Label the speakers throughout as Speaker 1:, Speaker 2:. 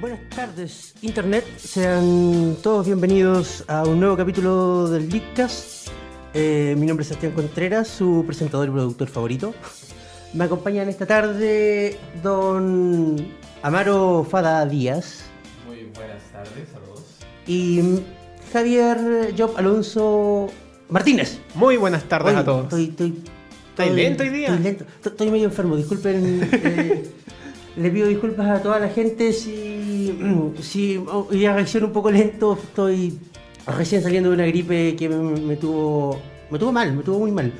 Speaker 1: Buenas tardes, Internet. Sean todos bienvenidos a un nuevo capítulo del Leadcast. Eh, mi nombre es Sebastián Contreras, su presentador y productor favorito. Me acompañan esta tarde don Amaro Fada Díaz
Speaker 2: Muy buenas tardes, saludos.
Speaker 1: y Javier Job Alonso Martínez.
Speaker 3: Muy buenas tardes
Speaker 1: Oye,
Speaker 3: a todos.
Speaker 1: Estoy, estoy-
Speaker 3: ¿Estáis
Speaker 1: estoy-
Speaker 3: lento hoy día?
Speaker 1: Estoy lento. T- Estoy medio enfermo, disculpen. eh, le pido disculpas a toda la gente si, mm, si oh, hoy día reacciono un poco lento. Estoy recién saliendo de una gripe que me, me tuvo me tuvo mal, me tuvo muy mal.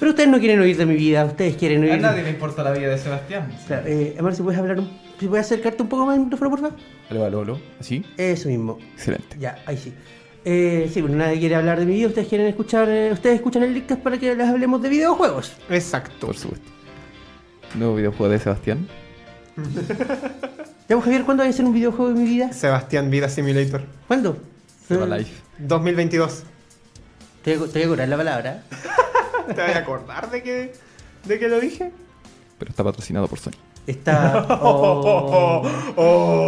Speaker 1: Pero ustedes no quieren oír de mi vida, ustedes quieren oír.
Speaker 2: A nadie le importa la vida de Sebastián.
Speaker 1: O sea, eh, Amar, si puedes hablar, un- si puedes acercarte un poco más al micrófono, por favor.
Speaker 3: Aló, aló, aló. ¿Sí?
Speaker 1: Eso mismo.
Speaker 3: Excelente.
Speaker 1: Ya, ahí sí. Eh, sí, bueno, nadie quiere hablar de mi vida, ustedes quieren escuchar, eh, ustedes escuchan el Lictas para que les hablemos de videojuegos.
Speaker 3: Exacto.
Speaker 4: Por supuesto. Nuevo videojuego de Sebastián.
Speaker 1: Ya, pues, Javier, ¿cuándo voy a hacer un videojuego de mi vida?
Speaker 3: Sebastián Vida Simulator
Speaker 1: ¿Cuándo?
Speaker 4: Seba
Speaker 1: Eh,
Speaker 4: Life.
Speaker 3: 2022.
Speaker 1: Te voy a- te voy a cobrar la palabra.
Speaker 3: ¿Te vas a acordar de que, de que lo dije?
Speaker 4: Pero está patrocinado por Sony.
Speaker 1: Está. oh.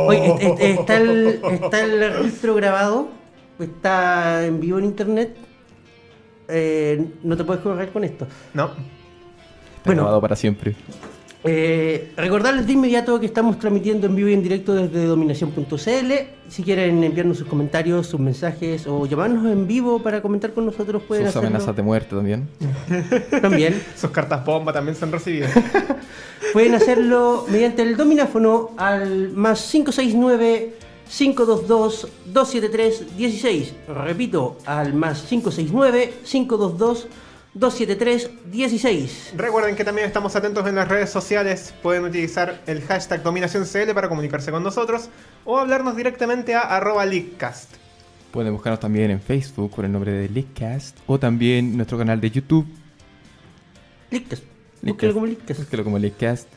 Speaker 1: Oye, es- es- está, el, está el registro grabado, está en vivo en internet. Eh, no te puedes correr con esto.
Speaker 3: No.
Speaker 4: Está
Speaker 1: Bueno.
Speaker 4: grabado para siempre.
Speaker 1: Eh, recordarles de inmediato que estamos transmitiendo en vivo y en directo desde dominación.cl. Si quieren enviarnos sus comentarios, sus mensajes o llamarnos en vivo para comentar con nosotros, pueden
Speaker 4: Sus
Speaker 1: hacerlo
Speaker 4: amenazas de muerte también.
Speaker 1: también.
Speaker 3: Sus cartas bomba también son recibidas.
Speaker 1: Pueden hacerlo mediante el domináfono al más 569-522-273-16. Repito, al más 569-522-273-16.
Speaker 3: Recuerden que también estamos atentos en las redes sociales. Pueden utilizar el hashtag DominaciónCL para comunicarse con nosotros o hablarnos directamente a arroba leakcast.
Speaker 4: Pueden buscarnos también en Facebook con el nombre de Leakcast. O también nuestro canal de YouTube.
Speaker 1: Lictas. Búsquenlo
Speaker 4: Leakcast.
Speaker 1: como Lictas.
Speaker 4: Búsquelo como Leakcast.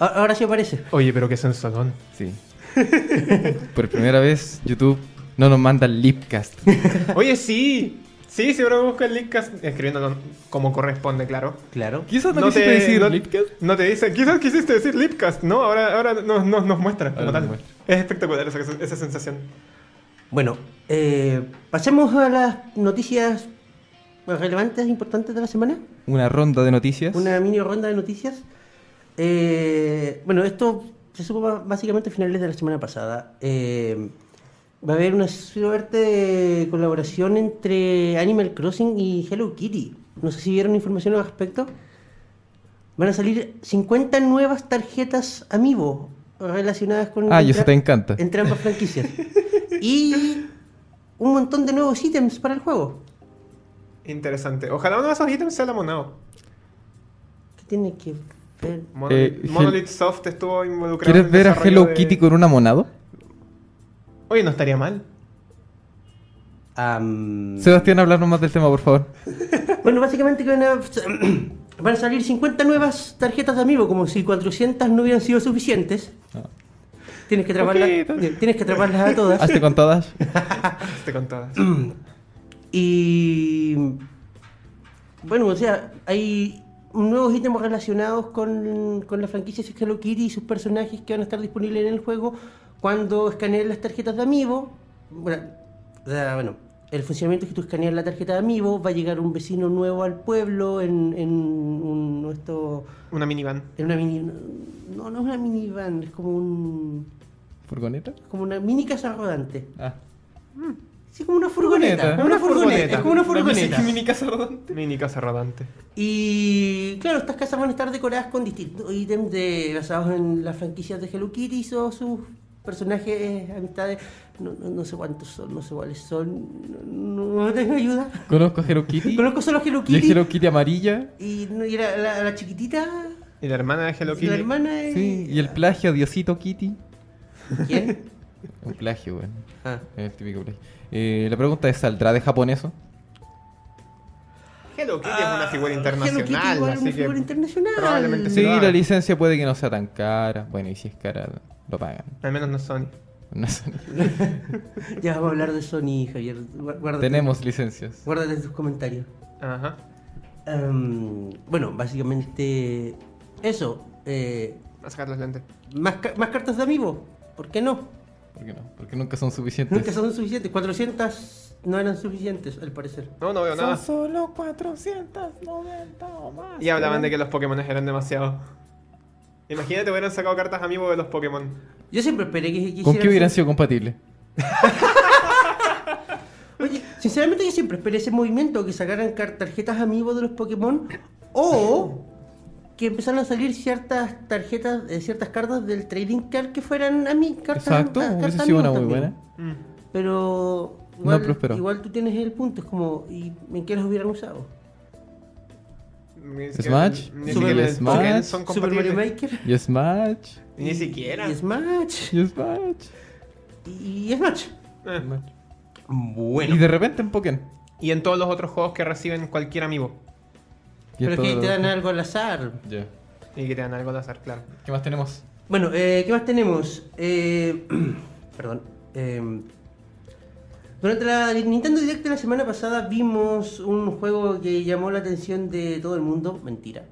Speaker 1: A- Ahora sí aparece.
Speaker 3: Oye, pero qué sensualón.
Speaker 4: Sí. por primera vez, YouTube no nos manda el Leakcast.
Speaker 3: Oye, sí. Sí, si uno busca el leakcast escribiéndolo como corresponde, claro.
Speaker 1: Claro.
Speaker 4: Quizás no,
Speaker 3: No
Speaker 4: quisiste
Speaker 3: te-
Speaker 4: decir
Speaker 3: no-
Speaker 4: Leakcast.
Speaker 3: No te dice, quizás quisiste decir Lipcast, ¿no? Ahora, ahora nos, nos, nos muestra como
Speaker 4: Ahora
Speaker 3: tal.
Speaker 4: nos muestra.
Speaker 3: Es espectacular esa, esa sensación.
Speaker 1: Bueno, eh, pasemos a las noticias relevantes, importantes de la semana.
Speaker 4: Una ronda de noticias.
Speaker 1: Una mini ronda de noticias. Eh, bueno, esto se supo ba- básicamente a finales de la semana pasada. Eh, va a haber una suerte de colaboración entre Animal Crossing y Hello Kitty. No sé si vieron información al respecto. Van a salir 50 nuevas tarjetas Amiibo relacionadas con...
Speaker 4: Ah, y eso
Speaker 1: entra-
Speaker 4: te encanta.
Speaker 1: Entre ambas franquicias. y un montón de nuevos ítems para el juego.
Speaker 3: Interesante. Ojalá uno de esos ítems sea la Monao.
Speaker 1: ¿Qué tiene que ver?
Speaker 3: Monolith,
Speaker 4: Eh, Hel-
Speaker 3: Monolith Soft estuvo involucrado. en
Speaker 4: ¿Quieres
Speaker 3: el
Speaker 4: ver a
Speaker 3: desarrollo
Speaker 4: Hello
Speaker 3: de-
Speaker 4: Kitty con una monado?
Speaker 3: Oye, no estaría mal.
Speaker 1: Am,
Speaker 4: Sebastián, hablarnos más del tema, por favor.
Speaker 1: Bueno, básicamente que van a, van a salir 50 nuevas tarjetas de amigo, como si 400 no hubieran sido suficientes.
Speaker 4: No.
Speaker 1: Tienes que atraparlas,
Speaker 3: Poquitas.
Speaker 1: tienes que atraparlas a todas.
Speaker 4: Hazte con todas.
Speaker 3: Te con todas.
Speaker 1: Y bueno, o sea, hay nuevos ítems relacionados con, con la franquicia de Hello Kitty y sus personajes que van a estar disponibles en el juego cuando escaneen las tarjetas de amigo. Bueno, o sea, bueno,
Speaker 5: El funcionamiento es que tú escaneas la tarjeta de Amiibo, va a llegar un vecino nuevo al pueblo en, en un, esto,
Speaker 3: Una minivan.
Speaker 5: en una mini... No, no es una minivan, es como un...
Speaker 4: ¿Furgoneta?
Speaker 5: como una mini casa rodante.
Speaker 4: Ah.
Speaker 5: Sí, como una furgoneta.
Speaker 4: Furgoneta.
Speaker 5: es Una furgoneta. Es como una
Speaker 4: Furgoneta.
Speaker 5: furgoneta.
Speaker 4: Mini casa rodante.
Speaker 3: Mini casa rodante.
Speaker 5: Y claro, estas casas van a estar decoradas con distintos ítems de, basados en las franquicias de Hello Kitty o sus personajes, amistades. No, no, no sé cuántos son, no sé cuáles son. No, no tengo ayuda.
Speaker 4: Conozco a Hello Kitty.
Speaker 5: Conozco solo Hello
Speaker 4: Y es
Speaker 5: Kitty.
Speaker 4: Hello Kitty amarilla.
Speaker 5: Y, no, y la, la- la chiquitita.
Speaker 3: Y la hermana de Hello
Speaker 5: y
Speaker 3: Kitty.
Speaker 5: La hermana es-
Speaker 4: Sí. Y el plagio Diosito Kitty.
Speaker 5: ¿Quién?
Speaker 4: Un plagio, weón.
Speaker 5: Ah.
Speaker 4: El típico plagio. Eh, la pregunta es, ¿saldrá de Japón eso?
Speaker 3: Hello Kitty es una figura
Speaker 5: Ah, Hello Kitty
Speaker 3: internacional,
Speaker 5: igual es
Speaker 3: así
Speaker 5: una
Speaker 3: que
Speaker 5: figura internacional.
Speaker 3: probablemente
Speaker 4: Sí,
Speaker 3: Sí, lo
Speaker 4: la
Speaker 3: hagan.
Speaker 4: licencia puede que no sea tan cara. Bueno, y si es cara, lo pagan.
Speaker 3: al menos no es Sony.
Speaker 4: No sé.
Speaker 5: Ya vamos a hablar de Sony, Javier. Gua- guárdate-
Speaker 4: Tenemos licencias.
Speaker 5: Guárdate en tus comentarios.
Speaker 3: Ajá.
Speaker 5: Em, bueno, básicamente eso. eh,
Speaker 3: A sacar los lentes.
Speaker 5: más, ca- más cartas de amigo. ¿Por qué no?
Speaker 4: ¿Por qué no? Porque nunca son suficientes.
Speaker 5: Nunca son suficientes. 400 no eran suficientes, al parecer.
Speaker 3: No, no veo nada.
Speaker 4: solo 490 o más.
Speaker 3: Y hablaban de que los Pokémon eran demasiado. Imagínate hubieran sacado cartas amigo de los Pokémon.
Speaker 5: Yo siempre esperé que, que
Speaker 4: ¿Con qué hubieran
Speaker 5: hicieran
Speaker 4: sido compatibles?
Speaker 5: ese- Oye, sinceramente yo siempre esperé ese movimiento, que sacaran car- tarjetas amigo de los Pokémon o que empezaran a salir ciertas tarjetas, eh, ciertas cartas del trading card que fueran a mí cartas.
Speaker 4: Exacto,
Speaker 5: ah,
Speaker 4: hubiese
Speaker 5: cartas
Speaker 4: sido una
Speaker 5: amigo
Speaker 4: muy
Speaker 5: también.
Speaker 4: buena.
Speaker 3: Mm.
Speaker 5: Pero
Speaker 4: No
Speaker 5: igual,
Speaker 4: prosperó.
Speaker 5: igual tú tienes el punto, es como, ¿y en qué los hubieran usado?
Speaker 3: Ni
Speaker 4: Smash,
Speaker 3: ni
Speaker 5: Super
Speaker 3: siquiera
Speaker 4: Smash,
Speaker 3: Pokémon son
Speaker 5: Super Mario
Speaker 3: compatibles.
Speaker 5: Maker.
Speaker 4: Y Smash.
Speaker 3: Ni siquiera.
Speaker 5: Y Smash.
Speaker 4: Y Smash.
Speaker 5: Y y Smash.
Speaker 3: Eh.
Speaker 4: Y
Speaker 5: Bueno.
Speaker 4: de repente en Pokémon.
Speaker 3: Y en todos los otros juegos que reciben cualquier amigo.
Speaker 4: Y
Speaker 5: Pero
Speaker 4: es
Speaker 5: es que
Speaker 4: todo-
Speaker 5: te dan algo al azar.
Speaker 4: Ya.
Speaker 3: Y que te dan algo al azar, claro.
Speaker 4: ¿Qué más tenemos?
Speaker 5: Bueno, eh, ¿qué más tenemos? Eh, perdón. eh, durante la Nintendo Direct de la semana pasada vimos un juego que llamó la atención de todo el mundo. Mentira.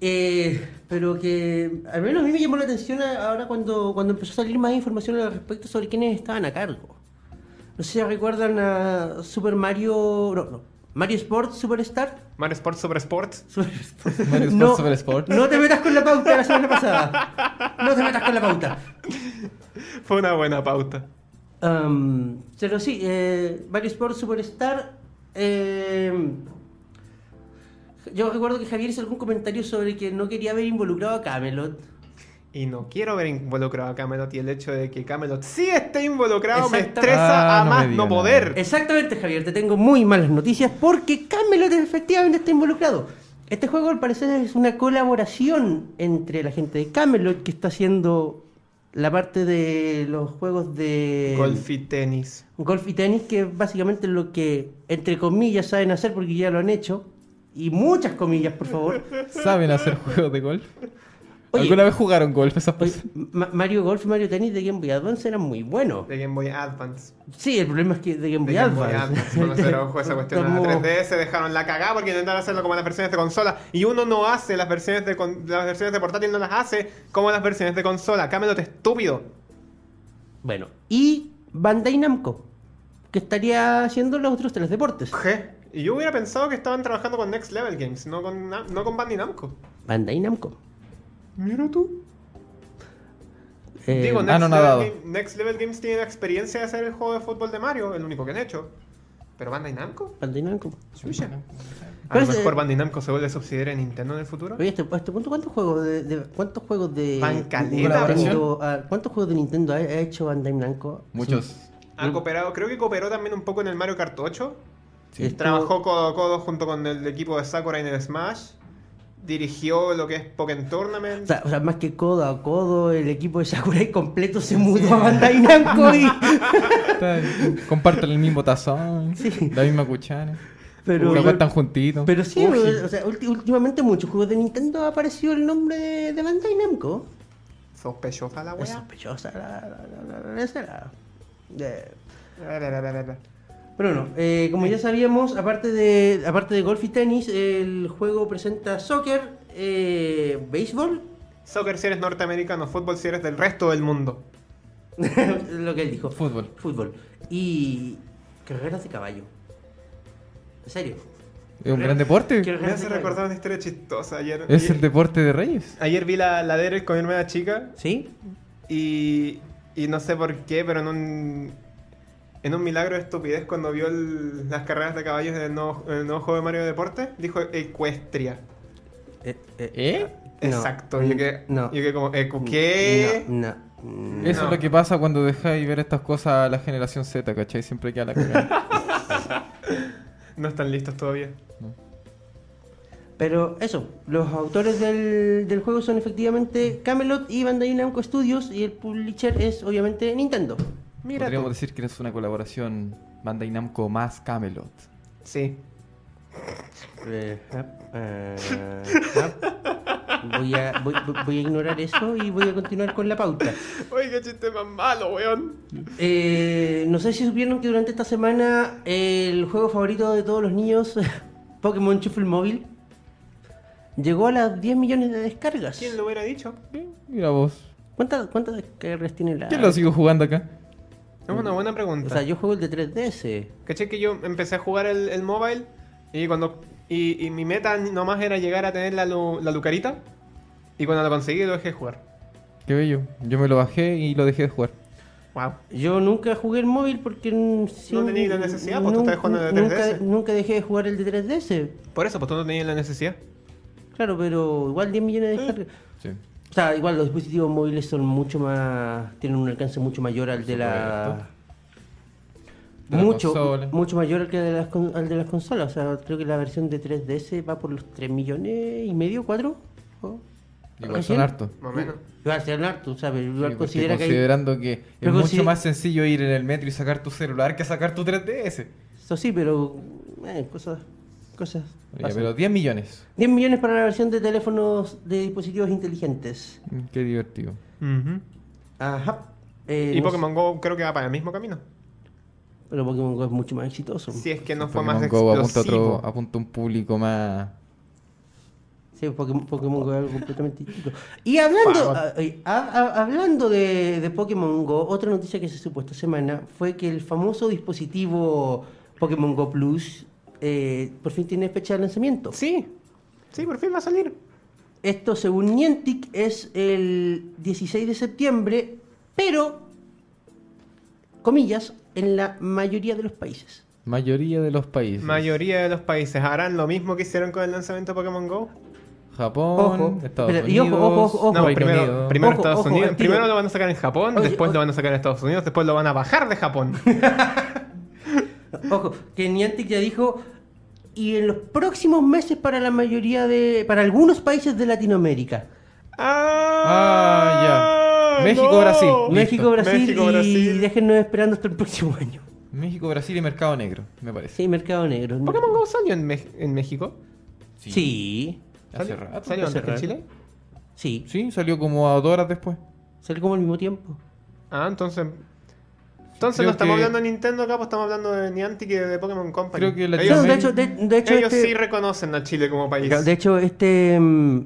Speaker 5: Eh, pero que al menos a mí me llamó la atención a- ahora cuando, cuando empezó a salir más información al respecto sobre quiénes estaban a cargo. No sé si recuerdan a Super Mario. No, no. Mario Sports Superstar.
Speaker 3: Mario Sports Super Sports.
Speaker 5: Super-
Speaker 4: Mario Sports
Speaker 5: No,
Speaker 4: Super Sport.
Speaker 5: No te metas con la pauta de la semana pasada. No te metas con la pauta.
Speaker 3: Fue una buena pauta.
Speaker 5: Am, Um, pero sí, eh, Mario Sports Superstar. eh, yo recuerdo que Javier hizo algún comentario sobre que no quería haber involucrado a Camelot.
Speaker 3: Y no quiero ver involucrado a Camelot y el hecho de que Camelot sí esté involucrado me
Speaker 5: Exactamente.
Speaker 3: estresa
Speaker 4: Ah,
Speaker 3: a
Speaker 4: no
Speaker 3: más
Speaker 4: me diga
Speaker 3: no
Speaker 4: nada.
Speaker 3: poder.
Speaker 5: Exactamente, Javier, te tengo muy malas noticias porque Camelot efectivamente está involucrado. Este juego al parecer es una colaboración entre la gente de Camelot que está haciendo la parte de los juegos de
Speaker 3: Golf y tenis.
Speaker 5: golf y tenis, que es básicamente lo que, entre comillas, saben hacer porque ya lo han hecho. Y muchas comillas, por favor.
Speaker 4: ¿Saben hacer juegos de golf?
Speaker 5: Oye.
Speaker 4: ¿Alguna vez jugaron golf esas
Speaker 5: Oye,
Speaker 4: personas?
Speaker 5: Ma- Mario Golf y Mario Tennis de Game Boy Advance eran muy buenos.
Speaker 3: De Game Boy Advance.
Speaker 5: Sí, el problema es que de Game
Speaker 3: De
Speaker 5: Boy
Speaker 3: Game Boy
Speaker 5: Advance.
Speaker 3: Advance. Bueno, será ojo esa cuestión. de La
Speaker 5: Estamos-
Speaker 3: 3DS dejaron la cagada porque intentaron hacerlo como las versiones de consola. Y uno no hace las versiones de, con- las versiones de portátil, no las hace como las versiones de consola. Camelot estúpido.
Speaker 5: Bueno, y Bandai Namco, que estaría haciendo los otros tres deportes.
Speaker 3: ¿Qué? Y yo hubiera pensado que estaban trabajando con Next Level Games, no con, Na- no con Bandai Namco.
Speaker 5: Bandai Namco.
Speaker 3: Mira tú.
Speaker 5: Eh,
Speaker 3: Digo, Next,
Speaker 4: ah, no, nadado.
Speaker 3: Level Game- Next Level Games tiene la experiencia de hacer el juego de fútbol de Mario, el único que han hecho. Pero Bandai Namco,
Speaker 5: Bandai Namco.
Speaker 3: suya. A
Speaker 5: Pero
Speaker 3: lo
Speaker 5: es,
Speaker 3: mejor
Speaker 5: eh,
Speaker 3: Bandai Namco se vuelve subsidiaria de Nintendo en el futuro.
Speaker 5: Oye, este- a este punto, ¿cuántos juegos de, de- cuántos juegos de,
Speaker 3: Van
Speaker 5: de
Speaker 3: caleta,
Speaker 5: Nintendo- ah, ¿Cuántos juegos de Nintendo ha, ha hecho Bandai Namco?
Speaker 4: Muchos.
Speaker 3: Ha cooperado, creo que cooperó también un poco en el Mario Kart 8.
Speaker 5: Sí. Estuvo-
Speaker 3: Trabajó codo a codo junto con el equipo de Sakura en el Smash. Dirigió lo que es Pokémon Tournament.
Speaker 5: O sea, o sea, más que codo a codo, el equipo de Sakurai completo se mudó a Bandai Namco y...
Speaker 4: Está- Comparten el mismo tazón, la misma cuchara.
Speaker 5: Pero,
Speaker 4: se acuestan juntitos.
Speaker 5: pero sí,
Speaker 4: Uji.
Speaker 5: o sea, ulti- últimamente en muchos juegos de Nintendo ha aparecido el nombre de, de Bandai Namco.
Speaker 3: Sospechosa la
Speaker 5: Es
Speaker 3: wea.
Speaker 5: sospechosa la... la- la- la- la- la- esa la- de-
Speaker 3: La, la, la, la, la, la.
Speaker 5: Pero bueno, eh, como ya sabíamos, aparte de, aparte de golf y tenis, el juego presenta soccer, eh, béisbol,
Speaker 3: Soccer si eres norteamericano, fútbol si eres del resto del mundo.
Speaker 5: lo que él dijo.
Speaker 4: Fútbol.
Speaker 5: Fútbol. Y, Carreras de caballo. En serio.
Speaker 4: Es un gran deporte.
Speaker 3: Me
Speaker 5: Carreras
Speaker 3: hace
Speaker 5: de caballo.
Speaker 3: recordar una historia chistosa ayer.
Speaker 4: Es
Speaker 5: eh,
Speaker 4: el
Speaker 3: ayer,
Speaker 4: deporte de reyes.
Speaker 3: ayer vi la ladera con mi hermana chica
Speaker 5: ¿Sí?
Speaker 3: y, y no sé por qué, pero en un en un milagro de estupidez cuando vio el- las carreras de caballos en el, nuevo, en el nuevo juego de Mario Deporte, dijo ecuestria.
Speaker 5: Eh, eh,
Speaker 4: ¿Eh?
Speaker 5: no.
Speaker 3: Exacto. Yo que,
Speaker 5: No.
Speaker 3: yo que como, ecu- ¿qué?
Speaker 5: No, no, no.
Speaker 4: Eso
Speaker 3: No.
Speaker 4: es lo que pasa cuando dejáis ver estas cosas a la generación Z, ¿cachai? Siempre queda la cagada.
Speaker 3: No están listos todavía.
Speaker 5: Pero eso, los autores del, del juego son efectivamente Camelot y Bandai Namco Studios y el publisher es obviamente Nintendo.
Speaker 3: Mira
Speaker 4: Podríamos
Speaker 3: tú.
Speaker 4: decir que es una colaboración Bandai Namco más Camelot.
Speaker 3: Sí.
Speaker 5: Eh, ah, ah, ah. voy, a, voy, voy- voy a ignorar eso y voy a continuar con la pauta.
Speaker 3: Oye, qué chiste más malo, weón.
Speaker 5: Eh, no sé si supieron que durante esta semana el juego favorito de todos los niños, Pokémon Shuffle Móvil, llegó a las 10 millones de descargas.
Speaker 3: ¿Quién lo hubiera dicho?
Speaker 4: Mira vos.
Speaker 5: ¿Cuántas, cuántas descargas tiene la...?
Speaker 4: ¿Quién lo sigo jugando acá?
Speaker 3: Es una buena pregunta.
Speaker 5: O sea, yo juego el de 3DS.
Speaker 3: Caché que yo empecé a jugar el, el mobile y cuando y, y mi meta nomás era llegar a tener la, lu- la lucarita y cuando lo conseguí lo dejé de jugar.
Speaker 4: Qué bello. Yo me lo bajé y lo dejé de jugar.
Speaker 3: Wow.
Speaker 5: Yo nunca jugué el móvil porque... No
Speaker 3: tenías la necesidad, pues, tú estabas jugando el de 3DS.
Speaker 5: Nunca, nunca dejé de jugar el de 3DS.
Speaker 3: Por eso, pues tú no tenías la necesidad.
Speaker 5: Claro, pero igual 10 millones de descargas.
Speaker 4: Sí.
Speaker 5: O sea, igual los dispositivos móviles son mucho más... Tienen un alcance mucho mayor al de la...
Speaker 4: De las
Speaker 5: mucho,
Speaker 4: consolas.
Speaker 5: mucho mayor al, que de las, con- al de las consolas. O sea, creo que la versión de 3DS va por los 3 millones y medio, 4.
Speaker 4: Igual son harto.
Speaker 3: Más o menos.
Speaker 5: Igual serán harto, o sea, pero igual
Speaker 4: Sí, pues, porque
Speaker 5: considera que hay-
Speaker 4: considerando que es
Speaker 5: Pero
Speaker 4: mucho
Speaker 5: consider-
Speaker 4: más sencillo ir en el metro y sacar tu celular que sacar tu 3DS.
Speaker 5: Eso sí, pero. eh, cosas. cosas
Speaker 4: Oye,
Speaker 5: pasan.
Speaker 4: pero 10 millones.
Speaker 5: 10 millones para la versión de teléfonos de dispositivos inteligentes.
Speaker 4: Mm, Qué divertido.
Speaker 3: Ujú.
Speaker 5: Ajá. Eh,
Speaker 3: Y
Speaker 5: no
Speaker 3: Pokémon Go creo que va para el mismo camino.
Speaker 5: sé, pero Pokémon Go es mucho más exitoso.
Speaker 3: Si es que no fue
Speaker 4: Pokémon
Speaker 3: más
Speaker 4: Go apunta,
Speaker 3: explosivo.
Speaker 4: otro, apunta un público más.
Speaker 5: Sí, Pokémon, Pokémon Go es algo completamente distinto. Y hablando,
Speaker 3: Vamos.
Speaker 5: ah, eh, ah, ah, hablando de, de Pokémon Go, otra noticia que se supo esta semana fue que el famoso dispositivo Pokémon Go Plus eh, por fin tiene fecha de lanzamiento.
Speaker 3: Sí. Sí, por fin va a salir.
Speaker 5: Esto, según Niantic, es el 16 de septiembre, pero, comillas, en la mayoría de los países.
Speaker 4: Mayoría de los países.
Speaker 3: Mayoría de los países harán lo mismo que hicieron con el lanzamiento de Pokémon Go.
Speaker 4: Japón,
Speaker 5: Ojo.
Speaker 4: Estados
Speaker 5: Pero- y
Speaker 4: Unidos.
Speaker 5: ojo, ojo, ojo, ojo.
Speaker 3: No,
Speaker 4: Reino
Speaker 3: primero,
Speaker 4: Unido.
Speaker 3: primero
Speaker 5: Ojo,
Speaker 3: Estados
Speaker 5: ojo,
Speaker 3: Unidos.
Speaker 5: al tiro.
Speaker 3: Primero lo van a sacar en Japón,
Speaker 5: Oye,
Speaker 3: después
Speaker 5: oye.
Speaker 3: lo van a sacar en Estados Unidos, después lo van a bajar de Japón.
Speaker 5: Ojo, que Niantic ya dijo, y en los próximos meses para la mayoría de, para algunos países de Latinoamérica.
Speaker 4: Ah, ya. México,
Speaker 3: no.
Speaker 4: Brasil.
Speaker 5: México, Brasil,
Speaker 3: México,
Speaker 5: y
Speaker 3: Brasil.
Speaker 5: déjennos esperando hasta el próximo año.
Speaker 4: México, Brasil y Mercado Negro, me parece.
Speaker 5: Sí, Mercado Negro.
Speaker 3: Pokémon Go salió en, Mex- en México.
Speaker 5: Sí.
Speaker 4: Sí.
Speaker 5: Sí,
Speaker 4: Hace
Speaker 3: ¿Salió-
Speaker 4: rato.
Speaker 3: ¿Salió
Speaker 5: Hace
Speaker 3: antes que en
Speaker 5: rato.
Speaker 3: Chile?
Speaker 5: sí.
Speaker 4: Sí, salió como a dos horas después.
Speaker 5: Sale como al mismo tiempo.
Speaker 3: Ah, entonces. Entonces
Speaker 4: Creo
Speaker 3: no estamos
Speaker 4: que-
Speaker 3: hablando de Nintendo acá, pues estamos hablando de Niantic y de Pokémon Company.
Speaker 4: Creo que la-
Speaker 3: ellos
Speaker 5: No,
Speaker 4: sí.
Speaker 5: de hecho, de, de hecho
Speaker 3: ellos
Speaker 5: este-
Speaker 3: sí reconocen a Chile como país.
Speaker 5: Claro, De hecho, este, mm,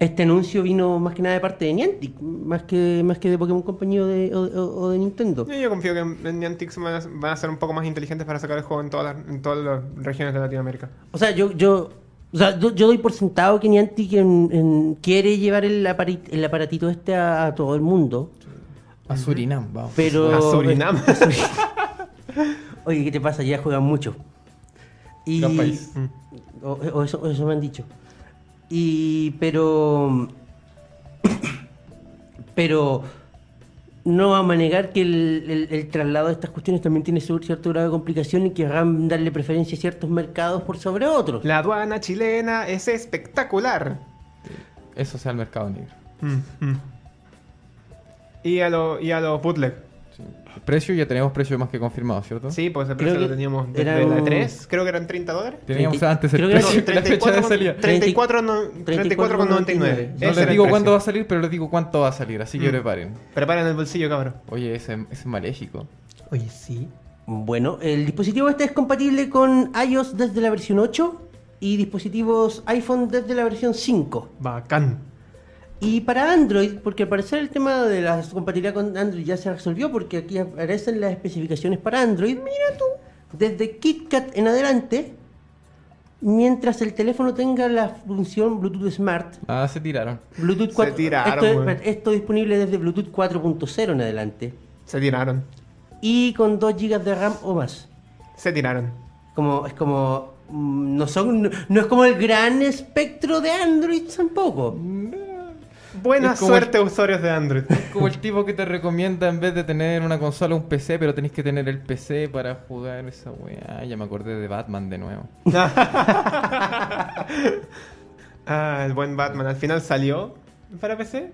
Speaker 5: este anuncio vino más que nada de parte de Niantic, más que, más que de Pokémon Company o de, o, o- o de Nintendo.
Speaker 3: Yo, yo confío que en en Niantic se van a, van a ser un poco más inteligentes para sacar el juego en todas las, en todas las regiones de Latinoamérica.
Speaker 5: O sea, yo, yo, o sea, yo, yo doy por sentado que Niantic en- en- quiere llevar el, apari- el aparatito este a, a todo el mundo,
Speaker 4: A Surinam, vamos.
Speaker 5: pero...
Speaker 3: A Surinam.
Speaker 5: Oye, ¿qué te pasa? Ya juegan mucho. Y,
Speaker 4: Gran país.
Speaker 3: Mm.
Speaker 5: O, o eso, o eso me han dicho. Y pero pero no vamos a negar que el, el- el traslado de estas cuestiones también tiene su cierto grado de complicación y que van a darle preferencia a ciertos mercados por sobre otros.
Speaker 3: La aduana chilena es espectacular.
Speaker 4: Eso sea el Mercado Negro.
Speaker 3: Mm, mm. Y a los y a los bootleg.
Speaker 4: Sí. El Precio, ya tenemos precio más que confirmado, ¿cierto?
Speaker 3: Sí, pues el
Speaker 5: Creo
Speaker 3: precio lo
Speaker 5: que
Speaker 3: teníamos desde
Speaker 5: era
Speaker 3: la
Speaker 5: un-
Speaker 3: 3, creo que eran 30 dólares.
Speaker 4: Teníamos
Speaker 5: Treinta-
Speaker 4: antes el
Speaker 5: creo que era
Speaker 4: precio que la fecha de
Speaker 3: 34,99.
Speaker 4: salida.
Speaker 3: 34, no- 34,99.
Speaker 5: 34,99.
Speaker 4: No
Speaker 3: Ese
Speaker 4: les
Speaker 3: era
Speaker 4: digo
Speaker 3: el
Speaker 4: cuándo va a
Speaker 3: precio.
Speaker 4: salir, pero les digo cuánto va a salir, así que
Speaker 3: Mm.
Speaker 4: preparen.
Speaker 3: Preparen el bolsillo, cabrón.
Speaker 4: Oye, ese, ese es maléfico.
Speaker 3: Oye, sí.
Speaker 5: Bueno, el dispositivo este es compatible con iOS desde la versión 8 y dispositivos iPhone desde la versión 5.
Speaker 3: Bacán.
Speaker 5: Y para Android, porque al parecer el tema de la compatibilidad con Android ya se resolvió, porque aquí aparecen las especificaciones para Android. Mira tú. desde KitKat en adelante, mientras el teléfono tenga la función Bluetooth Smart,
Speaker 4: Ah, se tiraron.
Speaker 5: Bluetooth
Speaker 3: Se
Speaker 5: 4,
Speaker 3: tiraron,
Speaker 5: esto,
Speaker 3: weón.
Speaker 5: espérate, esto es disponible desde Bluetooth 4.0 en adelante
Speaker 3: Se tiraron.
Speaker 5: y con 2 GB de RAM o más.
Speaker 3: Se tiraron.
Speaker 5: Como, es como. mm, No, son, no, no es como el gran espectro de Android tampoco.
Speaker 3: Buena
Speaker 4: Es como el-
Speaker 3: suerte, usuarios de Android.
Speaker 4: Como el tipo que te recomienda en vez de tener una consola un PC, pero tenés que tener el PC para jugar esa weá. Ya me acordé de Batman de nuevo.
Speaker 3: Ah, el buen Batman. Al final salió para PC.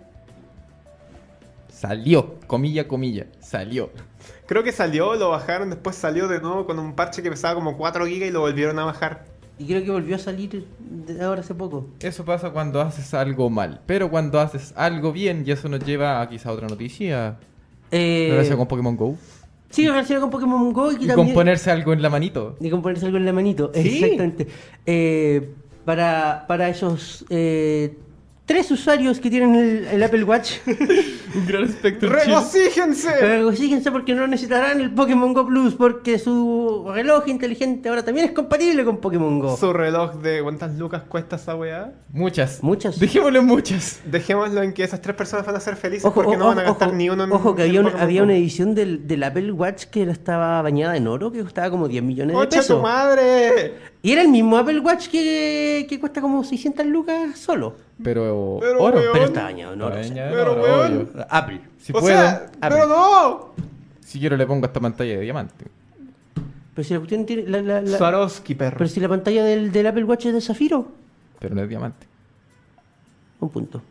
Speaker 4: Salió, comilla, comilla, salió.
Speaker 3: Creo que salió, lo bajaron, después salió de nuevo con un parche que pesaba como 4 GB y lo volvieron a bajar.
Speaker 5: Y creo que volvió a salir de- ahora hace poco.
Speaker 4: Eso pasa cuando haces algo mal, pero cuando haces algo bien, y eso nos lleva a quizá otra noticia
Speaker 5: Eh,
Speaker 4: relacionada con Pokémon Go.
Speaker 5: Sí, relacionado con Pokémon Go y que
Speaker 4: Y
Speaker 5: también.
Speaker 4: con ponerse algo en la manito.
Speaker 5: Y con ponerse algo en la manito.
Speaker 4: Sí.
Speaker 5: Exactamente. Eh, para, para esos eh, tres usuarios que tienen el, el Apple Watch,
Speaker 4: Un gran espectro.
Speaker 3: ¡Regocíjense!
Speaker 5: regocíjense porque no necesitarán el Pokémon Go Plus, porque su reloj inteligente ahora también es compatible con Pokémon Go.
Speaker 3: Su reloj de cuántas lucas cuesta esa weá.
Speaker 4: Muchas.
Speaker 5: Muchas.
Speaker 4: Dejémoslo en muchas.
Speaker 3: Dejémoslo en que esas tres personas van a ser felices porque no van a gastar
Speaker 5: ojo,
Speaker 3: ni uno en
Speaker 5: ojo, que
Speaker 3: en
Speaker 5: había, una,
Speaker 3: Pokémon
Speaker 5: había
Speaker 3: Go.
Speaker 5: una edición del, del Apple Watch que era- estaba bañada en oro, que costaba como 10 millones de
Speaker 3: ¡Ocha tu
Speaker 5: pesos.
Speaker 3: madre!
Speaker 5: Y era el mismo Apple Watch que, que cuesta como 600 lucas solo.
Speaker 4: Pero,
Speaker 3: Pero,
Speaker 4: oro.
Speaker 3: weón.
Speaker 5: Pero estaba bañado en oro. o sea,
Speaker 4: Bañado en
Speaker 3: Pero,
Speaker 4: oro,
Speaker 3: weón.
Speaker 4: obvio.
Speaker 5: Apple.
Speaker 4: Si
Speaker 3: o
Speaker 4: puedo,
Speaker 3: sea,
Speaker 5: a
Speaker 3: ¡pero
Speaker 5: ver.
Speaker 3: no!
Speaker 4: si quiero le pongo esta pantalla de diamante.
Speaker 5: Pero si la cuestión tiene. La, la- la-
Speaker 3: Swarovski, perro.
Speaker 5: pero si la pantalla del, del Apple Watch es de zafiro.
Speaker 4: Pero no es diamante.
Speaker 5: Un punto.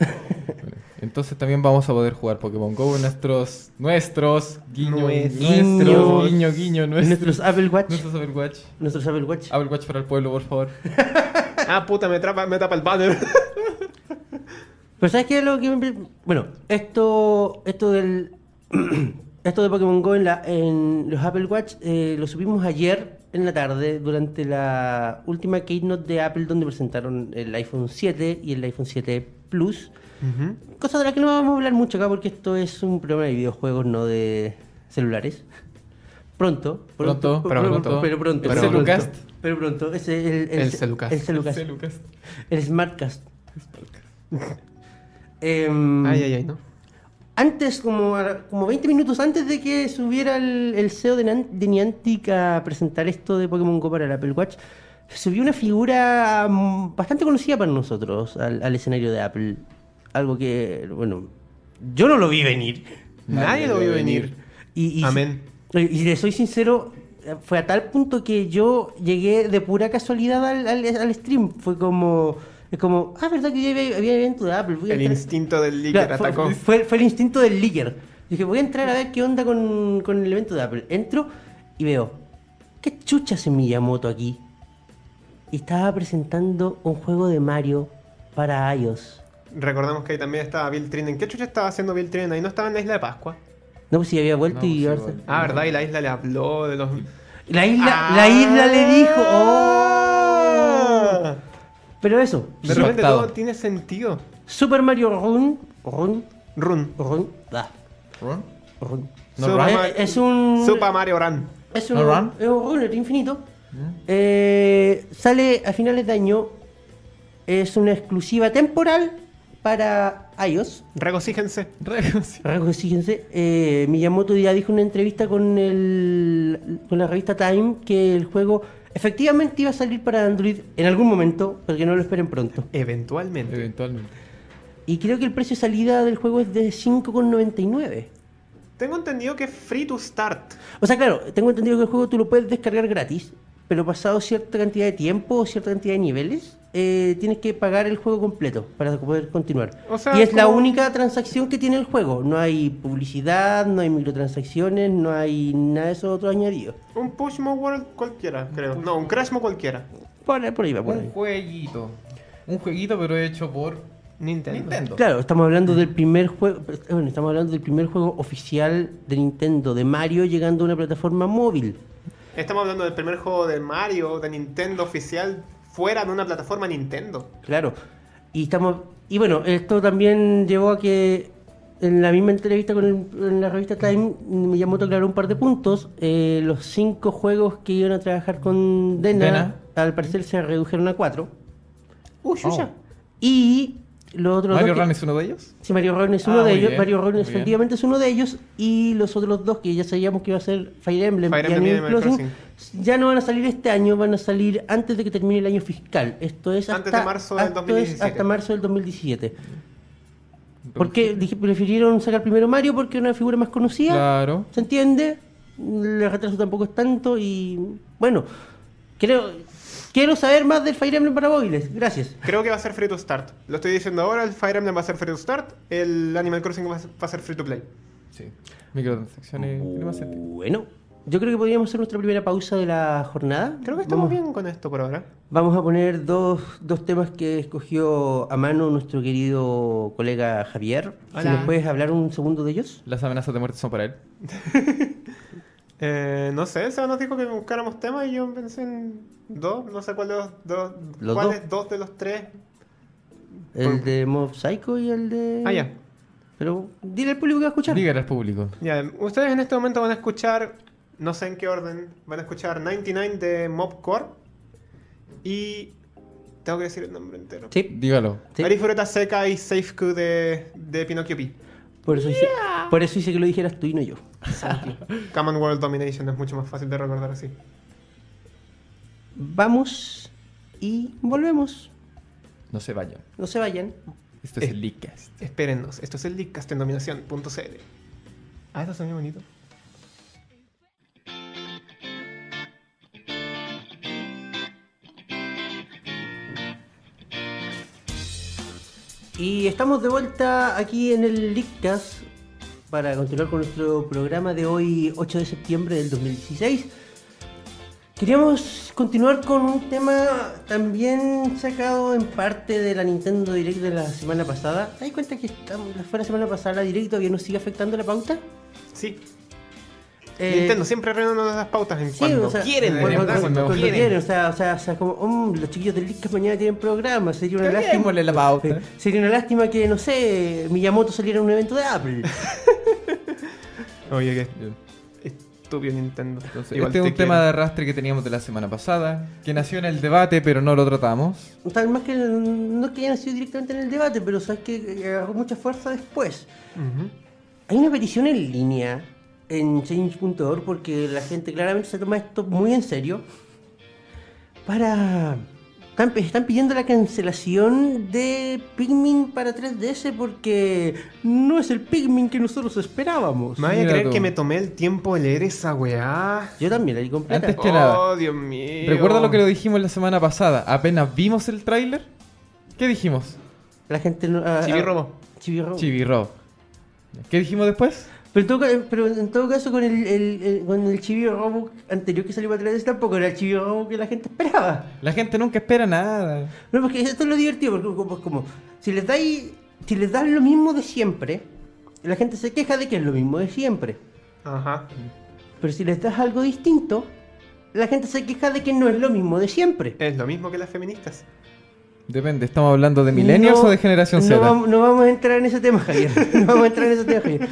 Speaker 4: Bueno, Entonces también vamos a poder jugar Pokémon Go en nuestros, nuestros, guiño,
Speaker 3: Nuestros.
Speaker 4: nuestros, guiño,
Speaker 5: Guiños.
Speaker 4: guiño,
Speaker 5: Nuestros
Speaker 4: nuestros,
Speaker 5: Apple Watch.
Speaker 4: nuestros Apple Watch.
Speaker 5: Nuestros Apple Watch.
Speaker 4: Apple Watch para el pueblo, por favor.
Speaker 3: Ah, puta, me, trapa, me tapa el banner.
Speaker 5: Pero ¿sabes qué es lo que me... Bueno, esto, esto del... esto de Pokémon Go en, la, en los Apple Watch eh, lo subimos ayer en la tarde durante la última keynote de Apple donde presentaron el iPhone 7 y el iPhone 7 Plus. Cosa de la que no vamos a hablar mucho acá porque esto es un programa de videojuegos, no de celulares. Pronto,
Speaker 4: Pronto,
Speaker 5: pero
Speaker 4: pronto.
Speaker 5: pronto, pero
Speaker 4: El
Speaker 5: pronto, pero pronto,
Speaker 4: Celucast.
Speaker 5: pero pronto, ese es el,
Speaker 3: El Celucast.
Speaker 5: el Celucast,
Speaker 4: Lucas.
Speaker 5: el Smartcast. Em,
Speaker 3: Ay, ay, ay, no.
Speaker 5: Antes, como, a- como 20 minutos antes de que subiera el, el CEO de, Nan- de Niantic a presentar esto de Pokémon Go para el Apple Watch, subió una figura mm, bastante conocida para nosotros al, al escenario de Apple. Algo que, bueno, yo no lo vi venir.
Speaker 3: Nadie lo vio venir.
Speaker 5: Y, y-
Speaker 3: Amén.
Speaker 5: Y, si te soy sincero, fue a tal punto que yo llegué de pura casualidad al, al- al stream. Fue como, es como, ah, verdad que hoy había, había evento de Apple. Voy a
Speaker 3: El
Speaker 5: entrar-
Speaker 3: instinto del líder
Speaker 5: Claro, fue,
Speaker 3: atacó.
Speaker 5: fue- fue el instinto del leaker. Dije, voy a entrar a ver qué onda con, con el evento de Apple. Entro y veo, ¿qué chucha hace Miyamoto aquí? Y estaba presentando un juego de Mario para iOS.
Speaker 3: Recordamos que ahí también estaba Bill Trinden. ¿Qué chucha estaba haciendo Bill Trinden? Ahí no estaba en la isla de Pascua.
Speaker 5: No, pues si había vuelto
Speaker 4: No,
Speaker 5: y...
Speaker 4: sí,
Speaker 5: ahora se-
Speaker 4: volvió.
Speaker 3: Ah, ¿verdad? Y la isla le habló de los...
Speaker 5: La isla,
Speaker 3: Ah.
Speaker 5: la isla le dijo... ¡Oh! Pero eso,
Speaker 3: De repente
Speaker 4: Impactado.
Speaker 3: todo tiene sentido.
Speaker 5: Super Mario Run... Run...
Speaker 3: Run.
Speaker 5: Run... ah,
Speaker 4: ¿Ron?
Speaker 5: run.
Speaker 4: No,
Speaker 3: Super
Speaker 4: Run.
Speaker 5: Eh,
Speaker 3: Ma-
Speaker 5: Es un...
Speaker 3: Super Mario Run.
Speaker 5: Es un,
Speaker 4: ¿No run? Mm.
Speaker 5: es un runner infinito. Eh, sale a finales de año. Es una exclusiva temporal para iOS.
Speaker 3: Regocíjense.
Speaker 4: Regos.
Speaker 5: Regocíjense. Eh, Miyamoto ya dijo en una entrevista con, el, con la revista Time que el juego efectivamente iba a salir para Android en algún momento, pero que no lo esperen pronto.
Speaker 3: Eventualmente.
Speaker 4: Eventualmente.
Speaker 5: Y creo que el precio de salida del juego es de 5,99.
Speaker 3: Tengo entendido que es free to start.
Speaker 5: O sea, claro, tengo entendido que el juego tú lo puedes descargar gratis, pero pasado cierta cantidad de tiempo o cierta cantidad de niveles, eh, tienes que pagar el juego completo para poder continuar.
Speaker 3: O sea,
Speaker 5: y es la
Speaker 3: como-
Speaker 5: única transacción que tiene el juego. No hay publicidad, no hay microtransacciones, no hay nada de eso otro añadido.
Speaker 3: Un Pushmo World cualquiera, creo. No, un Crashmo cualquiera.
Speaker 5: Por ahí, por ahí va, por
Speaker 4: Un
Speaker 5: ahí.
Speaker 4: jueguito. Un jueguito, pero hecho por
Speaker 3: Nintendo.
Speaker 4: Nintendo.
Speaker 5: Claro, estamos hablando
Speaker 3: Mm.
Speaker 5: del primer juego, bueno, estamos hablando del primer juego oficial de Nintendo, de Mario llegando a una plataforma móvil.
Speaker 3: Estamos hablando del primer juego de Mario, de Nintendo oficial, fuera de una plataforma Nintendo.
Speaker 5: Claro. Y estamos. Y bueno, esto también llevó a que en la misma entrevista con el- en la revista Time, Miyamoto aclaró un par de puntos. Eh, los cinco juegos que iban a trabajar con Dena,
Speaker 4: Dena.
Speaker 5: al parecer se redujeron a cuatro. Uy,
Speaker 4: Oh.
Speaker 5: ya. Y los otros
Speaker 4: ¿Mario
Speaker 5: dos que-
Speaker 4: Run es uno de ellos?
Speaker 5: Sí, Mario Ron es
Speaker 4: Ah,
Speaker 5: uno de
Speaker 4: muy
Speaker 5: ellos.
Speaker 4: bien,
Speaker 5: Mario Ron
Speaker 4: muy
Speaker 5: efectivamente es uno de ellos. Y los otros dos que ya sabíamos que iba a ser Fire Emblem,
Speaker 3: Fire Emblem y Animal
Speaker 5: ya no van a salir este año, van a salir antes de que termine el año fiscal. Esto es hasta,
Speaker 3: Antes de marzo del
Speaker 5: esto es
Speaker 3: 2017.
Speaker 5: hasta marzo del 2017. ¿Por qué dije- prefirieron sacar primero Mario? Porque era una figura más conocida.
Speaker 4: Claro.
Speaker 5: ¿Se entiende? El retraso tampoco es tanto y bueno, creo quiero saber más del Fire Emblem para móviles. Gracias.
Speaker 3: Creo que va a ser free to start. Lo estoy diciendo ahora, el Fire Emblem va a ser free to start, el Animal Crossing va a ser- va a ser free to play.
Speaker 4: Sí. Microtransacciones.
Speaker 3: Uh.
Speaker 4: este. tiene más sentido.
Speaker 5: Bueno, yo creo que podríamos hacer nuestra primera pausa de la jornada.
Speaker 3: Creo que estamos
Speaker 5: Vamos-
Speaker 3: bien con esto por ahora.
Speaker 5: Vamos a poner dos, dos temas que escogió a mano nuestro querido colega Javier. Si
Speaker 6: Hola.
Speaker 5: nos puedes hablar un segundo de ellos.
Speaker 4: Las amenazas de muerte son para él.
Speaker 3: Eh, no sé, Seba nos dijo que buscáramos temas y yo pensé en dos, no sé cuál de los dos,
Speaker 5: Los
Speaker 3: cuáles dos de los tres.
Speaker 5: El de Mob Psycho y el de...
Speaker 3: Ah, ya.
Speaker 5: Pero dile al público que va a escuchar.
Speaker 4: Dígale al público.
Speaker 3: Ya, ustedes en este momento van a escuchar, no sé en qué orden, van a escuchar 99 de Mobcore y tengo que decir el nombre entero.
Speaker 5: Sí,
Speaker 4: Dígalo.
Speaker 5: sí.
Speaker 3: Arifureta Seca y Safeku de, de Pinocchio P.
Speaker 5: Por, eso hice, por eso hice que lo dijeras tú y no yo.
Speaker 3: Common World Domination es mucho más fácil de recordar así.
Speaker 5: Vamos y volvemos.
Speaker 4: No se vayan.
Speaker 5: No se vayan.
Speaker 4: Esto es
Speaker 3: Eh.
Speaker 4: el Leakcast.
Speaker 3: Espérennos, esto es el Leadcast en dominación.cl. Ah, esto suena bonito.
Speaker 5: Y estamos de vuelta aquí en el Leakcast para continuar con nuestro programa de hoy, 8 de septiembre del 2016. Queríamos continuar con un tema también sacado en parte de la Nintendo Direct de la semana pasada. ¿Te das cuenta que estamos- fue la semana pasada la Direct todavía nos sigue afectando la pauta?
Speaker 3: Sí,
Speaker 5: Eh,
Speaker 3: Nintendo siempre renueva las pautas en
Speaker 5: Sí,
Speaker 3: cuando
Speaker 5: o sea,
Speaker 3: quieren, de
Speaker 5: cuando,
Speaker 3: verdad,
Speaker 5: cuando-
Speaker 3: cuando,
Speaker 5: cuando
Speaker 3: quieren.
Speaker 5: quieren, o sea, o sea, o sea, como "Mm, los chiquillos del Leakcast mañana tienen programa, sería una lástima.
Speaker 4: Cambiémosle la pauta.
Speaker 5: Sí. Sería una lástima que, no sé, Miyamoto saliera a un evento de Apple.
Speaker 3: Oye, qué
Speaker 4: Bien.
Speaker 3: estúpido Nintendo.
Speaker 4: Entonces,
Speaker 3: Igual
Speaker 4: este es
Speaker 3: te
Speaker 4: un tema de
Speaker 3: quieren.
Speaker 4: arrastre que teníamos de la semana pasada, que nació en el debate, pero no lo tratamos.
Speaker 5: Tal más que no es que hayan sido directamente en el debate, pero sabes que agarró mucha fuerza después.
Speaker 3: Ujú.
Speaker 5: Hay una petición en línea en change.org porque la gente claramente se toma esto muy en serio. Para. Están, están pidiendo la cancelación de Pikmin para 3DS porque no es el Pikmin que nosotros esperábamos.
Speaker 3: Me vaya a
Speaker 4: Mira
Speaker 3: creer
Speaker 4: tú.
Speaker 3: que me tomé el tiempo de leer esa weá.
Speaker 5: Yo también la di completa.
Speaker 4: Antes que Este nada.
Speaker 3: Oh, Dios mío.
Speaker 4: Recuerda lo que lo dijimos la semana pasada. Apenas vimos el tráiler, ¿qué dijimos?
Speaker 5: La gente no. ah,
Speaker 3: Chibi-Robo.
Speaker 5: ah, Chibi-Robo.
Speaker 4: Chibi-Rob. ¿Qué dijimos después?
Speaker 5: Pero, en todo ca- pero en todo caso, con el, el- el- con el Chibi Robo anterior que salió para 3DS tampoco era el Chibi Robo que la gente esperaba.
Speaker 4: La gente nunca espera nada.
Speaker 5: No, porque esto es lo divertido, porque como, pues, como- si les dais si les das lo mismo de siempre, la gente se queja de que es lo mismo de siempre.
Speaker 3: Ajá.
Speaker 5: Pero si les das algo distinto, la gente se queja de que no es lo mismo de siempre.
Speaker 3: Es lo mismo que las feministas.
Speaker 4: Depende, ¿estamos hablando de millennials
Speaker 5: No-
Speaker 4: o de generación
Speaker 5: no
Speaker 4: Z?
Speaker 5: vam- No, vamos a entrar en ese tema, Javier. No vamos a entrar en ese tema, Javier.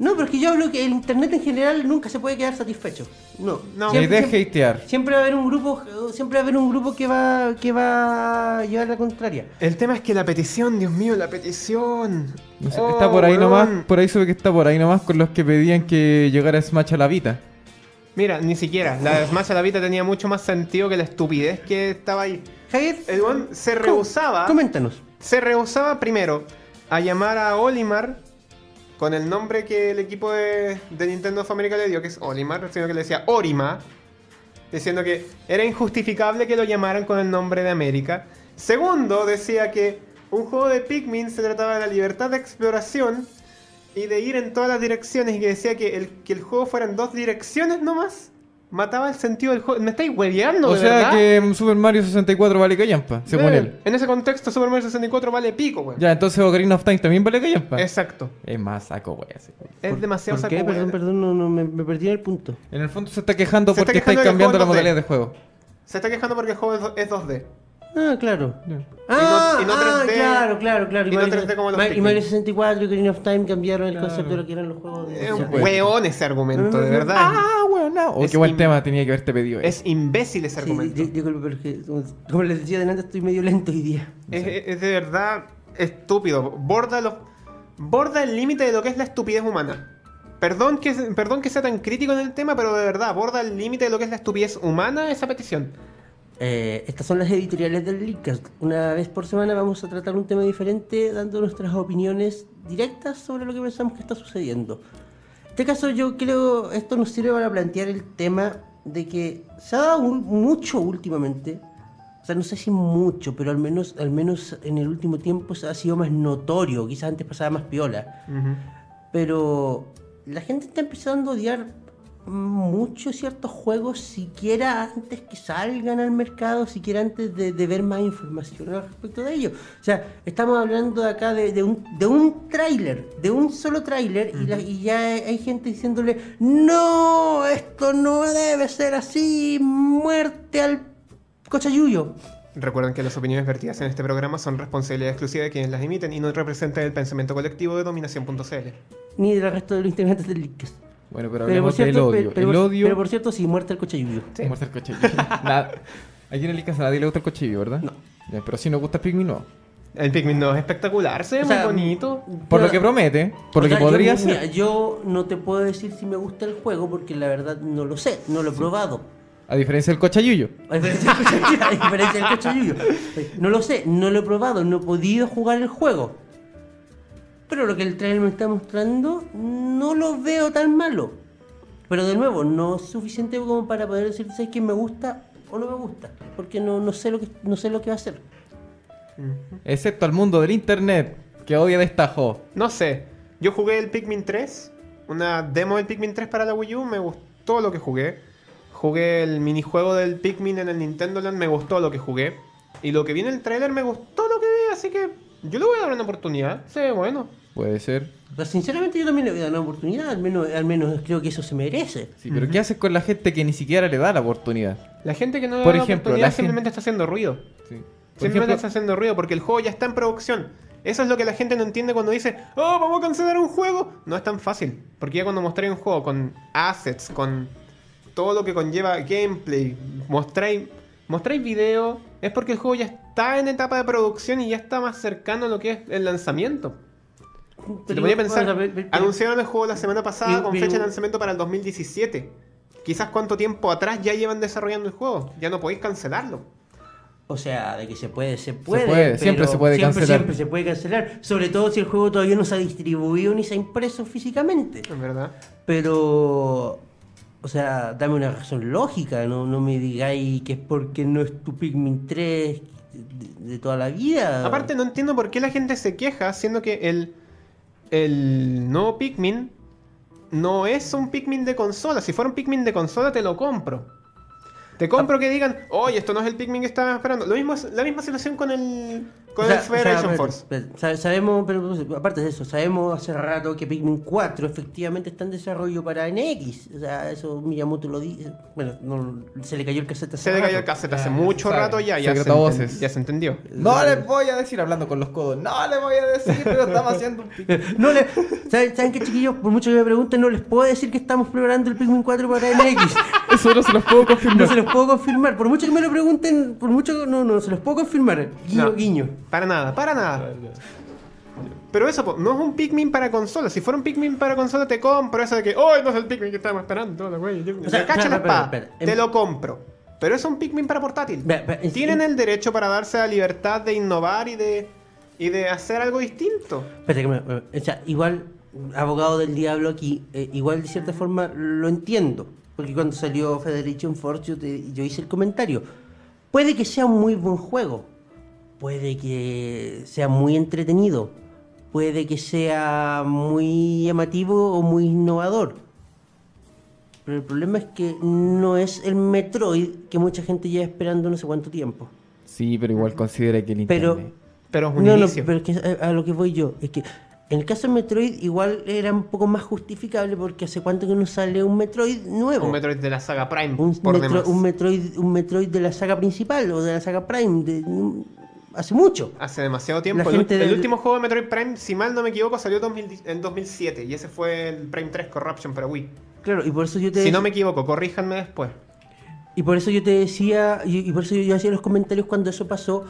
Speaker 5: No, pero es que yo hablo que el internet en general nunca se puede quedar satisfecho. No.
Speaker 3: No.
Speaker 4: La
Speaker 5: Siempre-
Speaker 4: idea es
Speaker 5: siempre-
Speaker 4: hatear.
Speaker 5: Siempre va a haber un grupo, siempre va a haber un grupo que va, que va a llevar la contraria.
Speaker 3: El tema es que la petición, Dios mío, la petición.
Speaker 4: No sé,
Speaker 3: Oh,
Speaker 4: está por ahí
Speaker 3: weón.
Speaker 4: nomás, por ahí sube que está por ahí nomás con los que pedían que llegara Smash a la Vita.
Speaker 3: Mira, ni siquiera. La de Smash a la Vita tenía mucho más sentido que la estupidez que estaba ahí.
Speaker 5: Javier,
Speaker 3: El one se
Speaker 5: com-
Speaker 3: rehusaba.
Speaker 5: Coméntanos.
Speaker 3: Se rehusaba primero a llamar a Olimar con el nombre que el equipo de, de Nintendo of America le dio, que es Olimar, sino que le decía Orima, diciendo que era injustificable que lo llamaran con el nombre de América. Segundo, decía que un juego de Pikmin se trataba de la libertad de exploración y de ir en todas las direcciones, y que decía que el, que el juego fuera en dos direcciones nomás. Mataba el sentido del juego. ¿Me estáis hueveando,
Speaker 4: o
Speaker 3: de
Speaker 4: sea
Speaker 3: verdad?
Speaker 4: que Super Mario 64 vale callampa, según
Speaker 3: Eh,
Speaker 4: él.
Speaker 3: En ese contexto, Super Mario 64 vale pico, weón.
Speaker 4: Ya, entonces Ocarina of Time también vale callampa.
Speaker 3: Exacto.
Speaker 4: Es más saco, güey. así.
Speaker 3: Es demasiado
Speaker 5: ¿Por qué?
Speaker 3: saco,
Speaker 5: Perdón,
Speaker 3: weón.
Speaker 5: perdón, no, no, me, me perdí en el punto.
Speaker 4: En el fondo se está quejando
Speaker 3: Se está
Speaker 4: porque estáis
Speaker 3: quejando de que el
Speaker 4: cambiando la
Speaker 3: juego
Speaker 4: modalidad
Speaker 3: es
Speaker 4: de juego.
Speaker 3: Se está quejando porque el juego es do- es 2D.
Speaker 5: Ah, claro.
Speaker 4: Ya.
Speaker 5: Ah,
Speaker 3: y no
Speaker 5: ah,
Speaker 3: 3D,
Speaker 5: claro, claro, claro.
Speaker 3: y no
Speaker 5: Mario-
Speaker 3: 3D como los
Speaker 5: Ma- y
Speaker 3: Pikmin.
Speaker 5: Mario 64 y Ocarina of Time cambiaron el
Speaker 4: Claro.
Speaker 5: concepto de lo que eran los juegos de...
Speaker 3: Es
Speaker 5: o sea,
Speaker 3: un weón ese argumento, de verdad.
Speaker 4: Ah, weón, no. Oh,
Speaker 3: Es
Speaker 4: qué buen
Speaker 3: im-
Speaker 4: tema tenía que haberte pedido.
Speaker 3: Es
Speaker 4: eso.
Speaker 3: imbécil ese
Speaker 5: sí,
Speaker 3: argumento.
Speaker 5: di- di- disculpe, pero es que, como- como les decía delante, estoy medio lento hoy día.
Speaker 3: Es, es de verdad estúpido. Borda, los, borda el límite de lo que es la estupidez humana. Perdón que, perdón que sea tan crítico en el tema, pero de verdad, borda el límite de lo que es la estupidez humana esa petición.
Speaker 5: Eh, estas son las editoriales del Linkcast. Una vez por semana vamos a tratar un tema diferente, dando nuestras opiniones directas sobre lo que pensamos que está sucediendo. En este caso, yo creo esto nos sirve para plantear el tema de que se ha dado un- mucho últimamente. O sea, no sé si mucho, pero al menos, al menos en el último tiempo se ha sido más notorio. Quizás antes pasaba más piola. Pero la gente está empezando a odiar mucho ciertos juegos, siquiera antes que salgan al mercado, siquiera antes de, de ver más información al respecto de ello. O sea, estamos hablando de acá de, de un, de un tráiler, de un solo tráiler, y la- y, ya hay gente diciéndole, no, esto no debe ser así, muerte al cochayuyo.
Speaker 3: Recuerden que las opiniones vertidas en este programa son responsabilidad exclusiva de quienes las emiten y no representan el pensamiento colectivo de dominación.cl.
Speaker 5: Ni del resto de los integrantes del Lickcast.
Speaker 4: Bueno, pero
Speaker 5: Pero por
Speaker 4: hablemos del
Speaker 5: cierto,
Speaker 4: odio.
Speaker 5: pero-
Speaker 4: el
Speaker 5: pero-
Speaker 4: odio.
Speaker 5: pero por cierto, sí, muerte al cochayuyo.
Speaker 4: ¿Cómo está el coche? Nada. Aquí en el Icas a nadie le gusta el cochillo, ¿verdad? No. pero si nos gusta Pikmin, no.
Speaker 3: El Pikmin 2 es espectacular, se ve
Speaker 5: O
Speaker 3: muy
Speaker 5: sea,
Speaker 3: bonito.
Speaker 4: Por
Speaker 5: Yo-
Speaker 4: lo que promete, por
Speaker 5: O
Speaker 4: lo que
Speaker 5: sea,
Speaker 4: podría
Speaker 5: yo, mira,
Speaker 4: ser.
Speaker 5: yo no te puedo decir si me gusta el juego porque la verdad no lo sé, no lo he probado.
Speaker 4: A diferencia del cochayuyo.
Speaker 5: A diferencia del cochayuyo, a diferencia del cochayuyo. No lo sé, no lo he probado, no he podido jugar el juego. Pero lo que el trailer me está mostrando no lo veo tan malo. Pero de nuevo, no es suficiente como para poder decir si es que me gusta o no me gusta. Porque no, no, sé, lo que, no sé lo que va a hacer.
Speaker 4: Excepto al mundo del internet, que odia destajo.
Speaker 3: No sé, yo jugué el Pikmin 3, una demo del Pikmin 3 para la Wii U, me gustó lo que jugué. Jugué el minijuego del Pikmin en el Nintendo Land, me gustó lo que jugué. Y lo que vi en el trailer me gustó lo que vi, así que yo le voy a dar una oportunidad. Se ve bueno.
Speaker 4: Puede ser.
Speaker 5: Pero sinceramente yo también le voy a dar una oportunidad. Al menos, al menos creo que eso se merece.
Speaker 4: Sí, pero ¿qué haces con la gente que ni siquiera le da la oportunidad?
Speaker 3: La gente que no le
Speaker 4: Por
Speaker 3: da
Speaker 4: ejemplo,
Speaker 3: la oportunidad
Speaker 4: la
Speaker 3: simplemente está haciendo ruido.
Speaker 4: Sí. Por
Speaker 3: Simplemente
Speaker 4: ejemplo,
Speaker 3: está haciendo ruido porque el juego ya está en producción. Eso es lo que la gente no entiende cuando dice, oh, vamos a cancelar un juego. No es tan fácil. Porque ya cuando mostráis un juego con assets, con todo lo que conlleva gameplay, mostráis, mostráis video, es porque el juego ya está en etapa de producción y ya está más cercano a lo que es el lanzamiento. Si te ponía a pensar,
Speaker 5: Ahora, pero- pero-
Speaker 3: anunciaron el juego la semana pasada
Speaker 5: pero-
Speaker 3: con
Speaker 5: pero-
Speaker 3: fecha de lanzamiento para el 2017. Quizás cuánto tiempo atrás ya llevan desarrollando el juego. Ya no podéis cancelarlo.
Speaker 5: O sea, de que se puede, se puede.
Speaker 4: puede,
Speaker 5: pero
Speaker 4: siempre se puede
Speaker 5: siempre,
Speaker 4: cancelar.
Speaker 5: Siempre se puede cancelar. Sobre todo si el juego todavía no se ha distribuido ni se ha impreso físicamente.
Speaker 3: En verdad.
Speaker 5: Pero. O sea, dame una razón lógica. No, no me digáis que es porque no es tu Pikmin 3 de, de toda la vida.
Speaker 3: Aparte, no entiendo por qué la gente se queja, siendo que el, el nuevo Pikmin no es un Pikmin de consola. Si fuera un Pikmin de consola, te lo compro. Te compro
Speaker 5: Ah.
Speaker 3: que digan, oye, esto no es el Pikmin que estaba esperando. Lo mismo es, la misma situación con el, con
Speaker 5: O sea,
Speaker 3: el
Speaker 5: o sea,
Speaker 3: Federation
Speaker 5: pero-
Speaker 3: Force.
Speaker 5: pero sa- sabemos, pero pues, aparte de eso, sabemos hace rato que Pikmin 4 efectivamente está en desarrollo para NX. O sea, eso Miyamoto lo dice. Bueno, no- se le cayó el cassette hace
Speaker 3: Se le
Speaker 5: rato.
Speaker 3: cayó el cassette hace
Speaker 4: Ya,
Speaker 3: mucho
Speaker 4: ya se sabe.
Speaker 3: rato ya, ya se,
Speaker 4: Secretavoces.
Speaker 3: enten- ya se entendió.
Speaker 4: No les voy a decir hablando con los codos. No les voy a decir, pero estamos haciendo un pico.
Speaker 5: No le, ¿saben, ¿Saben qué, chiquillos? Por mucho que me pregunten, no les puedo decir que estamos preparando el Pikmin 4 para NX.
Speaker 4: Eso no se los puedo
Speaker 5: No
Speaker 4: confirmar.
Speaker 5: se los puedo confirmar. Por mucho que me lo pregunten, por mucho no, no, se los puedo confirmar. Guiño,
Speaker 3: No.
Speaker 5: guiño.
Speaker 3: Para nada, para nada. Pero eso, po, no es un Pikmin para consola. Si fuera un Pikmin para consola, te compro eso de que, ¡Ay, no es el Pikmin que estábamos esperando! La wey, yo-
Speaker 5: sea,
Speaker 3: Me cacha
Speaker 5: espera,
Speaker 3: la
Speaker 5: espera,
Speaker 3: espada,
Speaker 5: espera.
Speaker 3: te
Speaker 5: Em-
Speaker 3: lo compro. Pero es un Pikmin para portátil.
Speaker 5: Ve- ve- es-
Speaker 3: Tienen el derecho para darse la libertad de innovar y de, y de hacer algo distinto.
Speaker 5: Espérate, que me- me- o sea, igual, abogado del diablo aquí, eh, igual de cierta forma lo entiendo. Porque cuando salió Federation Force, yo, te- yo hice el comentario. Puede que sea un muy buen juego. Puede que sea muy entretenido. Puede que sea muy llamativo o muy innovador. Pero el problema es que no es el Metroid que mucha gente lleva esperando no sé cuánto tiempo.
Speaker 4: Sí, pero igual considera que el
Speaker 5: Pero-
Speaker 4: internet.
Speaker 3: Pero es un
Speaker 5: no,
Speaker 3: inicio.
Speaker 5: eh, no, pero es que a, a lo que voy yo es que En el caso de Metroid, igual era un poco más justificable porque hace cuánto que no sale un Metroid nuevo.
Speaker 3: Un Metroid de la saga Prime,
Speaker 5: un,
Speaker 3: por
Speaker 5: Metro-
Speaker 3: demás.
Speaker 5: un Metroid, un Metroid de la saga principal o de la saga Prime. de- hace mucho.
Speaker 3: Hace demasiado tiempo.
Speaker 5: La
Speaker 3: El,
Speaker 5: gente
Speaker 3: ul- el
Speaker 5: del-
Speaker 3: último juego de Metroid Prime, si mal no me equivoco, salió 2000 en 2007 y ese fue el Prime 3 Corruption para Wii.
Speaker 5: Claro, y por eso yo te.
Speaker 3: Si no me equivoco, corríjanme después.
Speaker 5: Y por eso yo te decía, y, y por eso yo, yo hacía los comentarios cuando eso pasó,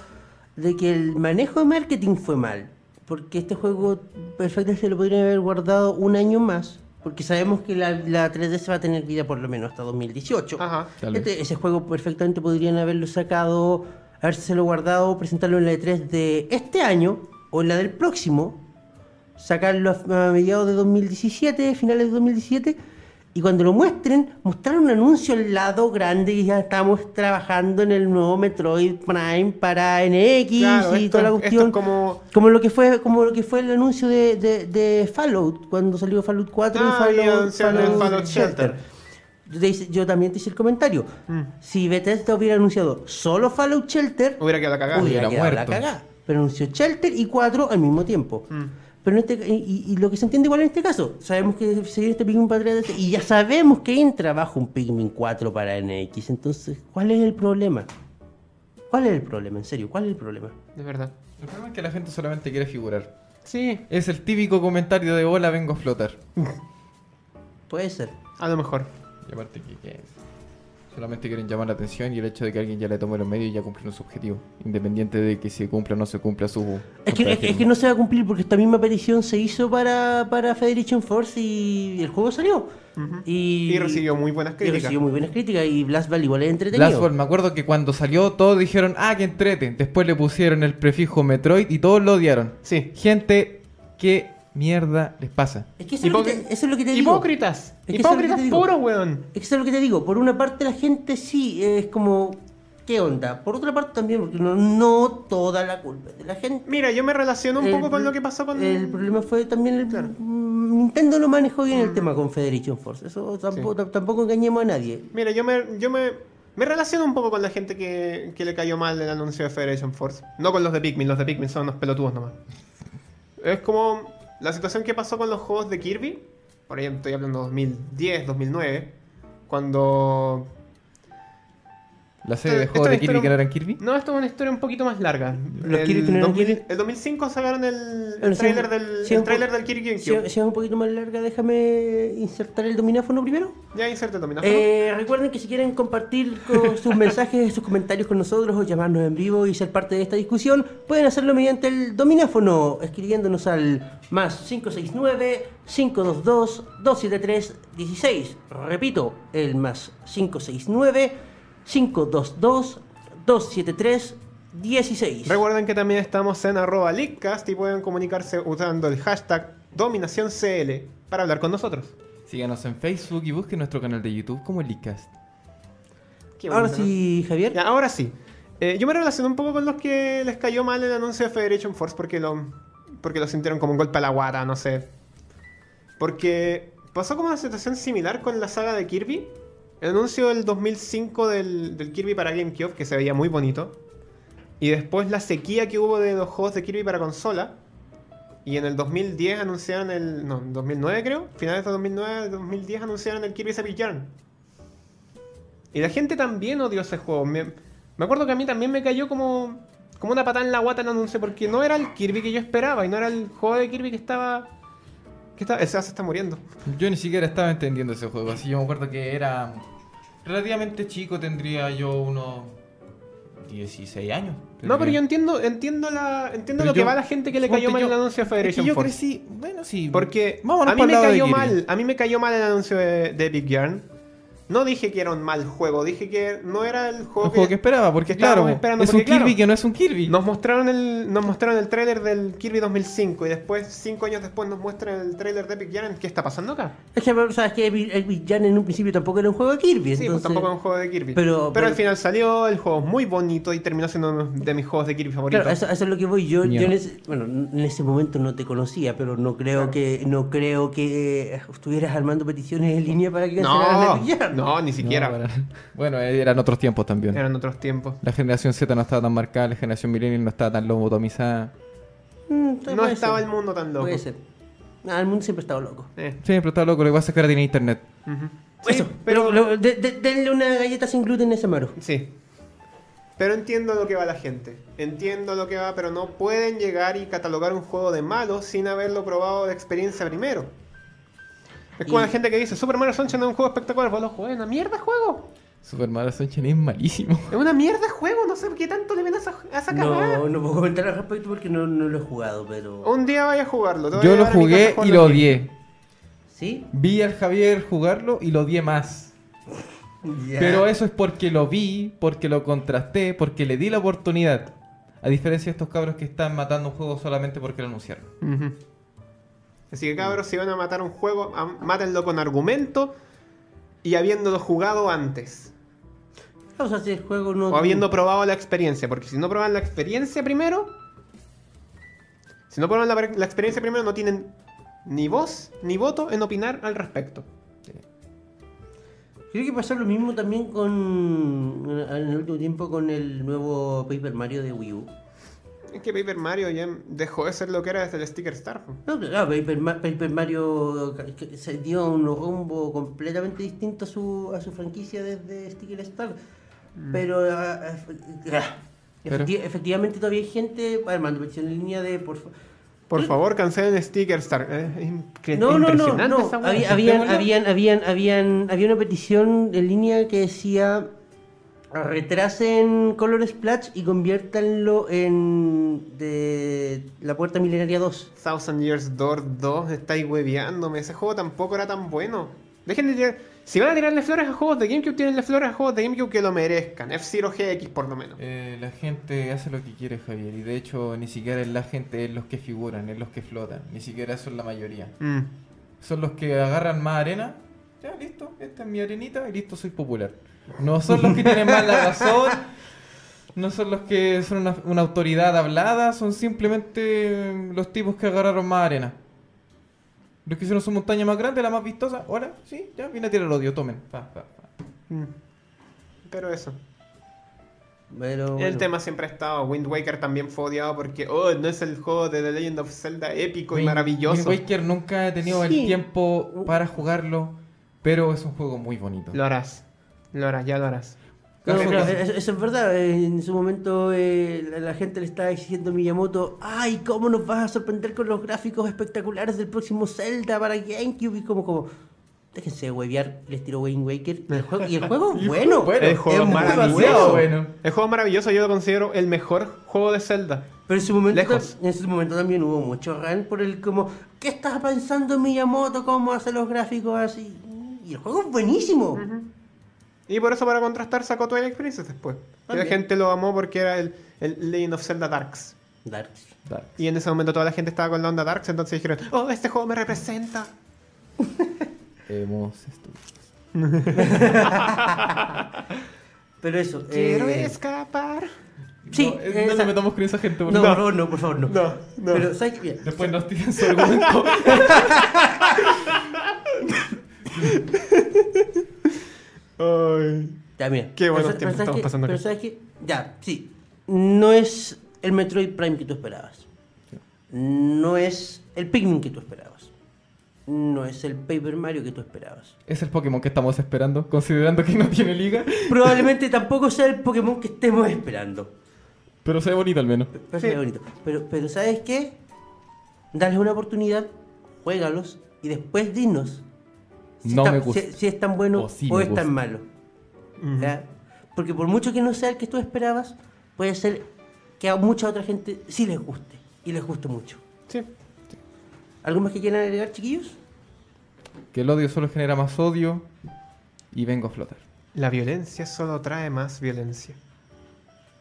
Speaker 5: de que el manejo de marketing fue mal. Porque este juego perfecto se lo podrían haber guardado un año más. Porque sabemos que la, la 3DS va a tener vida por lo menos hasta 2018.
Speaker 3: Ajá.
Speaker 4: Tal vez.
Speaker 5: Este- ese juego perfectamente podrían haberlo sacado, habérselo guardado, presentarlo en la E3 de este año o en la del próximo, sacarlo a, a mediados de 2017, finales de 2017, y cuando lo muestren, mostrar un anuncio al lado grande que ya estamos trabajando en el nuevo Metroid Prime para NX
Speaker 3: Claro, esto
Speaker 5: y toda la
Speaker 3: es- esto es
Speaker 5: cuestión.
Speaker 3: como-
Speaker 5: lo que fue, como lo que fue el anuncio de, de- de Fallout, cuando salió Fallout 4
Speaker 3: Ah,
Speaker 5: y
Speaker 3: y
Speaker 5: Fallout,
Speaker 3: anunciaron el Fallout Shelter.
Speaker 5: Yo, te hice- yo también te hice el comentario.
Speaker 3: Mm.
Speaker 5: Si Bethesda hubiera anunciado solo Fallout Shelter,
Speaker 3: Hubiera quedado cagado.
Speaker 5: hubiera
Speaker 4: Hubiera
Speaker 5: quedado la
Speaker 4: muerto.
Speaker 5: cagá. Pero anunció Shelter y 4 al mismo tiempo.
Speaker 3: Mm.
Speaker 5: Pero en este, y, y- y lo que se entiende igual en este caso, sabemos que se viene este Pikmin para 3DS y ya sabemos que entra bajo un Pikmin 4 para NX. Entonces, ¿cuál es el problema? ¿Cuál es el problema? En serio, ¿cuál es el problema?
Speaker 3: Es verdad.
Speaker 4: El problema es que la gente solamente quiere figurar.
Speaker 3: Sí,
Speaker 4: Es el típico comentario de hola, vengo a flotar.
Speaker 5: Puede ser.
Speaker 3: a lo mejor.
Speaker 4: Y aparte que ¿qué es? solamente quieren llamar la atención y el hecho de que alguien ya le tome los medios y ya cumplieron su objetivo, independiente de que se cumpla o no se cumpla su...
Speaker 5: Es que, es, que- es que no se va a cumplir porque esta misma petición se hizo para, para Federation Force y el juego salió. y,
Speaker 3: Y, recibió muy buenas
Speaker 5: y
Speaker 3: críticas.
Speaker 5: recibió muy buenas críticas y Blast Ball igual es entretenido.
Speaker 4: Last Ball, me acuerdo que cuando salió todos dijeron, ah, que entreten. Después le pusieron el prefijo Metroid y todos lo odiaron.
Speaker 3: Sí.
Speaker 4: Gente, ¿qué mierda les pasa?
Speaker 5: Es que eso, es lo que
Speaker 3: Hipocri-
Speaker 5: te, eso es lo que te digo.
Speaker 3: Hipócritas.
Speaker 5: Es que eso es lo que
Speaker 3: Hipócritas
Speaker 5: te digo.
Speaker 3: puro, weón.
Speaker 5: Es que eso es lo que te digo. Por una parte la gente sí eh, es como, ¿qué onda? Por otra parte también, porque no, no toda la culpa es de la gente.
Speaker 3: Mira, yo me relaciono un
Speaker 5: El
Speaker 3: poco con
Speaker 5: pro-
Speaker 3: lo que pasó con.
Speaker 5: El problema fue también el...
Speaker 3: Claro. Mm.
Speaker 5: mm, Nintendo no manejó bien el tema con Federation Force. Eso tampoco, tam- tampoco engañemos a nadie.
Speaker 3: Mira, yo me, yo me, me relaciono un poco con la gente que, que le cayó mal el anuncio de Federation Force. No con los de Pikmin, los de Pikmin son unos pelotudos nomás. Es como la situación que pasó con los juegos de Kirby. Por ahí estoy hablando 2010, 2009. Cuando...
Speaker 4: La serie de
Speaker 3: Esto-
Speaker 4: juegos
Speaker 3: esto
Speaker 4: de
Speaker 3: es-
Speaker 4: Kirby
Speaker 3: pero-
Speaker 4: que no eran Kirby.
Speaker 3: No, esto es una historia un poquito más larga.
Speaker 5: Los Kirby que no eran Kirby.
Speaker 3: el 2005 sacaron el,
Speaker 5: Bueno,
Speaker 3: el
Speaker 5: si-
Speaker 3: trailer del,
Speaker 5: si
Speaker 3: el
Speaker 5: un po-
Speaker 3: tráiler del Kirby
Speaker 5: Si,
Speaker 3: GameCube.
Speaker 5: si es un poquito más larga, déjame insertar el domináfono primero.
Speaker 3: Ya inserte el dominó.
Speaker 5: Eh, recuerden que si quieren compartir con sus mensajes, sus comentarios con nosotros o llamarnos en vivo y ser parte de esta discusión, pueden hacerlo mediante el domináfono, escribiéndonos al más 569-522-273-16. Repito, el más 569-522-273-16.
Speaker 3: Recuerden que también estamos en arroba leakcast y pueden comunicarse usando el hashtag dominacioncl para hablar con nosotros.
Speaker 4: Síganos en Facebook y busquen nuestro canal de YouTube como Licast.
Speaker 3: Qué
Speaker 5: Ahora
Speaker 3: bonito,
Speaker 5: sí, Javier.
Speaker 3: ¿no? Ya, ahora sí. Eh, yo me relaciono un poco con los que les cayó mal el anuncio de Federation Force porque lo, porque lo sintieron como un golpe a la guata, no sé. Porque pasó como una situación similar con la saga de Kirby. El anuncio del 2005 del, del Kirby para GameCube, que se veía muy bonito. Y después la sequía que hubo de los juegos de Kirby para consola. Y en el 2010 anunciaron el... No, en 2009 creo. Finales de 2009, 2010 anunciaron el Kirby's Epic Yarn. Y la gente también odió ese juego. Me, me acuerdo que a mí también me cayó como, como una patada en la guata el anuncio, porque no era el Kirby que yo esperaba y no era el juego de Kirby que estaba. que estaba. El Seba se está muriendo.
Speaker 4: Yo ni siquiera estaba entendiendo ese juego, así yo me acuerdo que era relativamente chico, tendría yo unos 16 años.
Speaker 3: No, pero
Speaker 4: tendría.
Speaker 3: yo entiendo, entiendo la. entiendo
Speaker 4: Pero
Speaker 3: lo que
Speaker 4: yo-
Speaker 3: va a la gente que le
Speaker 4: Suponte
Speaker 3: cayó mal
Speaker 4: yo-
Speaker 3: el anuncio de
Speaker 4: Es que
Speaker 3: Federation
Speaker 4: yo
Speaker 3: Force.
Speaker 4: crecí, bueno, sí.
Speaker 3: Porque
Speaker 4: Vámonos
Speaker 3: a mí
Speaker 4: por el
Speaker 3: me
Speaker 4: lado de
Speaker 3: cayó
Speaker 4: Kirby.
Speaker 3: mal, a mí me cayó mal el anuncio de, de Epic Yarn. No dije que era un mal juego, dije que no era el
Speaker 4: El
Speaker 3: juego,
Speaker 4: juego que esperaba, porque claro,
Speaker 3: estábamos esperando,
Speaker 4: es un
Speaker 3: porque, claro,
Speaker 4: Kirby que no es un Kirby.
Speaker 3: Nos mostraron el, nos mostraron el tráiler del Kirby 2005 y después, cinco años después, nos muestran el tráiler de Epic Yarn. ¿Qué está pasando acá?
Speaker 5: Es que, sabes que Epic Epic Jam en un principio tampoco era un juego de Kirby.
Speaker 3: Sí, pues
Speaker 5: entonces-
Speaker 3: tampoco es un juego de Kirby.
Speaker 5: pero- pero-
Speaker 3: al final salió, el juego es muy bonito y terminó siendo uno de mis juegos de Kirby favoritos.
Speaker 5: Claro, a eso, a eso es lo que voy. Yo, yo
Speaker 4: Mierda.
Speaker 5: en ese, bueno, en ese momento no te conocía, pero no creo que no creo que estuvieras armando peticiones en línea para que cancelaran la
Speaker 3: no,
Speaker 5: pillar.
Speaker 3: no, ni
Speaker 4: No,
Speaker 3: siquiera.
Speaker 4: para- Bueno, eran otros tiempos también.
Speaker 3: Eran otros tiempos.
Speaker 4: La generación Z no estaba tan marcada, la generación Millennial no estaba tan lobotomizada.
Speaker 5: Mm, puede
Speaker 3: No
Speaker 5: ser.
Speaker 3: estaba el mundo tan loco.
Speaker 5: Puede ser. Ah, el mundo siempre ha estado loco.
Speaker 3: Eh,
Speaker 4: Siempre está loco, lo que pasa es que ahora tiene internet.
Speaker 3: ujú.
Speaker 5: Eso, pero, lo- de- de- denle una galleta sin gluten a ese maro.
Speaker 3: Sí. Pero entiendo lo que va la gente. Entiendo lo que va, pero no pueden llegar y catalogar un juego de malo sin haberlo probado de experiencia primero. Es como
Speaker 5: Y-
Speaker 3: la gente que dice, Super Mario Sunshine es un juego espectacular, vos lo juegas, es una mierda de juego.
Speaker 4: Super Mario Sunshine es malísimo.
Speaker 3: Es una mierda de juego, no sé por qué tanto le ven a esa, a esa cagada.
Speaker 5: No, no puedo comentar al respecto porque no, no lo he jugado, pero.
Speaker 3: Un día vaya a jugarlo. te voy a
Speaker 4: Yo lo
Speaker 3: llevar a mi casa
Speaker 4: jugué
Speaker 3: a jugarlo
Speaker 4: y lo
Speaker 3: aquí.
Speaker 4: odié.
Speaker 5: ¿Sí?
Speaker 4: Vi al Javier jugarlo y lo odié más.
Speaker 5: Ya.
Speaker 4: Pero eso es porque lo vi, porque lo contrasté, porque le di la oportunidad. A diferencia de estos cabros que están matando un juego solamente porque lo anunciaron.
Speaker 3: Ujú. Así que cabros, si van a matar un juego, am- mátenlo con argumento y habiéndolo jugado antes.
Speaker 5: O sea, si el juego no.
Speaker 3: O habiendo probado la experiencia, porque si no prueban la experiencia primero, si no prueban la, la experiencia primero no tienen ni voz ni voto en opinar al respecto.
Speaker 5: Creo que pasó lo mismo también con. En el último tiempo con el nuevo Paper Mario de Wii U.
Speaker 3: Es que Paper Mario ya dejó de ser lo que era desde el Sticker Star. po.
Speaker 5: No, claro, Paper, Ma- Paper Mario ca- que se dio un rumbo completamente distinto a su, a su franquicia desde Sticker Star.
Speaker 3: Mm.
Speaker 5: Pero, ah, efe- ah,
Speaker 4: Pero-
Speaker 5: efecti- efectivamente todavía hay gente armando peticiones en línea de por fa-
Speaker 3: Por favor, cancelen Sticker Star. Eh, es incre-
Speaker 5: No, no, no,
Speaker 3: impresionante
Speaker 5: no.
Speaker 3: esa weá.
Speaker 5: Había, habían,
Speaker 4: Aceptémoslo.
Speaker 5: habían, habían, habían, había una petición en línea que decía retrasen Color Splash y conviértanlo en de la puerta milenaria 2.
Speaker 3: Thousand Years Door 2, estáis hueveándome. Ese juego tampoco era tan bueno. Dejen de tirar. Si van a tirarle flores a juegos de GameCube, tirenle flores a juegos de GameCube que lo merezcan. F-Zero GX por lo menos.
Speaker 4: Eh, la gente hace lo que quiere, Javier. Y de hecho, ni siquiera es la gente, es los que figuran, es los que flotan. Ni siquiera son la mayoría.
Speaker 3: Mm.
Speaker 4: Son los que agarran más arena. Ya, listo, esta es mi arenita y listo, soy popular. No son los que tienen más la razón. No son los que son una, una autoridad hablada. Son simplemente eh, los tipos que agarraron más arena. Los que hicieron su montaña más grande, la más vistosa. Ahora, sí, ya, vine a tirar odio, tomen. Pa, pa, pa.
Speaker 3: Mm. Pero eso.
Speaker 5: Pero
Speaker 3: El
Speaker 5: bueno.
Speaker 3: tema siempre ha estado. Wind Waker también fue odiado porque, oh, no es el juego de The Legend of Zelda épico y
Speaker 4: Wind-
Speaker 3: maravilloso.
Speaker 4: Wind Waker nunca he tenido
Speaker 5: Sí.
Speaker 4: el tiempo para jugarlo, pero es un juego muy bonito.
Speaker 3: Lo harás. Lo harás, ya lo harás.
Speaker 5: No,
Speaker 4: Caso-
Speaker 5: pero
Speaker 4: caso-
Speaker 5: eso, eso es verdad. eh, En su momento eh, la, la gente le estaba exigiendo a Miyamoto, ay, ¿cómo nos vas a sorprender con los gráficos espectaculares del próximo Zelda para GameCube? Y como, como, déjense de huevear, les tiro Wayne Waker. Y el juego, y el juego es bueno.
Speaker 4: bueno.
Speaker 3: el juego
Speaker 5: es
Speaker 3: es
Speaker 5: muy
Speaker 3: maravilloso.
Speaker 4: demasiado bueno.
Speaker 3: El juego es maravilloso, yo lo considero el mejor juego de Zelda.
Speaker 5: Pero en su, momento,
Speaker 3: Lejos.
Speaker 5: tam- en su momento también hubo mucho rant por el como, ¿qué estás pensando Miyamoto? ¿Cómo hace los gráficos así? Y el juego es buenísimo.
Speaker 3: Y por eso, para contrastar, sacó Twilight Princess después. Y la
Speaker 5: También.
Speaker 3: gente lo amó porque era el, el Legend of Zelda Darks.
Speaker 5: Darks.
Speaker 4: Da.
Speaker 3: Y en ese momento toda la gente estaba con la onda Darks, entonces dijeron, oh, este juego me representa.
Speaker 4: Hemos estu-
Speaker 5: Pero eso.
Speaker 3: Quiero
Speaker 5: eh,
Speaker 3: escapar.
Speaker 5: Sí,
Speaker 4: No, eh, no
Speaker 5: esa-
Speaker 4: nos metamos con esa gente. por
Speaker 5: No, por
Speaker 4: favor.
Speaker 5: favor, no, por favor, no.
Speaker 3: No, no.
Speaker 5: Pero, ¿sabes qué? Mira,
Speaker 4: Después nos tiran su argumento.
Speaker 3: Ay.
Speaker 5: Ya, mira.
Speaker 3: Qué buenos tiempos
Speaker 5: Pero, pero, ¿sabes
Speaker 3: estamos
Speaker 5: qué?
Speaker 3: pasando
Speaker 5: Pero
Speaker 3: acá.
Speaker 5: sabes que, ya, sí. No es el Metroid Prime que tú esperabas. No es el Pikmin que tú esperabas. No es el Paper Mario que tú esperabas.
Speaker 4: es el Pokémon que estamos esperando, considerando que no tiene liga,
Speaker 5: Probablemente tampoco sea el Pokémon que estemos esperando.
Speaker 4: pero se ve bonito al menos.
Speaker 5: Pero, se ve bonito. pero, pero ¿sabes qué? Dale una oportunidad, juégalos y después dinos si,
Speaker 4: No
Speaker 5: está-
Speaker 4: me gusta.
Speaker 5: si- si es tan bueno o,
Speaker 4: O sí me
Speaker 5: es
Speaker 4: gusta.
Speaker 5: tan malo. ¿Ya? Porque por mucho que no sea el que tú esperabas, puede ser que a mucha otra gente sí les guste y les guste mucho.
Speaker 3: Sí.
Speaker 5: ¿Algo más que quieran agregar, chiquillos?
Speaker 4: Que el odio solo genera más odio y vengo a flotar.
Speaker 3: La violencia solo trae más violencia.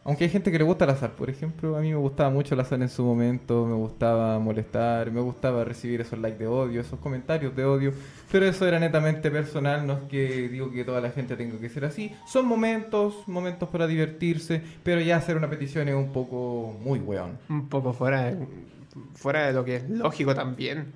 Speaker 4: Aunque hay gente que le gusta el azar, por ejemplo, a mí me gustaba mucho el azar en su momento, me gustaba molestar, me gustaba recibir esos likes de odio, esos comentarios de odio, pero eso era netamente personal, no es que digo que toda la gente tenga que ser así, son momentos, momentos para divertirse, pero ya hacer una petición es un poco muy weón.
Speaker 3: Un poco fuera de, fuera de lo que es lógico también.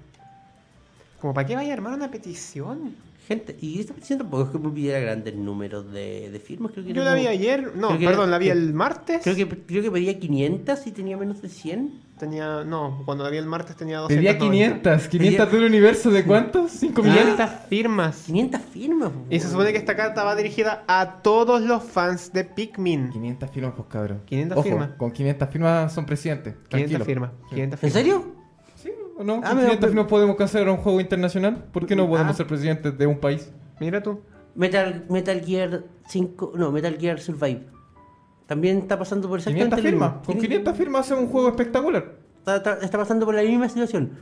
Speaker 3: Como, ¿para qué vaya a armar una petición?
Speaker 5: Gente, y esta petición tampoco es que hubiera grandes números de, de firmas. Creo que
Speaker 3: Yo
Speaker 5: era
Speaker 3: la vi
Speaker 5: como-
Speaker 3: ayer, no,
Speaker 5: creo que- eh,
Speaker 3: perdón, la vi el martes.
Speaker 5: Creo que, creo que pedía 500 y tenía menos de 100.
Speaker 3: Tenía, no, cuando la vi el martes tenía 200.
Speaker 4: Pedía 500. 500 de un universo de cuántos? ¿5 millones?
Speaker 3: 500
Speaker 5: Ah.
Speaker 3: firmas.
Speaker 5: 500 firmas. po,
Speaker 3: Y se supone que esta carta va dirigida a todos los fans de Pikmin.
Speaker 4: 500 firmas, pues cabrón.
Speaker 3: 500
Speaker 4: Ojo,
Speaker 3: firmas.
Speaker 4: Con 500 firmas son presidentes.
Speaker 3: 500
Speaker 4: tranquilo.
Speaker 3: firmas. 500
Speaker 5: ¿En
Speaker 3: firmas.
Speaker 5: serio?
Speaker 4: Sí, ¿o ¿no?
Speaker 5: Ah,
Speaker 4: Con
Speaker 5: me
Speaker 4: 500
Speaker 5: da-
Speaker 4: firmas podemos cancelar un juego internacional. ¿Por qué no podemos
Speaker 3: Ah.
Speaker 4: ser presidentes de un país?
Speaker 3: Mira tú.
Speaker 5: Metal, Metal Gear 5. No, Metal Gear Survive. También está pasando por
Speaker 4: 500
Speaker 5: exactamente lo mismo.
Speaker 4: firmas. Con 500 firmas hacemos un juego espectacular.
Speaker 5: Está, está- está pasando por la misma situación.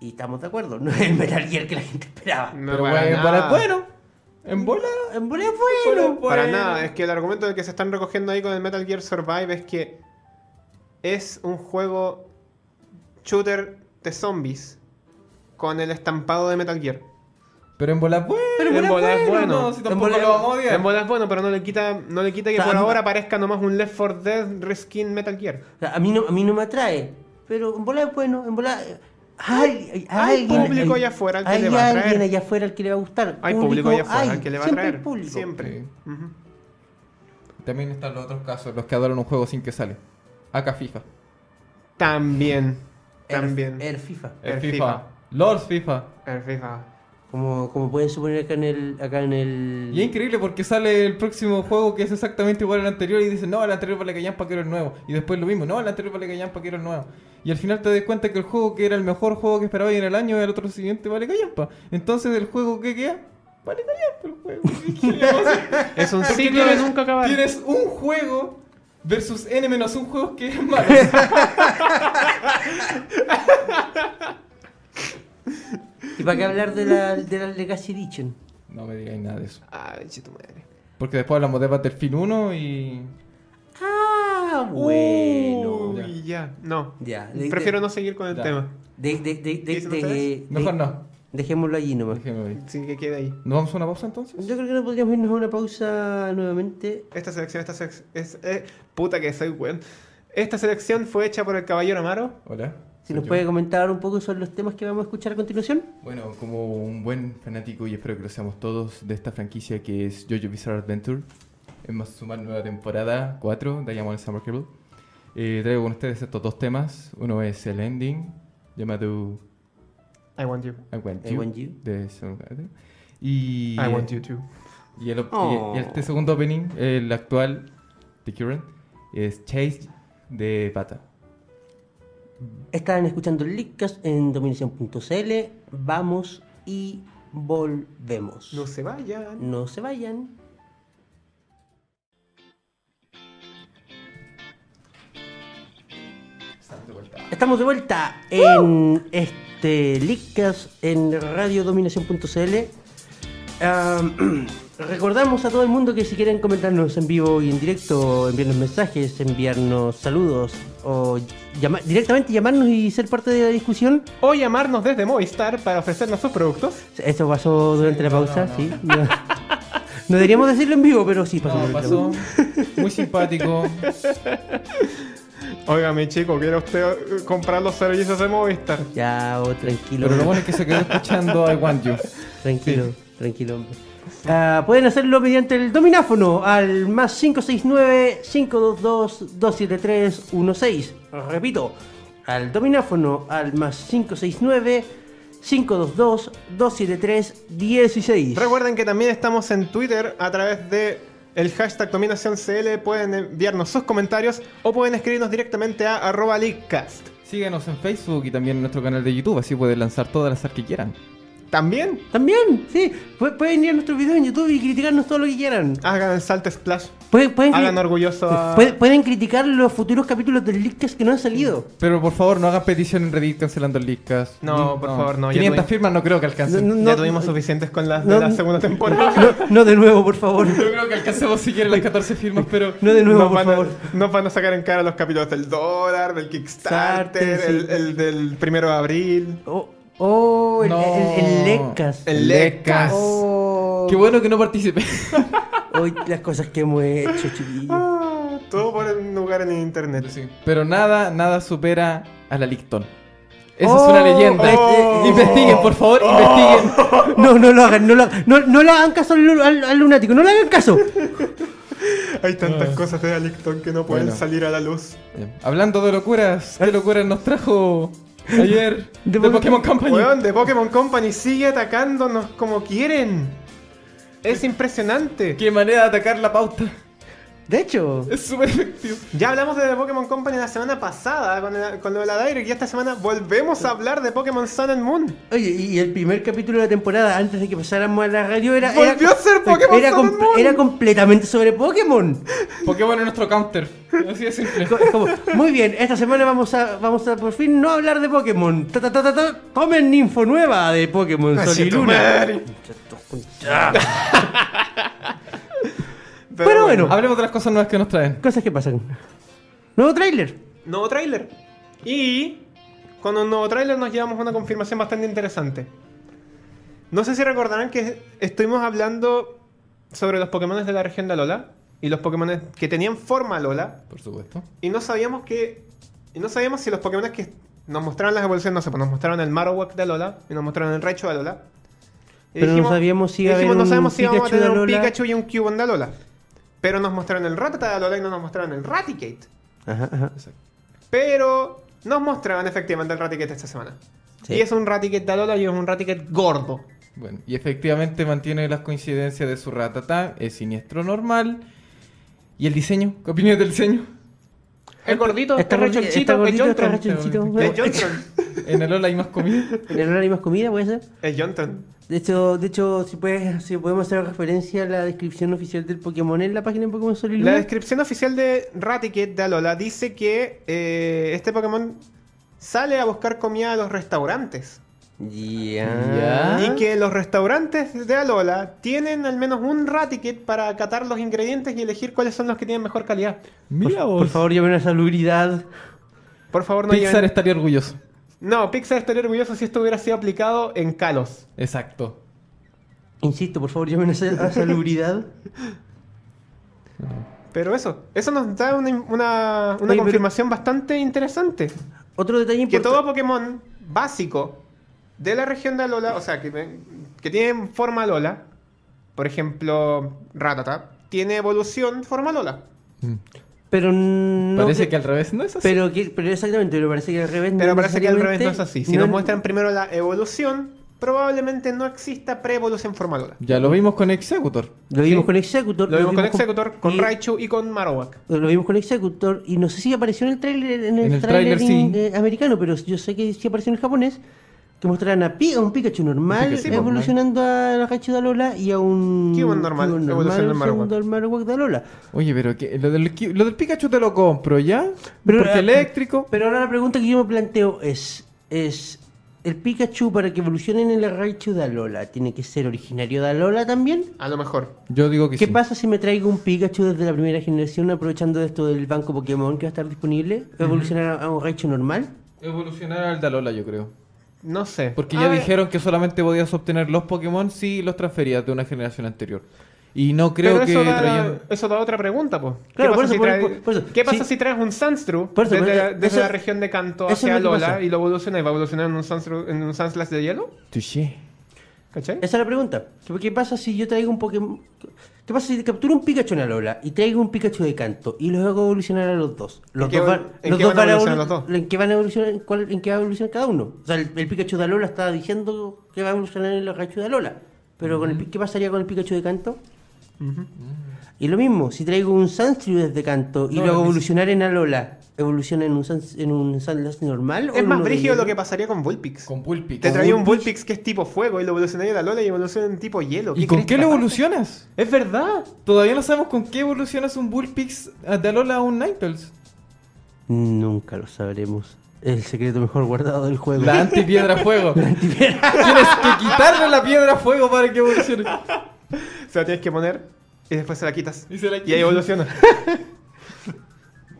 Speaker 5: Y estamos de acuerdo. No es el Metal Gear que la gente esperaba.
Speaker 3: No,
Speaker 4: Pero
Speaker 3: para
Speaker 4: bueno,
Speaker 3: nada.
Speaker 4: para- bueno, en bola.
Speaker 5: En bola es
Speaker 4: Bueno,
Speaker 5: bueno. pues.
Speaker 4: bueno.
Speaker 3: Para nada, es que el argumento del que se están recogiendo ahí con el Metal Gear Survive es que es un juego shooter de zombies con el estampado de Metal Gear.
Speaker 4: Pero en bola, bueno.
Speaker 5: Pero en bola
Speaker 3: es bueno.
Speaker 4: No, si
Speaker 5: En
Speaker 4: tampoco
Speaker 5: bola-
Speaker 4: lo vamos a odiar.
Speaker 3: En bola es bueno, pero no le quita, no le quita que
Speaker 5: O sea,
Speaker 3: por
Speaker 5: a mí-
Speaker 3: ahora aparezca nomás un Left 4 Dead reskin Metal Gear.
Speaker 5: O sea, a, mí no, a mí no me atrae. Pero en bola es bueno. En bola. Hay, hay,
Speaker 3: Hay
Speaker 5: alguien-
Speaker 3: público
Speaker 5: hay-
Speaker 3: allá afuera al que
Speaker 5: hay
Speaker 3: le va a atraer.
Speaker 5: alguien allá afuera al que le va a gustar.
Speaker 3: Hay público allá afuera
Speaker 5: hay.
Speaker 3: al que le va a
Speaker 5: Siempre
Speaker 3: traer.
Speaker 5: hay público.
Speaker 3: Siempre.
Speaker 4: Sí.
Speaker 3: Ujú.
Speaker 4: También están los otros casos, los que adoran un juego sin que sale. Acá FIFA.
Speaker 3: También.
Speaker 5: El-
Speaker 3: También.
Speaker 5: el FIFA.
Speaker 4: El,
Speaker 3: El
Speaker 4: FIFA.
Speaker 3: FIFA.
Speaker 4: Lords FIFA.
Speaker 3: El FIFA.
Speaker 5: Como, como pueden suponer acá en el. Acá en
Speaker 3: Mm.
Speaker 5: el...
Speaker 4: Y es increíble porque sale el próximo juego que es exactamente igual al anterior y dicen, no, el anterior vale callampa quiero el nuevo. Y después lo mismo, no, el anterior vale callampa quiero el nuevo. Y al final te das cuenta que el juego que era el mejor juego que esperaba en el año, el otro siguiente vale callampa. Entonces el juego que queda, vale callampa el juego. ¿Qué le vamos a hacer?
Speaker 3: Es un
Speaker 4: Porque
Speaker 3: ciclo de
Speaker 4: tienes-
Speaker 3: nunca acabar.
Speaker 4: Tienes un juego versus N menos un juego que es malo.
Speaker 5: ¿Y para qué hablar de la, de la Legacy Edition?
Speaker 4: no me digáis nada de eso.
Speaker 3: Ay, che tu madre.
Speaker 4: Porque después hablamos de Battlefield 1 y...
Speaker 3: Uh.
Speaker 5: Ah, bueno.
Speaker 3: Uy, ya. No.
Speaker 5: Ya.
Speaker 3: Prefiero no seguir con el
Speaker 4: Ya.
Speaker 3: tema.
Speaker 5: De, de, de, de-
Speaker 3: ¿Dicen
Speaker 5: de-
Speaker 3: ustedes?
Speaker 5: de-
Speaker 4: Mejor no.
Speaker 5: Dejémoslo allí nomás.
Speaker 4: Déjeme ver.
Speaker 3: Sí, que quede ahí.
Speaker 4: ¿Nos vamos a una pausa entonces?
Speaker 5: Yo creo que no podríamos irnos a una pausa nuevamente.
Speaker 3: Esta selección, esta selección. Es, eh, puta que soy weón. Esta selección fue hecha por el caballero Amaro.
Speaker 4: Hola.
Speaker 5: Si
Speaker 4: soy
Speaker 5: nos
Speaker 4: yo.
Speaker 5: puede comentar un poco sobre los temas que vamos a escuchar a continuación.
Speaker 4: Bueno, como un buen fanático, y espero que lo seamos todos, de esta franquicia que es JoJo Bizarre Adventure, en más sumar nueva temporada 4, Diamond Summer Cable, eh, traigo con ustedes estos dos temas. Uno es el ending, llamado
Speaker 3: I want you.
Speaker 4: I Want
Speaker 5: I
Speaker 4: You,
Speaker 5: Want You.
Speaker 4: de Soundgarden. Y,
Speaker 3: I want you too.
Speaker 4: y el, op- y-
Speaker 5: Oh.
Speaker 4: y este segundo opening, el actual, The Current, es Chase de Pata.
Speaker 5: Están escuchando el Leakcast en dominación.cl. Vamos y volvemos.
Speaker 3: No se vayan.
Speaker 5: No se vayan. Estamos de vuelta en este Leakcast en radiodominación.cl. Am, recordamos a todo el mundo que si quieren comentarnos en vivo y en directo, enviarnos mensajes, enviarnos saludos o llama- directamente llamarnos y ser parte de la discusión.
Speaker 3: O llamarnos desde Movistar para ofrecernos sus productos.
Speaker 5: Esto pasó durante la
Speaker 4: no,
Speaker 5: pausa,
Speaker 4: no, no.
Speaker 5: sí. No. No deberíamos decirlo en vivo, pero sí pasó.
Speaker 4: No,
Speaker 5: durante la
Speaker 4: pasó.
Speaker 5: pausa.
Speaker 4: Muy simpático.
Speaker 3: Óigame, chico, ¿quiere usted eh, comprar los servicios de Movistar?
Speaker 5: Ya, oh, tranquilo.
Speaker 4: Pero lo bueno es que se quedó escuchando I Want You.
Speaker 5: Tranquilo, tranquilo, hombre. Ah, pueden hacerlo mediante el domináfono al más 569-522-27316. Repito, al domináfono al más 569-522-27316.
Speaker 3: Recuerden que también estamos en Twitter a través de el hashtag DominaciónCL. Pueden enviarnos sus comentarios o pueden escribirnos directamente a arroba leakcast.
Speaker 4: Síganos en Facebook y también en nuestro canal de YouTube, así pueden lanzar todas las artes que quieran.
Speaker 3: También
Speaker 5: También, sí, pu- pueden ir a nuestro video en YouTube y criticarnos todo lo que quieran.
Speaker 3: hagan el salto splash.
Speaker 5: Pueden, pueden,
Speaker 3: Hagan
Speaker 5: cri-
Speaker 3: orgulloso a...
Speaker 5: pueden- pueden criticar los futuros capítulos del Leakcast que no han salido.
Speaker 4: Pero por favor, no hagan petición en Reddit cancelando el Leadcast.
Speaker 3: No, por favor, no, ya
Speaker 4: 500
Speaker 3: tuvimos-
Speaker 4: firmas no creo que alcancen.
Speaker 5: No, no.
Speaker 3: ya tuvimos suficientes con las de
Speaker 5: no,
Speaker 3: la
Speaker 5: no.
Speaker 3: segunda temporada.
Speaker 5: No, no de nuevo, por favor.
Speaker 4: Yo creo que alcancemos siquiera las 14 firmas, pero...
Speaker 5: No de nuevo,
Speaker 3: nos,
Speaker 5: por
Speaker 3: van
Speaker 5: favor.
Speaker 3: a, nos van a sacar en cara los capítulos del dólar, del Kickstarter,
Speaker 5: Starter, sí.
Speaker 3: el, el del primero de abril,
Speaker 5: Oh, oh, el,
Speaker 4: No.
Speaker 5: el, el Leccas.
Speaker 3: el
Speaker 4: Lecas.
Speaker 3: Lecas.
Speaker 5: Oh,
Speaker 4: Qué bueno que no participé.
Speaker 5: hoy las cosas que hemos hecho, chiquillos.
Speaker 3: Ah, todo por un lugar en internet.
Speaker 4: Pero nada, nada supera a la Licton. Esa es una
Speaker 5: Oh,
Speaker 4: leyenda.
Speaker 5: oh,
Speaker 4: investiguen, por favor, investiguen.
Speaker 5: No, no lo hagan, no lo hagan. No, no le hagan caso al, al- al lunático, no le hagan caso.
Speaker 3: Hay tantas cosas de Alicton que no pueden
Speaker 4: Ah. Bueno.
Speaker 3: salir a la luz.
Speaker 4: Bien. Hablando de locuras, ¿qué locuras nos trajo ayer de,
Speaker 5: De Pokémon-
Speaker 4: Pokémon Company?
Speaker 3: Weón, de Pokémon Company sigue atacándonos como quieren. Es impresionante.
Speaker 4: Qué manera de atacar la pauta.
Speaker 5: De hecho,
Speaker 4: Es súper efectivo.
Speaker 3: Ya hablamos de Pokémon Company la semana pasada con, el- con lo de la Direct y esta semana volvemos a hablar de Pokémon Sun and Moon.
Speaker 5: oye, y el primer capítulo de la temporada, antes de que pasáramos a la radio, era. era-
Speaker 3: Volvió a ser Pokémon
Speaker 5: era,
Speaker 3: Sun and
Speaker 5: comple-
Speaker 3: Moon.
Speaker 5: era completamente sobre Pokémon.
Speaker 4: Pokémon es nuestro counter. Así de simple.
Speaker 5: Co- como, muy bien, esta semana vamos a, vamos a por fin no hablar de Pokémon. Ta, ta, ta, ta, ta. tomen info nueva de Pokémon Sol y
Speaker 3: Conchito
Speaker 5: Luna.
Speaker 3: madre.
Speaker 5: Pero bueno.
Speaker 4: Hablemos de las cosas nuevas que nos traen.
Speaker 5: Cosas que pasan. Nuevo tráiler.
Speaker 3: nuevo tráiler. Y con un nuevo tráiler nos llevamos una confirmación bastante interesante. No sé si recordarán que estuvimos hablando sobre los Pokémon de la región de Alola y los Pokémon que tenían forma Alola
Speaker 4: Por supuesto.
Speaker 3: y no sabíamos que y no sabíamos si los Pokémon que nos mostraron las evoluciones, no sé, pues nos mostraron el Marowak de Alola y nos mostraron el Raichu de Alola. Y
Speaker 5: Pero no sabíamos si iba a
Speaker 3: dijimos,
Speaker 5: haber
Speaker 3: no
Speaker 5: un
Speaker 3: sabemos si íbamos a
Speaker 5: Pikachu de
Speaker 3: tener un
Speaker 5: Alola.
Speaker 3: Pikachu y un Cubone de Alola. Pero nos mostraron el Rattata de Alola y no nos mostraron el Raticate.
Speaker 5: Ajá, ajá.
Speaker 3: Pero nos mostraban efectivamente el Raticate esta semana.
Speaker 5: Sí.
Speaker 3: Y es un Raticate de Alola y es un Raticate gordo.
Speaker 4: Bueno, y efectivamente mantiene las coincidencias de su ratata. Es siniestro normal. ¿Y el diseño? ¿Qué opinas del diseño?
Speaker 3: Es gordito,
Speaker 5: Está
Speaker 3: es
Speaker 5: gordito, está
Speaker 3: rechonchito, es
Speaker 5: gordito, está
Speaker 3: Jontron.
Speaker 5: rechonchito.
Speaker 3: Es
Speaker 5: bueno.
Speaker 3: Jontron.
Speaker 4: En el Ola hay más comida.
Speaker 5: En el horario hay más comida, puede ser.
Speaker 3: Es Jontron.
Speaker 5: De hecho, de hecho si, puedes, si podemos hacer referencia a la descripción oficial del Pokémon en la página de Pokémon Sol y
Speaker 3: La
Speaker 5: Luna.
Speaker 3: descripción oficial de Raticate de Alola dice que eh, este Pokémon sale a buscar comida a los restaurantes.
Speaker 5: Ya.
Speaker 3: Y que los restaurantes de Alola tienen al menos un Raticate para catar los ingredientes y elegir cuáles son los que tienen mejor calidad.
Speaker 4: Mira
Speaker 5: Por favor, llamen a salubridad.
Speaker 3: Por favor, no
Speaker 4: Pixar
Speaker 3: lleven-
Speaker 4: estaría orgulloso.
Speaker 3: No, Pixar estaría orgulloso si esto hubiera sido aplicado en Kalos.
Speaker 4: Exacto.
Speaker 5: Insisto, por favor, llamen a, sa- a salubridad.
Speaker 3: Pero eso, eso nos da una, una- una
Speaker 5: Oye, pero-
Speaker 3: confirmación bastante interesante.
Speaker 5: Otro detalle
Speaker 3: Que
Speaker 5: importante.
Speaker 3: todo Pokémon básico de la región de Alola, o sea, que, que tiene forma Alola, por ejemplo, Ratata, tiene evolución forma Alola.
Speaker 5: Pero no
Speaker 4: Parece
Speaker 5: cre-
Speaker 4: que al revés no es así.
Speaker 5: Pero, que, pero exactamente, pero parece que al revés
Speaker 3: Ah, Pero
Speaker 5: no
Speaker 3: parece que al revés no es así. Si
Speaker 5: necesariamente-
Speaker 3: nos
Speaker 5: no-
Speaker 3: muestran primero la evolución, probablemente no exista pre-evolución forma Alola.
Speaker 4: Ya lo vimos con Executor.
Speaker 5: Lo vimos con Executor.
Speaker 3: Lo vimos con Executor, con
Speaker 5: y-
Speaker 3: Raichu y con Marowak.
Speaker 5: Lo vimos con Executor y no sé si apareció en el tráiler en el,
Speaker 4: En el
Speaker 5: tráiler
Speaker 4: tráiler,
Speaker 5: in-
Speaker 4: sí.
Speaker 5: eh, americano, pero yo sé que sí apareció en el japonés. Que mostraran a, Pi- a un Pikachu normal
Speaker 4: Pikachu, sí,
Speaker 5: evolucionando a la Raichu de Alola y a un
Speaker 3: Cubone normal,
Speaker 5: Cubone
Speaker 3: evolucionando al
Speaker 5: evolucionando al Marowak de Alola.
Speaker 4: Oye, pero que, lo, del, ki- lo del Pikachu te lo compro, ¿ya?
Speaker 5: Pero-
Speaker 4: Porque eléctrico.
Speaker 5: Pero ahora la pregunta que yo me planteo es, es el Pikachu para que evolucione en el Raichu de Alola, ¿tiene que ser originario de Alola también?
Speaker 3: A lo mejor.
Speaker 4: Yo digo que
Speaker 5: ¿Qué
Speaker 4: sí.
Speaker 5: pasa si me traigo un Pikachu desde la primera generación aprovechando esto del banco Pokémon que va a estar disponible? ¿Va a evolucionar a un Raichu normal?
Speaker 4: Evolucionar al Dalola, yo creo.
Speaker 3: No sé. Ah,
Speaker 4: Porque
Speaker 3: A
Speaker 4: ya
Speaker 3: ver,
Speaker 4: dijeron que solamente podías obtener los Pokémon si los transferías de una generación anterior. Y no creo
Speaker 3: Pero
Speaker 4: que
Speaker 3: eso, da,
Speaker 4: trayendo-
Speaker 3: eso da otra pregunta, po. ¿Qué
Speaker 5: Claro,
Speaker 3: pasa,
Speaker 5: por eso,
Speaker 3: si,
Speaker 5: por-
Speaker 3: traes-
Speaker 5: por- por eso.
Speaker 3: ¿Qué pasa
Speaker 5: Sí.
Speaker 3: si traes un Sunstru
Speaker 5: Por eso,
Speaker 3: desde,
Speaker 5: por-
Speaker 3: la, desde
Speaker 5: eso-
Speaker 3: la región de Kanto
Speaker 5: eso es
Speaker 3: hacia
Speaker 5: lo que
Speaker 3: Lola
Speaker 5: pasa.
Speaker 3: y lo evoluciona y va a evolucionar en un Sunstru, en un Sunslash de hielo?
Speaker 4: Touché.
Speaker 3: ¿Cachai?
Speaker 5: Esa es la pregunta. ¿Qué- ¿Qué pasa si yo traigo un Pokémon... ¿Qué pasa si capturo un Pikachu en Alola y traigo un Pikachu de canto y los hago evolucionar a los dos? Los
Speaker 3: qué
Speaker 5: dos
Speaker 3: evol- en qué van a evolucionar los
Speaker 5: evolu-
Speaker 3: dos?
Speaker 5: ¿En qué van a evolucionar, cuál- en qué va a evolucionar cada uno? O sea, el, el Pikachu de Alola estaba diciendo que va a evolucionar en el Raichu de Alola. Pero con el Pi- ¿qué pasaría con el Pikachu de canto? Y lo mismo, si traigo un Sunstrew desde canto y
Speaker 4: No,
Speaker 5: lo hago
Speaker 4: no,
Speaker 5: evolucionar en Alola, ¿evoluciona en un, Suns- en un Sunlass normal? o
Speaker 3: Es
Speaker 5: en
Speaker 3: más
Speaker 5: uno de
Speaker 3: brígido lo
Speaker 5: hielo?
Speaker 3: que pasaría con Vulpix.
Speaker 4: Con Pulpi.
Speaker 3: Te
Speaker 4: Con
Speaker 3: traía un
Speaker 4: Vulpix.
Speaker 3: Vulpix que es tipo fuego y lo evolucionaría a Lola y evoluciona en tipo hielo.
Speaker 4: ¿Y con qué
Speaker 3: cresta?
Speaker 4: lo evolucionas?
Speaker 3: Es verdad.
Speaker 4: Todavía no sabemos con qué evolucionas un Bullpix de Alola a un Ninetales.
Speaker 5: Nunca lo sabremos. Es el secreto mejor guardado del juego.
Speaker 4: La antipiedra fuego. Tienes que quitarle la piedra fuego para que evolucione.
Speaker 3: Se la tienes que poner y después se la quitas.
Speaker 4: Y se la
Speaker 3: Y ahí evoluciona.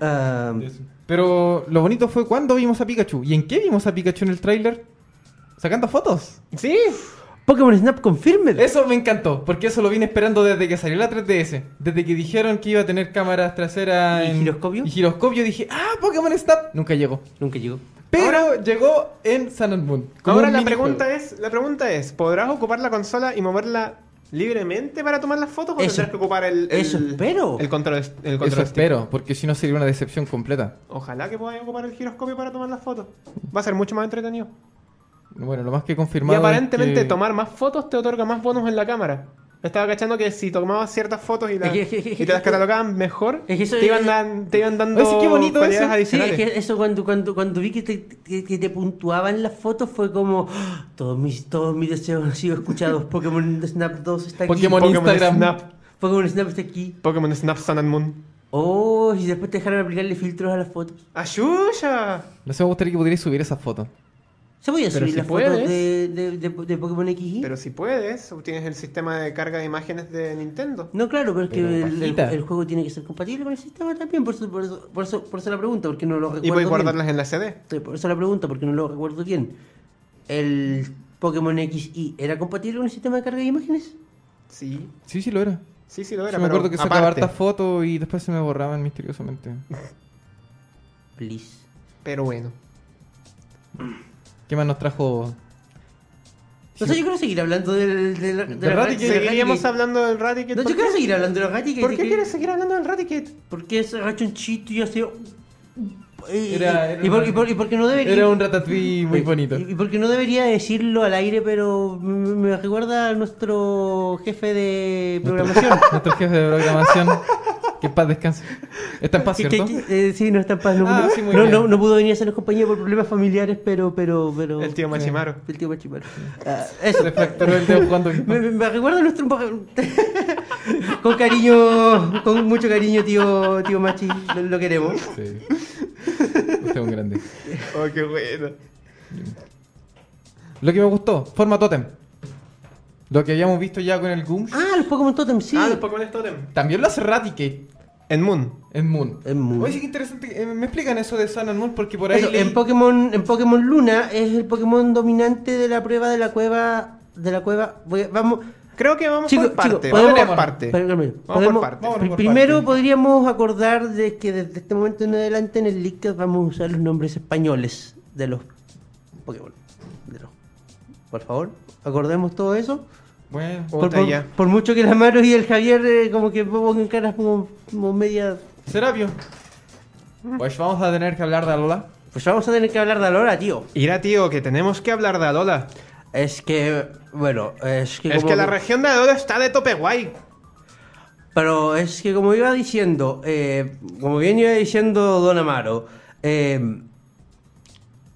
Speaker 5: Ah,
Speaker 4: Pero lo bonito fue cuando vimos a Pikachu. ¿Y en qué vimos a Pikachu en el tráiler? Sacando fotos.
Speaker 3: sí.
Speaker 5: Pokémon Snap Confirmed.
Speaker 4: Eso me encantó, porque eso lo vine esperando desde que salió la 3DS. Desde que dijeron que iba a tener cámaras traseras
Speaker 5: ¿Y
Speaker 4: en-
Speaker 5: giroscopio?
Speaker 4: Y giroscopio dije, ¡ah, Pokémon Snap! Nunca llegó.
Speaker 5: Nunca llegó.
Speaker 4: Pero
Speaker 3: Ahora-
Speaker 4: llegó en Sun and Moon. como
Speaker 3: Ahora
Speaker 4: un
Speaker 3: la
Speaker 4: minijuego.
Speaker 3: pregunta es, la pregunta es, ¿podrás ocupar la consola y moverla libremente para tomar las fotos o
Speaker 5: Eso-
Speaker 3: tendrás que ocupar el, el-
Speaker 5: eso espero.
Speaker 3: el control el control
Speaker 4: Eso
Speaker 3: stick?
Speaker 4: espero, porque si no sería una decepción completa.
Speaker 3: Ojalá que podáis ocupar el giroscopio para tomar las fotos. Va a ser mucho más entretenido.
Speaker 4: Bueno, lo más que he
Speaker 3: Y
Speaker 4: confirmado. es
Speaker 3: aparentemente
Speaker 4: que-
Speaker 3: tomar más fotos te otorga más bonos en la cámara. Estaba cachando que si tomabas ciertas fotos y, las-
Speaker 5: Es que- es que-
Speaker 3: y te las catalogaban mejor,
Speaker 5: es que eso
Speaker 3: te, iban
Speaker 5: es-
Speaker 3: dan- te iban dando
Speaker 4: Oye, sí, qué bonito
Speaker 3: cualidades
Speaker 4: eso.
Speaker 5: Sí,
Speaker 3: adicionales.
Speaker 5: es que eso cuando, cuando, cuando vi que te, que- que te puntuaban las fotos fue como "Ah, todos mis, todos mis deseos han sido escuchados. Pokémon Snap 2 está aquí.
Speaker 4: Pokémon-
Speaker 3: Pokémon
Speaker 4: Instagram.
Speaker 3: Snap,
Speaker 5: Pokémon Snap está aquí.
Speaker 3: Pokémon Snap Sun and Moon.
Speaker 5: Oh, y después te dejaron aplicarle filtros a las fotos.
Speaker 3: ¡Ayuya!
Speaker 4: No sé, me gustaría que pudierais subir esas fotos.
Speaker 5: ¿Se voy a
Speaker 3: Pero
Speaker 5: subir
Speaker 3: si
Speaker 5: las
Speaker 3: puedes.
Speaker 5: fotos de, de, de, de Pokémon XY?
Speaker 3: Pero si puedes, tienes el sistema de carga de imágenes de Nintendo.
Speaker 5: No, claro, pero es que
Speaker 4: Pero,
Speaker 5: el, el-
Speaker 4: pajita.
Speaker 5: el juego tiene que ser compatible con el sistema también. Por eso, por eso, por eso, por eso la pregunta, porque no lo recuerdo.
Speaker 3: Y puedes
Speaker 5: bien.
Speaker 3: guardarlas en la CD.
Speaker 5: Sí, Por eso la pregunta, porque no lo recuerdo bien. ¿El Pokémon XY era compatible con el sistema de carga de imágenes?
Speaker 3: Sí,
Speaker 4: Sí, sí lo era.
Speaker 3: sí, sí lo
Speaker 4: Sí,
Speaker 3: era.
Speaker 4: me
Speaker 3: pero
Speaker 4: acuerdo que sacaba
Speaker 3: aparte.
Speaker 4: hartas fotos y después se me borraban misteriosamente.
Speaker 5: Please.
Speaker 3: Pero bueno.
Speaker 4: ¿Qué más nos trajo?
Speaker 5: No sé, yo quiero seguir hablando del, de la, de la
Speaker 4: Raticate.
Speaker 5: de la
Speaker 3: Seguiríamos
Speaker 5: Raticate.
Speaker 3: hablando del Raticate. ¿por
Speaker 5: No, yo
Speaker 3: qué?
Speaker 5: quiero seguir hablando de los Raticate.
Speaker 3: ¿Por qué
Speaker 5: que-
Speaker 3: quieres seguir hablando del Raticate?
Speaker 5: Porque es rachonchito y hace... Eh,
Speaker 4: Era- era
Speaker 5: y, por-
Speaker 4: un-
Speaker 5: y por- y porque no debería...
Speaker 4: Era un ratatouille muy bonito.
Speaker 5: Y y porque no debería decirlo al aire, pero me me recuerda a nuestro jefe de programación.
Speaker 4: Nuestro jefe de programación. Que en paz descanse. Está en paz,
Speaker 5: Que- que-
Speaker 4: ¿cierto?
Speaker 5: que- eh, sí, no está en paz. No,
Speaker 4: Ah,
Speaker 5: pudo-
Speaker 4: sí, muy
Speaker 5: no,
Speaker 4: bien.
Speaker 5: no- no pudo venir a hacernos compañía por problemas familiares, pero. pero, pero
Speaker 3: El tío Machimaro.
Speaker 5: El tío Machimaro. Ah, eso.
Speaker 4: Se fracturó el dedo jugando.
Speaker 5: Me, me- me recuerda a nuestro. con cariño, con mucho cariño, tío, tío Machi. Lo, lo queremos.
Speaker 4: Sí. Usted es un grande.
Speaker 3: Oh, qué bueno.
Speaker 4: Lo que me gustó, forma totem. Lo que habíamos visto ya con el Goom.
Speaker 5: Ah, los Pokémon Totem, sí.
Speaker 3: Ah, los Pokémon Totem.
Speaker 4: También lo hace Raticate
Speaker 3: En Moon.
Speaker 4: en Moon.
Speaker 5: En Moon.
Speaker 4: Oye, sí, qué interesante. Eh, me explican eso de Sun and Moon porque por ahí.
Speaker 5: Eso,
Speaker 4: leí-
Speaker 5: en Pokémon, en Pokémon Luna es el Pokémon dominante de la prueba de la cueva. De la cueva. voy- vamos.
Speaker 3: Creo que vamos
Speaker 5: Chicos,
Speaker 3: por parte.
Speaker 5: chicos,
Speaker 3: vamos por
Speaker 5: podemos-
Speaker 3: parte.
Speaker 5: Pero, Carmen,
Speaker 3: por
Speaker 5: podemos-
Speaker 3: partes.
Speaker 5: pri-
Speaker 4: Vámonos por
Speaker 5: primero
Speaker 4: partes.
Speaker 5: podríamos acordar de que desde este momento en adelante en el Leadcast vamos a usar los nombres españoles de los Pokémon. De los- Por favor, acordemos todo eso.
Speaker 4: Bueno,
Speaker 5: Por,
Speaker 3: Puta,
Speaker 5: por-
Speaker 3: ya.
Speaker 5: por mucho que la Maro y el Javier eh, como que pongan caras como, como media...
Speaker 4: Serapio. Pues vamos a tener que hablar de Alola.
Speaker 5: Pues vamos a tener que hablar de Alora, tío.
Speaker 3: Irá, tío, que tenemos que hablar de Alola.
Speaker 5: Es que, bueno, es que...
Speaker 3: Es
Speaker 5: como-
Speaker 3: que la región de Alola está de tope guay.
Speaker 5: Pero es que como iba diciendo, eh, como bien iba diciendo Don Amaro, eh,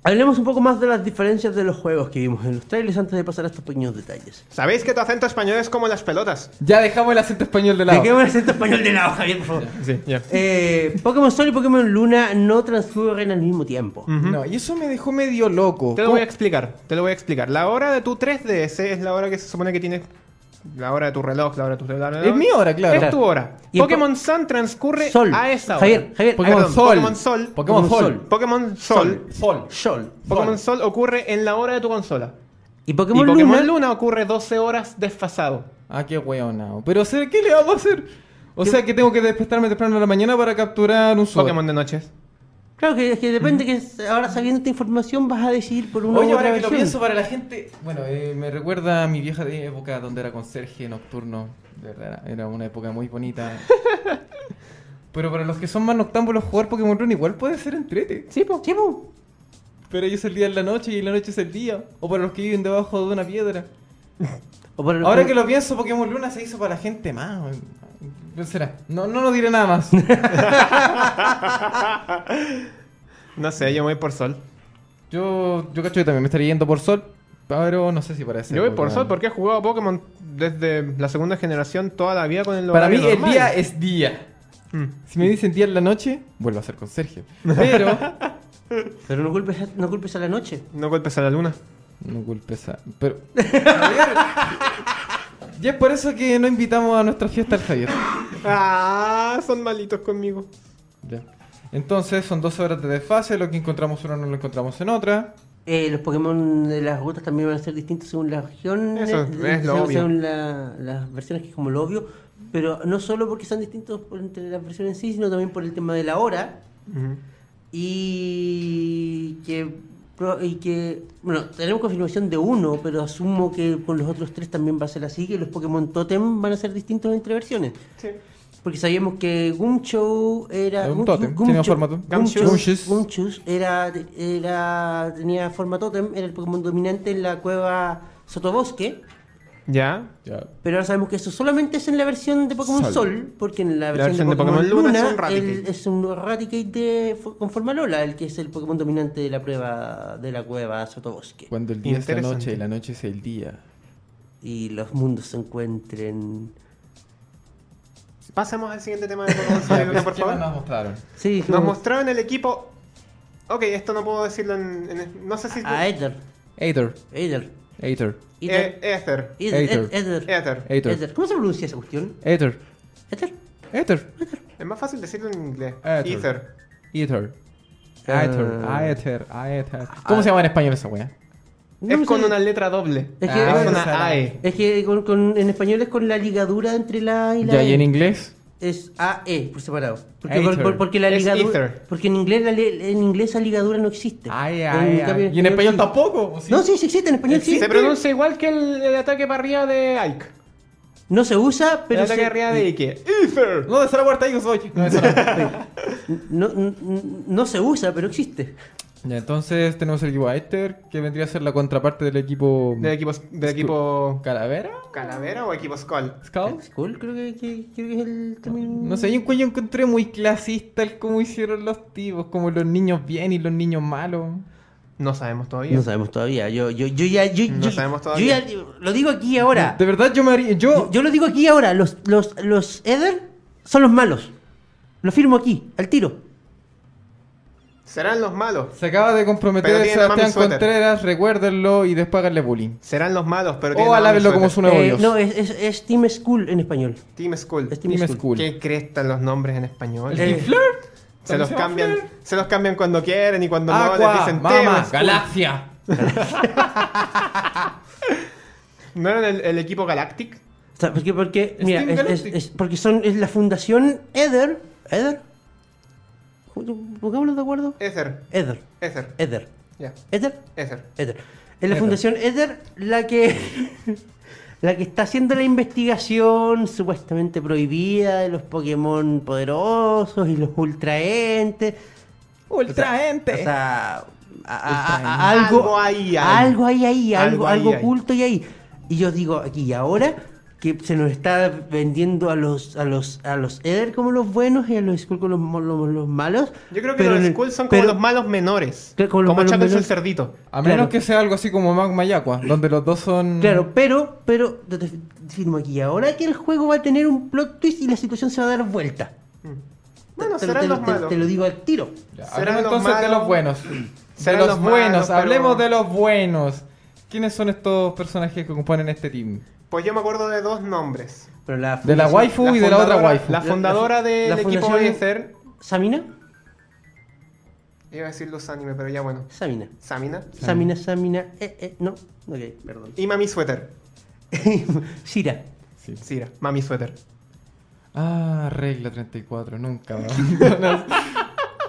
Speaker 5: hablemos un poco más de las diferencias de los juegos que vimos en los trailers antes de pasar a estos pequeños detalles.
Speaker 3: ¿Sabéis que tu acento español es como las pelotas?
Speaker 4: Ya dejamos el acento español de lado.
Speaker 5: Dejemos el acento español de lado, Javier, por favor.
Speaker 3: Sí, ya.
Speaker 5: Eh, Pokémon Sol y Pokémon Luna no transcurren al mismo tiempo.
Speaker 4: No, y eso me dejó medio loco.
Speaker 3: Te lo
Speaker 4: ¿Cómo-
Speaker 3: voy a explicar, te lo voy a explicar. La hora de tu 3DS es la hora que se supone que tienes. La hora de tu reloj, la hora de tu celular. la
Speaker 4: Es mi hora, claro.
Speaker 3: Es tu hora.
Speaker 5: Y en
Speaker 3: Pokémon Sun transcurre
Speaker 5: Sol.
Speaker 3: a esa hora.
Speaker 5: Javier, Javier,
Speaker 4: Pokémon
Speaker 3: Perdón,
Speaker 4: Sol.
Speaker 3: Pokémon Sol.
Speaker 4: Pokémon Sol.
Speaker 3: Pokémon Sol.
Speaker 4: Sol.
Speaker 5: Sol.
Speaker 3: Pokémon Sol ocurre en la hora de tu consola.
Speaker 5: Y Pokémon,
Speaker 3: y Pokémon Luna,
Speaker 5: Luna...
Speaker 3: ocurre 12 horas desfasado.
Speaker 4: Ah, qué weonao. Pero, o sea, ¿qué le vamos a hacer? O sea, que tengo que despertarme temprano en la mañana para capturar un sol.
Speaker 3: Pokémon de noches.
Speaker 5: Claro que, que depende que s- ahora sabiendo esta información vas a decidir por una
Speaker 4: Mm. Oye,
Speaker 5: u
Speaker 4: ahora
Speaker 5: otra
Speaker 4: que lo
Speaker 5: versión.
Speaker 4: pienso para la gente. Bueno, eh, me recuerda a mi vieja de época donde era conserje nocturno. De verdad, era- era una época muy bonita. Pero para los que son más noctámbulos, jugar Pokémon Run igual puede ser entrete.
Speaker 5: Sí, po. Sí, po.
Speaker 4: Pero ellos el día es la noche y la noche es el día. O para los que viven debajo de una piedra.
Speaker 5: O para-
Speaker 4: Ahora que lo pienso, Pokémon Luna se hizo para la gente más. ¿Qué será? No, no, no diré nada más.
Speaker 3: No sé, yo me voy por Sol.
Speaker 4: Yo, yo cacho que también me estaría yendo por Sol. Pero no sé si parece.
Speaker 3: Yo voy por Sol porque he jugado a Pokémon desde la segunda generación toda la vida con el
Speaker 4: Para mí
Speaker 3: horario
Speaker 4: el
Speaker 3: normal.
Speaker 4: día es día.
Speaker 3: Mm.
Speaker 4: Si me dicen día en la noche, vuelvo a ser con Sergio. Pero
Speaker 5: Pero no culpes, a- no culpes a la noche.
Speaker 3: No golpes a la luna.
Speaker 4: no culpes a. Pero. Y es por eso que no invitamos a nuestra fiesta al Javier.
Speaker 3: Ah, son malitos conmigo.
Speaker 4: Ya. Entonces son 12 horas de desfase, lo que encontramos en una no lo encontramos en otra.
Speaker 5: Eh, los Pokémon de las rutas también van a ser distintos según la región.
Speaker 3: Eso es
Speaker 5: eh,
Speaker 3: lo
Speaker 5: según-
Speaker 3: obvio.
Speaker 5: Según la- las versiones, que es como lo obvio. Pero no solo porque sean distintos por entre las versiones en sí, sino también por el tema de la hora. Y que, pro- y que, bueno, tenemos confirmación de uno, pero asumo que con los otros tres también va a ser así, que los Pokémon Totem van a ser distintos entre versiones.
Speaker 3: Sí.
Speaker 5: Porque sabíamos que Gumshoe era...
Speaker 4: Era un
Speaker 5: Gum-
Speaker 4: tótem,
Speaker 5: Gumshoe-
Speaker 4: tenía formato.
Speaker 5: Gumshoe-
Speaker 4: Gumshoes.
Speaker 5: Gumshoes era, era, tenía forma Totem, era el Pokémon dominante en la cueva Sotobosque.
Speaker 3: Ya.
Speaker 4: Ya.
Speaker 5: Pero ahora sabemos que eso solamente es en la versión de Pokémon Sol,
Speaker 4: Sol.
Speaker 5: porque en la versión,
Speaker 3: versión de Pokémon Luna es un Raticate.
Speaker 5: él es un Raticate de, con forma Lola, el que es el Pokémon dominante de la prueba de la cueva Sotobosque.
Speaker 4: Cuando el día es la
Speaker 3: Interesante.
Speaker 4: noche y la noche es el día.
Speaker 5: Y los mundos se encuentren.
Speaker 3: Pasamos al siguiente tema de Pokémon Sol y Luna, por
Speaker 4: pues, ¿Qué más nos
Speaker 3: favor.
Speaker 4: mostraron?
Speaker 5: Sí,
Speaker 3: Nos
Speaker 5: como-
Speaker 3: mostraron el equipo. Ok, esto no puedo decirlo en. en- no sé si.
Speaker 5: a Aether.
Speaker 4: Aether.
Speaker 5: Aether.
Speaker 4: Aether.
Speaker 3: Eh,
Speaker 5: Aether.
Speaker 3: Ether.
Speaker 5: Aether.
Speaker 4: Aether.
Speaker 5: Aether.
Speaker 3: Ether.
Speaker 4: Aether.
Speaker 5: Aether. ¿Cómo se pronuncia esa cuestión?
Speaker 4: Aether.
Speaker 5: Aether.
Speaker 4: Aether.
Speaker 3: Es más fácil decirlo en inglés.
Speaker 4: Ether.
Speaker 3: Ether.
Speaker 4: Aether. Aether.
Speaker 5: Ah.
Speaker 4: Aether. Aether.
Speaker 3: Ah.
Speaker 4: ¿Cómo se llama en español esa wea?
Speaker 5: No
Speaker 3: Es
Speaker 5: me
Speaker 3: con
Speaker 5: sé.
Speaker 3: una E. letra doble.
Speaker 5: Es que,
Speaker 4: Ah,
Speaker 3: es
Speaker 4: bueno,
Speaker 3: una
Speaker 4: será.
Speaker 3: AE.
Speaker 5: es que con- con- en español es con la ligadura entre la A y la
Speaker 4: Ya,
Speaker 5: E.
Speaker 4: ¿y en inglés?
Speaker 5: Es AE por separado. Porque,
Speaker 4: Aether.
Speaker 5: por- por- porque la
Speaker 3: Es
Speaker 5: ligadura.
Speaker 3: ether.
Speaker 5: Porque en inglés, la, li- en inglés esa ligadura no existe.
Speaker 4: Ay,
Speaker 5: En
Speaker 4: ay,
Speaker 5: cambio,
Speaker 4: ay. ¿Y en español
Speaker 5: sí.
Speaker 4: tampoco? ¿O sí?
Speaker 5: No, sí, sí existe. En español sí.
Speaker 3: Se pronuncia igual que el, el ataque para arriba de Ike.
Speaker 5: No se usa,
Speaker 3: El
Speaker 5: pero.
Speaker 3: ataque
Speaker 5: se-
Speaker 3: arriba de Ike. Ether.
Speaker 4: No, esa es la puerta yo soy. No, esa no.
Speaker 5: no, no- no se usa, pero existe.
Speaker 4: Ya, entonces tenemos el equipo Aether, que vendría a ser la contraparte del equipo...
Speaker 3: Del equipo, del equipo
Speaker 4: ¿Calavera?
Speaker 3: Calavera o equipo Skull.
Speaker 4: ¿Skull?
Speaker 5: Skull, creo que, que- creo que es el término.
Speaker 4: No sé, yo encu- yo encontré muy clasista el cómo hicieron los tipos, como los niños bien y los niños malos.
Speaker 3: No sabemos todavía.
Speaker 5: No sabemos todavía. Yo, yo, yo ya. Yo,
Speaker 3: No
Speaker 5: yo-
Speaker 3: sabemos
Speaker 5: yo
Speaker 3: todavía.
Speaker 5: ya lo digo aquí y ahora.
Speaker 4: De verdad yo me haría... Yo...
Speaker 5: Yo, yo lo digo aquí y ahora. Los, los, los Eder son los malos. Lo firmo aquí, al tiro.
Speaker 3: Serán los malos.
Speaker 4: Se acaba de comprometer
Speaker 3: Pero
Speaker 4: a
Speaker 3: tiene la mami
Speaker 4: Sebastián
Speaker 3: suéter.
Speaker 4: Contreras, recuérdenlo y después háganle bullying.
Speaker 3: Serán los malos,
Speaker 5: Oh,
Speaker 3: pero tienen
Speaker 4: O
Speaker 3: la mano
Speaker 4: alábenlo
Speaker 3: en
Speaker 4: como
Speaker 3: suéter.
Speaker 4: su nuevo
Speaker 5: Eh,
Speaker 4: dios.
Speaker 5: no, es, es- es Team Skull en español.
Speaker 3: Team Skull.
Speaker 5: Es Team
Speaker 4: Team
Speaker 5: Skull.
Speaker 4: School.
Speaker 3: ¿Qué crestan los nombres en español?
Speaker 4: ¿El
Speaker 5: Eh,
Speaker 4: Team Fleur?
Speaker 3: Se los cambian, se los cambian cuando quieren y cuando no les
Speaker 4: Agua,
Speaker 3: dicen
Speaker 4: Mama,
Speaker 3: temas.
Speaker 4: Galaxia.
Speaker 3: ¿No eran el, el equipo Galactic?
Speaker 5: O sea, porque, porque,
Speaker 4: Es
Speaker 5: mira,
Speaker 4: Team
Speaker 5: es- es-
Speaker 4: Galactic.
Speaker 5: es- porque son, es la fundación Eder. ¿Eder? ¿Pongámonos de acuerdo?
Speaker 3: Ether,
Speaker 5: Eder.
Speaker 3: Ether,
Speaker 5: Eder.
Speaker 3: ya,
Speaker 5: Eder.
Speaker 3: Ether.
Speaker 5: Eder. Es la
Speaker 4: Eder.
Speaker 5: fundación Eder la que. La que está haciendo la investigación supuestamente prohibida de los Pokémon poderosos y los ultraentes.
Speaker 4: Ultraente.
Speaker 5: O sea, a- a-
Speaker 4: Ultraente.
Speaker 5: a- algo,
Speaker 3: Algo ahí hay.
Speaker 5: Algo ahí, ahí, algo,
Speaker 3: Algo
Speaker 5: algo,
Speaker 3: ahí hay.
Speaker 5: oculto y ahí. Y yo digo aquí y ahora que se nos está vendiendo a los a los a los Eder como los buenos y a los Skull como los, mo- los- los malos.
Speaker 3: Yo creo que
Speaker 5: pero en
Speaker 3: los
Speaker 5: el-
Speaker 3: Skull son
Speaker 5: pero-
Speaker 3: como los malos menores.
Speaker 5: Claro, como los
Speaker 3: como
Speaker 5: malos
Speaker 3: Shackles el
Speaker 5: menores.
Speaker 3: cerdito.
Speaker 4: a menos
Speaker 5: claro.
Speaker 4: que sea algo así como Magma y Aqua, donde los dos son...
Speaker 5: mm.
Speaker 3: mm.
Speaker 5: Claro, pero pero yo te firmo aquí y ahora que el juego va a tener un plot twist y la situación se va a dar vuelta.
Speaker 3: Bueno,
Speaker 5: Te-
Speaker 3: serán
Speaker 5: te,
Speaker 3: los
Speaker 5: te-
Speaker 3: malos.
Speaker 5: te lo digo al tiro.
Speaker 4: Ya,
Speaker 3: Serán
Speaker 4: hablemos
Speaker 3: los
Speaker 4: entonces de
Speaker 3: malos.
Speaker 4: los buenos.
Speaker 3: Serán
Speaker 4: de los,
Speaker 3: los
Speaker 4: buenos,
Speaker 3: malos, pero-
Speaker 4: hablemos de los buenos. ¿Quiénes son estos personajes que componen este team?
Speaker 3: Pues yo me acuerdo de dos nombres.
Speaker 5: Pero la
Speaker 4: De la
Speaker 5: fundación-
Speaker 4: waifu y de la otra
Speaker 3: fundadora-
Speaker 4: waifu.
Speaker 3: La
Speaker 5: La-
Speaker 3: fundadora
Speaker 5: la-
Speaker 3: del
Speaker 5: la
Speaker 3: equipo
Speaker 5: fundación-
Speaker 3: Ether,
Speaker 5: Samina,
Speaker 3: iba a decir los anime, pero ya bueno.
Speaker 5: Samina.
Speaker 3: Samina.
Speaker 5: Samina, Samina, eh, eh, no, ok, perdón.
Speaker 3: Y Mami Suéter.
Speaker 5: Sira.
Speaker 4: Sí.
Speaker 3: Sira, Mami Suéter.
Speaker 4: Ah, regla 34, nunca. ¿no?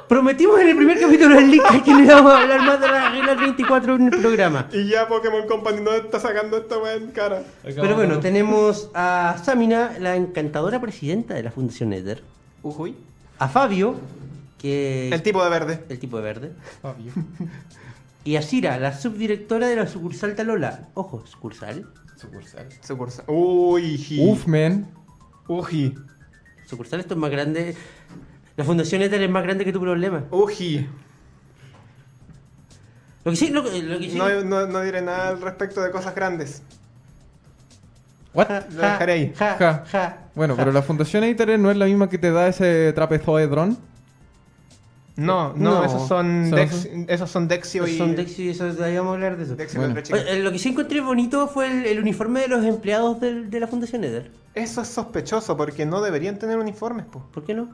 Speaker 5: Prometimos en el primer capítulo del link que no íbamos a hablar más de la regla 34 en el programa.
Speaker 3: Y ya Pokémon Company no está sacando esta weá en cara.
Speaker 5: Pero bueno, tenemos a Samina, la encantadora presidenta de la Fundación Eder.
Speaker 3: Ujuy.
Speaker 5: A Fabio, que
Speaker 3: El tipo de verde.
Speaker 5: el tipo de verde.
Speaker 4: Fabio.
Speaker 5: Y a Cira, la subdirectora de la sucursal Talola. Ojo, sucursal.
Speaker 4: Sucursal.
Speaker 3: Sucursal. Uy, ji.
Speaker 4: Uf, man.
Speaker 3: Uji.
Speaker 5: Sucursal, esto es más grande. La Fundación Eder es más grande que tu problema.
Speaker 3: Uji.
Speaker 5: Lo que sí, lo, que- lo que sí.
Speaker 3: No, no, no diré nada al respecto de cosas grandes.
Speaker 4: What?
Speaker 3: lo dejaré ahí.
Speaker 5: Ja, ja,
Speaker 4: Ja.
Speaker 5: ja.
Speaker 4: Bueno, pero la Fundación Eater no es la misma que te da ese trapezoedrón.
Speaker 3: No,
Speaker 5: no,
Speaker 3: no,
Speaker 5: No.
Speaker 3: esos son,
Speaker 4: Son-
Speaker 3: Dex, esos son Dexio y.
Speaker 5: Son Dexio y eso, ahí vamos a hablar de eso.
Speaker 3: Dexio
Speaker 4: Bueno.
Speaker 3: y la otra chica.
Speaker 5: Oye, eh, Lo que sí encontré bonito fue el, el uniforme de los empleados del- de, la Fundación Eder.
Speaker 3: Eso es sospechoso porque no deberían tener uniformes, po.
Speaker 5: ¿Por qué no?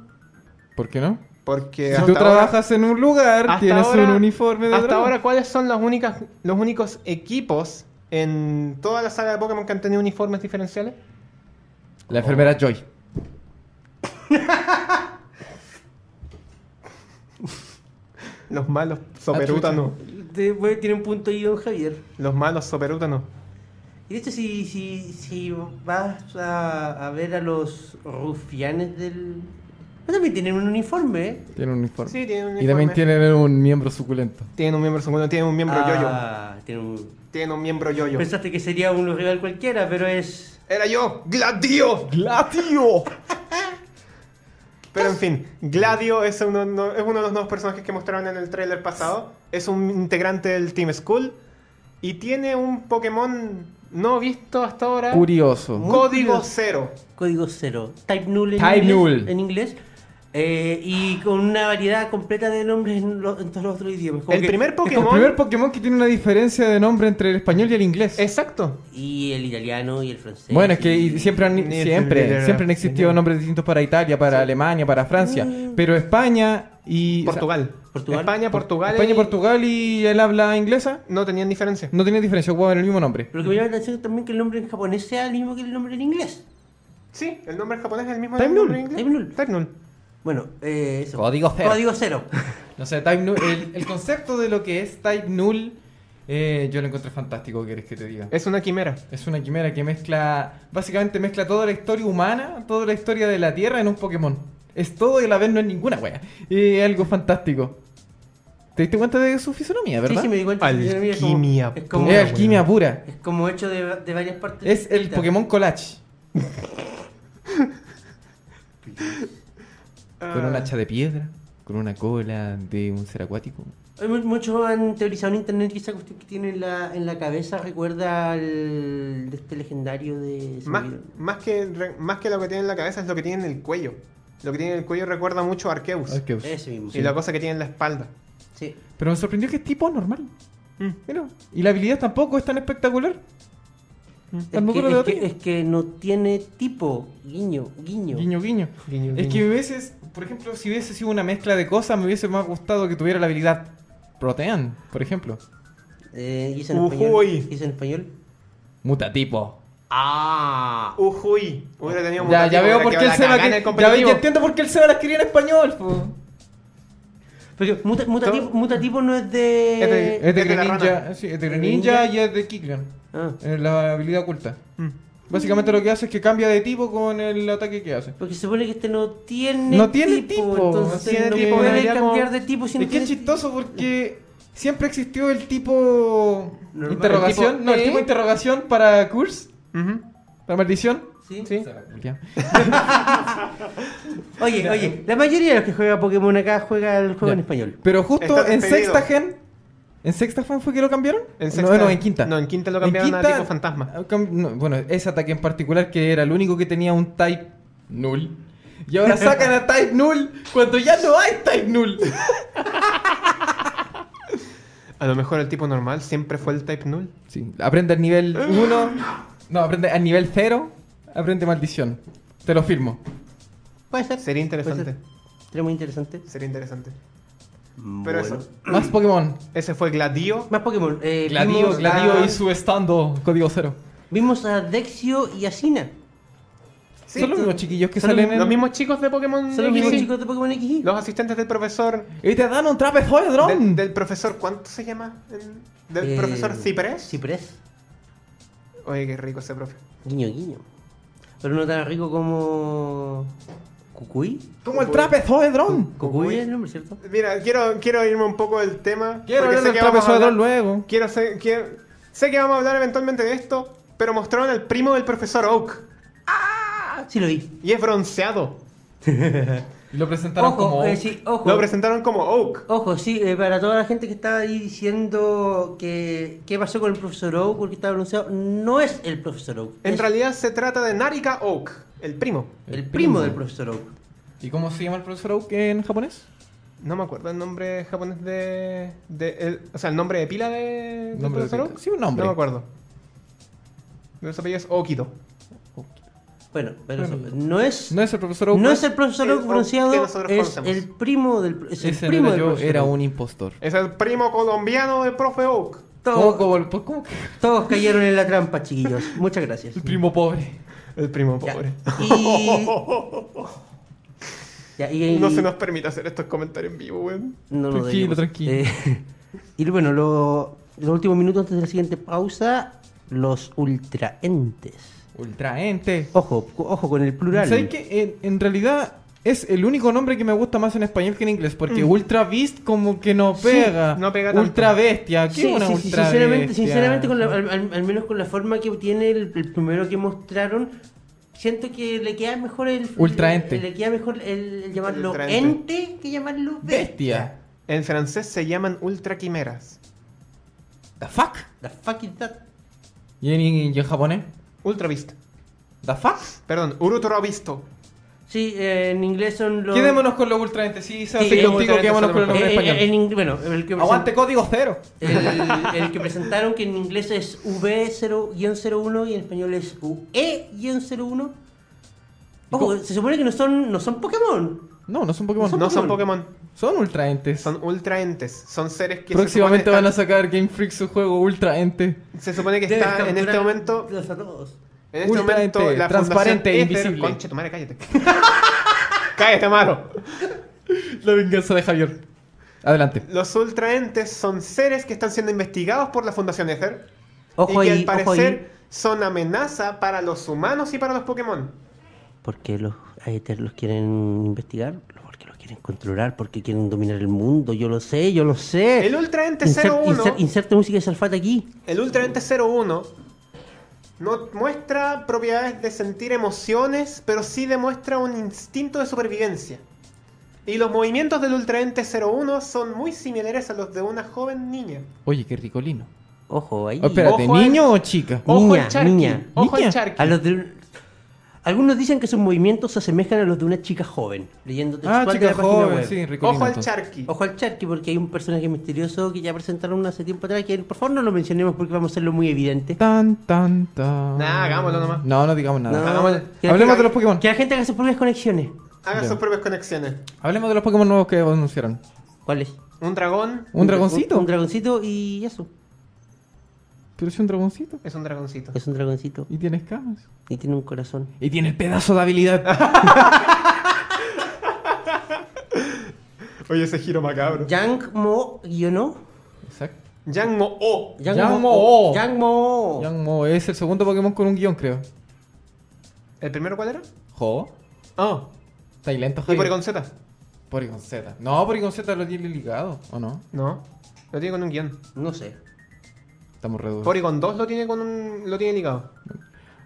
Speaker 4: ¿Por qué no?
Speaker 3: Porque.
Speaker 4: Si
Speaker 3: Eh, hasta
Speaker 4: tú
Speaker 3: ahora-
Speaker 4: trabajas en un lugar,
Speaker 3: hasta
Speaker 4: tienes un
Speaker 3: ahora-
Speaker 4: uniforme de
Speaker 3: Hasta
Speaker 4: dragón.
Speaker 3: ahora, ¿cuáles son las únicas, los únicos equipos en toda la saga de Pokémon que han tenido uniformes diferenciales?
Speaker 4: La enfermera Joy.
Speaker 3: Los malos Soperútano.
Speaker 5: De- bueno, tiene un punto ahí, don Javier.
Speaker 3: Los malos soperútanos.
Speaker 5: Y de hecho, si, si, si vas a, a ver a los rufianes del. Ah, También tienen un uniforme, ¿eh?
Speaker 4: Tienen un uniforme.
Speaker 3: Sí, tienen un
Speaker 4: Y también
Speaker 3: uniforme.
Speaker 4: tienen un miembro suculento.
Speaker 3: Tienen un miembro segundo, tienen un miembro yoyo.
Speaker 5: ah, tiene un-
Speaker 3: Tienen un miembro yoyo.
Speaker 4: Pues-
Speaker 5: Pensaste que sería un rival cualquiera, pero es.
Speaker 3: Era yo, Gladio.
Speaker 4: ¡Gladio!
Speaker 3: Pero en fin, Gladio es uno, no- es uno de los nuevos personajes que mostraron en el tráiler pasado. Es un integrante del Team Skull y tiene un Pokémon no visto hasta ahora.
Speaker 4: Curioso.
Speaker 5: Muy
Speaker 3: Código
Speaker 5: curioso.
Speaker 3: cero.
Speaker 5: Código cero. Type null en
Speaker 4: Type
Speaker 5: inglés.
Speaker 4: null.
Speaker 5: En inglés. Eh, y con una variedad completa de nombres en, lo- en todos los otros idiomas. Como
Speaker 3: El
Speaker 5: que-
Speaker 3: primer
Speaker 4: El
Speaker 3: Pokémon.
Speaker 4: primer Pokémon que tiene una diferencia de nombre entre el español y el inglés.
Speaker 3: Exacto.
Speaker 5: Y el italiano y el francés.
Speaker 4: Bueno, es que
Speaker 5: y-
Speaker 4: y siempre han,
Speaker 3: Ni el
Speaker 4: siempre,
Speaker 3: primero.
Speaker 4: siempre han existido nombres distintos para Italia, para Alemania, para Francia. Pero España y. o sea,
Speaker 3: Mm. Portugal.
Speaker 5: Portugal.
Speaker 3: España, Portugal.
Speaker 4: España,
Speaker 3: y-
Speaker 4: Portugal y el habla inglesa
Speaker 3: No tenían diferencia.
Speaker 4: no tiene diferencia, pueden el mismo nombre.
Speaker 5: Pero lo que me llama la atención también que el nombre en japonés sea el mismo que el nombre en inglés.
Speaker 3: Sí, el nombre en japonés es el mismo.
Speaker 4: Time
Speaker 3: del
Speaker 4: Null.
Speaker 3: nombre en inglés.
Speaker 5: Time Null.
Speaker 3: Time Null.
Speaker 5: Bueno, eh, eso.
Speaker 4: Código cero.
Speaker 5: Código cero.
Speaker 4: No sé, Type Null- el, el concepto de lo que es Type Null, eh, yo lo encontré fantástico, ¿querés que te diga?
Speaker 3: Es una quimera.
Speaker 4: Es una quimera que mezcla, básicamente mezcla toda la historia humana, toda la historia de la Tierra en un Pokémon. Es todo y a la vez no es ninguna wea. Y es algo fantástico. ¿Te diste cuenta de su fisonomía, verdad?
Speaker 5: Sí, sí, me di cuenta.
Speaker 3: Alquimia
Speaker 5: Es como- Es como,
Speaker 4: Es alquimia pura.
Speaker 5: es como hecho de, de varias partes.
Speaker 4: Es el
Speaker 5: distintas.
Speaker 4: Pokémon Collage.
Speaker 5: Ah.
Speaker 4: Con un hacha de piedra, con una cola de un ser acuático.
Speaker 5: Hay mu- Muchos han teorizado en internet que esa cuestión que tiene en la, en la cabeza recuerda al de este legendario de...
Speaker 3: Más, más, que, re- más que lo que tiene en la cabeza es lo que tiene en el cuello. Lo que tiene en el cuello recuerda mucho a Arceus.
Speaker 4: Arceus.
Speaker 5: Ese mismo.
Speaker 3: Y la cosa que tiene en la espalda.
Speaker 5: Sí.
Speaker 4: Pero me sorprendió que es tipo normal. Mira, y la habilidad tampoco es tan espectacular.
Speaker 5: Es
Speaker 4: Tampoco
Speaker 5: que,
Speaker 4: lo
Speaker 5: es,
Speaker 4: veo
Speaker 5: que, es que no tiene tipo. Guiño, guiño.
Speaker 4: Guiño, guiño.
Speaker 3: Guiño,
Speaker 4: Es
Speaker 3: guiño.
Speaker 4: que me hubieses, por ejemplo, si hubiese sido una mezcla de cosas, me hubiese más gustado que tuviera la habilidad Protean, por ejemplo.
Speaker 5: Eh, ¿y eso en
Speaker 3: Ujuy.
Speaker 5: español? ¿Y eso en español?
Speaker 4: Mutatipo.
Speaker 5: Ah.
Speaker 3: Ujuy. Hubiera tenido
Speaker 4: Ya, ya
Speaker 3: mutativo,
Speaker 4: veo
Speaker 3: hubiera
Speaker 4: por qué el
Speaker 3: quedado la
Speaker 4: Seba.
Speaker 3: cagada en
Speaker 4: que- ya ve-
Speaker 3: el competitivo.
Speaker 4: ya entiendo por qué el Seba las quería en español. po.
Speaker 5: Pero muta- mutativo,
Speaker 3: ¿Todo?
Speaker 5: mutativo no es de.
Speaker 3: Es de-
Speaker 4: Es de
Speaker 3: Es de la
Speaker 4: Greninja,
Speaker 3: rana.
Speaker 4: sí, es de
Speaker 5: ¿De
Speaker 4: Greninja
Speaker 5: Greninja?
Speaker 4: y es de Kiklan.
Speaker 5: Ah,
Speaker 4: eh, La habilidad oculta.
Speaker 3: Mm.
Speaker 4: Básicamente lo que hace es que cambia de tipo con el ataque que hace.
Speaker 5: Porque se supone que este no tiene.
Speaker 4: No tiene tipo,
Speaker 5: Entonces
Speaker 4: no tiene
Speaker 5: no
Speaker 4: tipo,
Speaker 5: puede
Speaker 3: debería
Speaker 5: cambiar
Speaker 3: como-
Speaker 5: de tipo sin
Speaker 4: Es que es chistoso porque siempre existió el tipo
Speaker 5: Normal.
Speaker 4: interrogación,
Speaker 3: El tipo,
Speaker 4: no, el
Speaker 3: ¿eh?
Speaker 4: tipo de interrogación para Kurs,
Speaker 3: Ujú.
Speaker 4: la maldición.
Speaker 5: Sí. Oye, oye, la mayoría de los que juegan Pokémon acá juega el juego
Speaker 4: Ya.
Speaker 5: en español.
Speaker 4: Pero justo
Speaker 3: Está
Speaker 4: en
Speaker 3: despedido.
Speaker 4: sexta gen, ¿en sexta gen fue que lo cambiaron?
Speaker 3: En
Speaker 4: No,
Speaker 3: sexta-
Speaker 4: no, en quinta.
Speaker 3: No, en quinta lo cambiaron a
Speaker 4: quinta,
Speaker 3: tipo fantasma.
Speaker 4: ah, cam- no, bueno, ese ataque en particular que era el único que tenía un type null. Y ahora sacan a type null cuando ya no hay type null.
Speaker 3: A lo mejor el tipo normal siempre fue el Type Null.
Speaker 4: Sí, aprende al nivel 1. No, aprende al nivel 0. Aprende maldición. Te lo firmo.
Speaker 5: Puede ser.
Speaker 3: Sería interesante.
Speaker 5: Puede ser. Sería muy interesante.
Speaker 3: Sería interesante.
Speaker 5: Bueno.
Speaker 3: Pero eso.
Speaker 4: Más Pokémon.
Speaker 3: Ese fue Gladio.
Speaker 5: Más Pokémon. Eh,
Speaker 4: Gladio,
Speaker 5: vimos
Speaker 4: Gladio
Speaker 5: a-
Speaker 4: y su estando código 0.
Speaker 5: Vimos a Dexio y a Sina.
Speaker 3: Sí,
Speaker 4: son los mismos chiquillos que
Speaker 5: son los
Speaker 4: salen en.
Speaker 3: Los mismos chicos de Pokémon.
Speaker 5: Son los mismos
Speaker 3: XY.
Speaker 5: chicos de Pokémon XY.
Speaker 3: Los asistentes del profesor.
Speaker 4: Y te dan un trapezoide de
Speaker 3: Del,
Speaker 4: dron.
Speaker 3: del profesor, ¿cuánto se llama? El- Del
Speaker 5: Eh,
Speaker 3: profesor Ciprés.
Speaker 5: Ciprés.
Speaker 3: Oye, qué rico ese profe.
Speaker 5: Guiño, guiño. Pero no tan rico como. Cucuy.
Speaker 4: Como el trapezoide de dron.
Speaker 5: Cucuy es el nombre, ¿cierto?
Speaker 3: Mira, quiero, quiero irme un poco del tema.
Speaker 4: Quiero hablar
Speaker 3: porque sé
Speaker 4: del
Speaker 3: que vamos a
Speaker 4: trapezoide de dron
Speaker 3: hablar-
Speaker 4: luego.
Speaker 3: Quiero sé, que, sé que vamos a hablar eventualmente de esto, pero mostraron al primo del profesor Oak.
Speaker 5: Ah, sí lo vi.
Speaker 3: Y es bronceado.
Speaker 4: Y lo presentaron
Speaker 5: Ojo,
Speaker 4: como.
Speaker 5: eh, sí, ojo.
Speaker 3: Lo presentaron como Oak.
Speaker 5: Ojo, sí, eh, para toda la gente que estaba ahí diciendo que qué pasó con el profesor Oak porque estaba pronunciado, no es el profesor Oak.
Speaker 3: En
Speaker 5: es
Speaker 3: realidad se trata de Narika Oak, el primo.
Speaker 5: el primo,
Speaker 4: primo.
Speaker 5: del profesor Oak.
Speaker 4: ¿Y cómo se llama el profesor Oak en japonés?
Speaker 3: No me acuerdo el nombre japonés de. de el- o sea, el nombre de pila de. del
Speaker 4: Nombre de
Speaker 3: profesor
Speaker 4: pila.
Speaker 3: Oak.
Speaker 4: Sí, un nombre.
Speaker 3: No me acuerdo. Los apellidos es Okido.
Speaker 5: Bueno, pero
Speaker 4: Bueno.
Speaker 5: eso, no es
Speaker 4: No
Speaker 5: no,
Speaker 4: es el profesor Oak.
Speaker 5: es el profesor
Speaker 3: el
Speaker 5: Oak
Speaker 3: Oak
Speaker 5: pronunciado,
Speaker 3: que nosotros
Speaker 5: es
Speaker 3: conocemos.
Speaker 5: el primo del es el
Speaker 4: Ese no
Speaker 5: primo
Speaker 4: era
Speaker 5: del
Speaker 4: yo,
Speaker 5: profesor
Speaker 4: era
Speaker 5: Oak.
Speaker 4: un impostor.
Speaker 3: Es el primo colombiano del profe Oak.
Speaker 4: ¿Cómo,
Speaker 5: Todos,
Speaker 4: cómo- pues, cómo que-
Speaker 5: todos cayeron en la trampa, chiquillos. Muchas gracias.
Speaker 4: El primo pobre.
Speaker 3: El primo
Speaker 5: Ya.
Speaker 3: pobre.
Speaker 5: Y Ya, y-
Speaker 3: No se nos permite hacer estos comentarios en vivo, weón.
Speaker 5: No, no,
Speaker 4: Tranquilo,
Speaker 5: debíamos.
Speaker 4: tranquilo.
Speaker 5: Eh, y bueno, lo- los últimos minutos antes de la siguiente pausa, los ultraentes.
Speaker 4: Ultraente.
Speaker 5: Ojo, cu- ojo con el plural.
Speaker 4: ¿Sabes que en, en realidad es el único nombre que me gusta más en español que en inglés? Porque
Speaker 5: Mm.
Speaker 4: Ultra Beast como que no pega.
Speaker 3: no pega tanto.
Speaker 4: Ultra Bestia. ¿Qué
Speaker 5: Sí,
Speaker 4: una
Speaker 5: sí, sí,
Speaker 4: Ultra
Speaker 5: sinceramente,
Speaker 4: Bestia?
Speaker 5: sinceramente con la- al, al- al menos con la forma que tiene el, el primero que mostraron, siento que le queda mejor el...
Speaker 4: Ultraente.
Speaker 5: Le, le queda mejor el, el llamarlo
Speaker 3: Ultraente.
Speaker 5: ente que llamarlo bestia.
Speaker 4: Bestia.
Speaker 3: En francés se llaman ultra quimeras.
Speaker 4: The fuck.
Speaker 5: The fuck is that?
Speaker 4: ¿Y en, y en japonés?
Speaker 3: Ultra beast.
Speaker 4: The fuck.
Speaker 3: Perdón, Urutoro visto.
Speaker 5: Sí, eh, en inglés son los...
Speaker 4: Quedémonos con los ultraentes. Sí, se hace
Speaker 5: Sí,
Speaker 4: contigo,
Speaker 3: ultraentes
Speaker 4: quedémonos
Speaker 3: son
Speaker 4: con el
Speaker 3: los
Speaker 4: nombre
Speaker 5: Eh, eh, en
Speaker 4: español.
Speaker 5: ing- bueno, el que, presen-
Speaker 4: Aguante código cero.
Speaker 5: el, el que presentaron que en inglés es V0-01 y en español es E UE-01. Ojo, se supone que no son, no son Pokémon.
Speaker 4: No, no son Pokémon.
Speaker 3: No son Pokémon,
Speaker 4: Son ultraentes.
Speaker 3: son ultraentes. Son seres que
Speaker 4: Próximamente
Speaker 3: se supone,
Speaker 4: van a sacar Game Freak su juego ultraente.
Speaker 3: están- se supone que
Speaker 5: Debes
Speaker 3: está en este
Speaker 5: capturar
Speaker 3: momento.
Speaker 5: los a todos.
Speaker 3: En este
Speaker 4: Ultraente,
Speaker 3: momento, la
Speaker 4: transparente,
Speaker 3: Fundación Ether-
Speaker 4: invisible.
Speaker 3: Concha, tu madre, cállate. cállate, malo.
Speaker 4: La venganza de Javier. Adelante.
Speaker 3: Los ultraentes son seres que están siendo investigados por la Fundación Ether.
Speaker 5: Ojo
Speaker 3: y que
Speaker 5: ahí,
Speaker 3: al
Speaker 5: ojo ahí.
Speaker 3: parecer son amenaza para los humanos y para los Pokémon.
Speaker 5: Porque los Aether los quieren investigar, porque los quieren controlar, porque quieren dominar el mundo. Yo lo sé, yo lo sé.
Speaker 3: El ultraente
Speaker 5: Eh, Insert-
Speaker 3: 01.
Speaker 5: insert- inserte música de Salfate aquí.
Speaker 3: El ultraente 01 no muestra propiedades de sentir emociones, pero sí demuestra un instinto de supervivencia. Y los movimientos del ultraente 01 son muy similares a los de una joven niña.
Speaker 4: Oye, qué ricolino.
Speaker 5: Ojo ahí.
Speaker 4: Oh, espérate,
Speaker 3: Ojo al-
Speaker 4: ¿niño o chica?
Speaker 5: Oh.
Speaker 3: Ojo
Speaker 5: Niña,
Speaker 3: al Charqui.
Speaker 5: niña,
Speaker 3: Ojo
Speaker 4: niña.
Speaker 3: al Charqui.
Speaker 5: A los de- Algunos dicen que sus movimientos se asemejan a los de una chica joven, leyendo textual
Speaker 4: Ah,
Speaker 5: de la
Speaker 4: chica
Speaker 5: página
Speaker 4: joven,
Speaker 5: web.
Speaker 4: sí, ricolino.
Speaker 3: Ojo al
Speaker 4: entonces.
Speaker 3: Charqui.
Speaker 5: Ojo al Charqui, porque hay un personaje misterioso que ya presentaron hace tiempo atrás, que por favor no lo mencionemos porque vamos a hacerlo muy evidente.
Speaker 4: Tan, tan, tan.
Speaker 3: Nah, hagámoslo nomás.
Speaker 4: No, no digamos
Speaker 5: No,
Speaker 4: nada.
Speaker 3: hagámosle.
Speaker 5: que la
Speaker 4: Hablemos
Speaker 5: gente-
Speaker 4: de los Pokémon.
Speaker 5: Que la gente haga sus propias conexiones.
Speaker 3: Haga
Speaker 4: Ya.
Speaker 3: sus propias conexiones.
Speaker 4: Hablemos de los Pokémon nuevos que anunciaron.
Speaker 5: ¿Cuáles?
Speaker 3: Un dragón
Speaker 4: ¿Un dragoncito?
Speaker 5: Un, dragoncito y eso.
Speaker 4: Pero es un dragoncito.
Speaker 3: es un dragoncito.
Speaker 5: Es un dragoncito
Speaker 4: Y tiene escamas.
Speaker 5: y tiene un corazón.
Speaker 4: Y tiene el pedazo de habilidad.
Speaker 3: Oye, ese giro macabro.
Speaker 5: Yang Mo, yo no.
Speaker 4: Exacto.
Speaker 3: Yang Mo O.
Speaker 4: Yang Mo.
Speaker 5: Yang Mo.
Speaker 4: Yang Mo es el segundo Pokémon con un guión, creo.
Speaker 3: ¿El primero cuál era?
Speaker 4: Jo.
Speaker 3: Oh,
Speaker 4: Está ahí lento,
Speaker 3: ¿y
Speaker 4: Javier.
Speaker 3: Porygon Z?
Speaker 4: Porygon Z. No, Porygon Z lo tiene ligado, ¿o no?
Speaker 3: No, lo tiene con un guión.
Speaker 5: No sé.
Speaker 4: Estamos reducidos.
Speaker 3: Porygon 2 lo tiene con un. lo tiene ligado.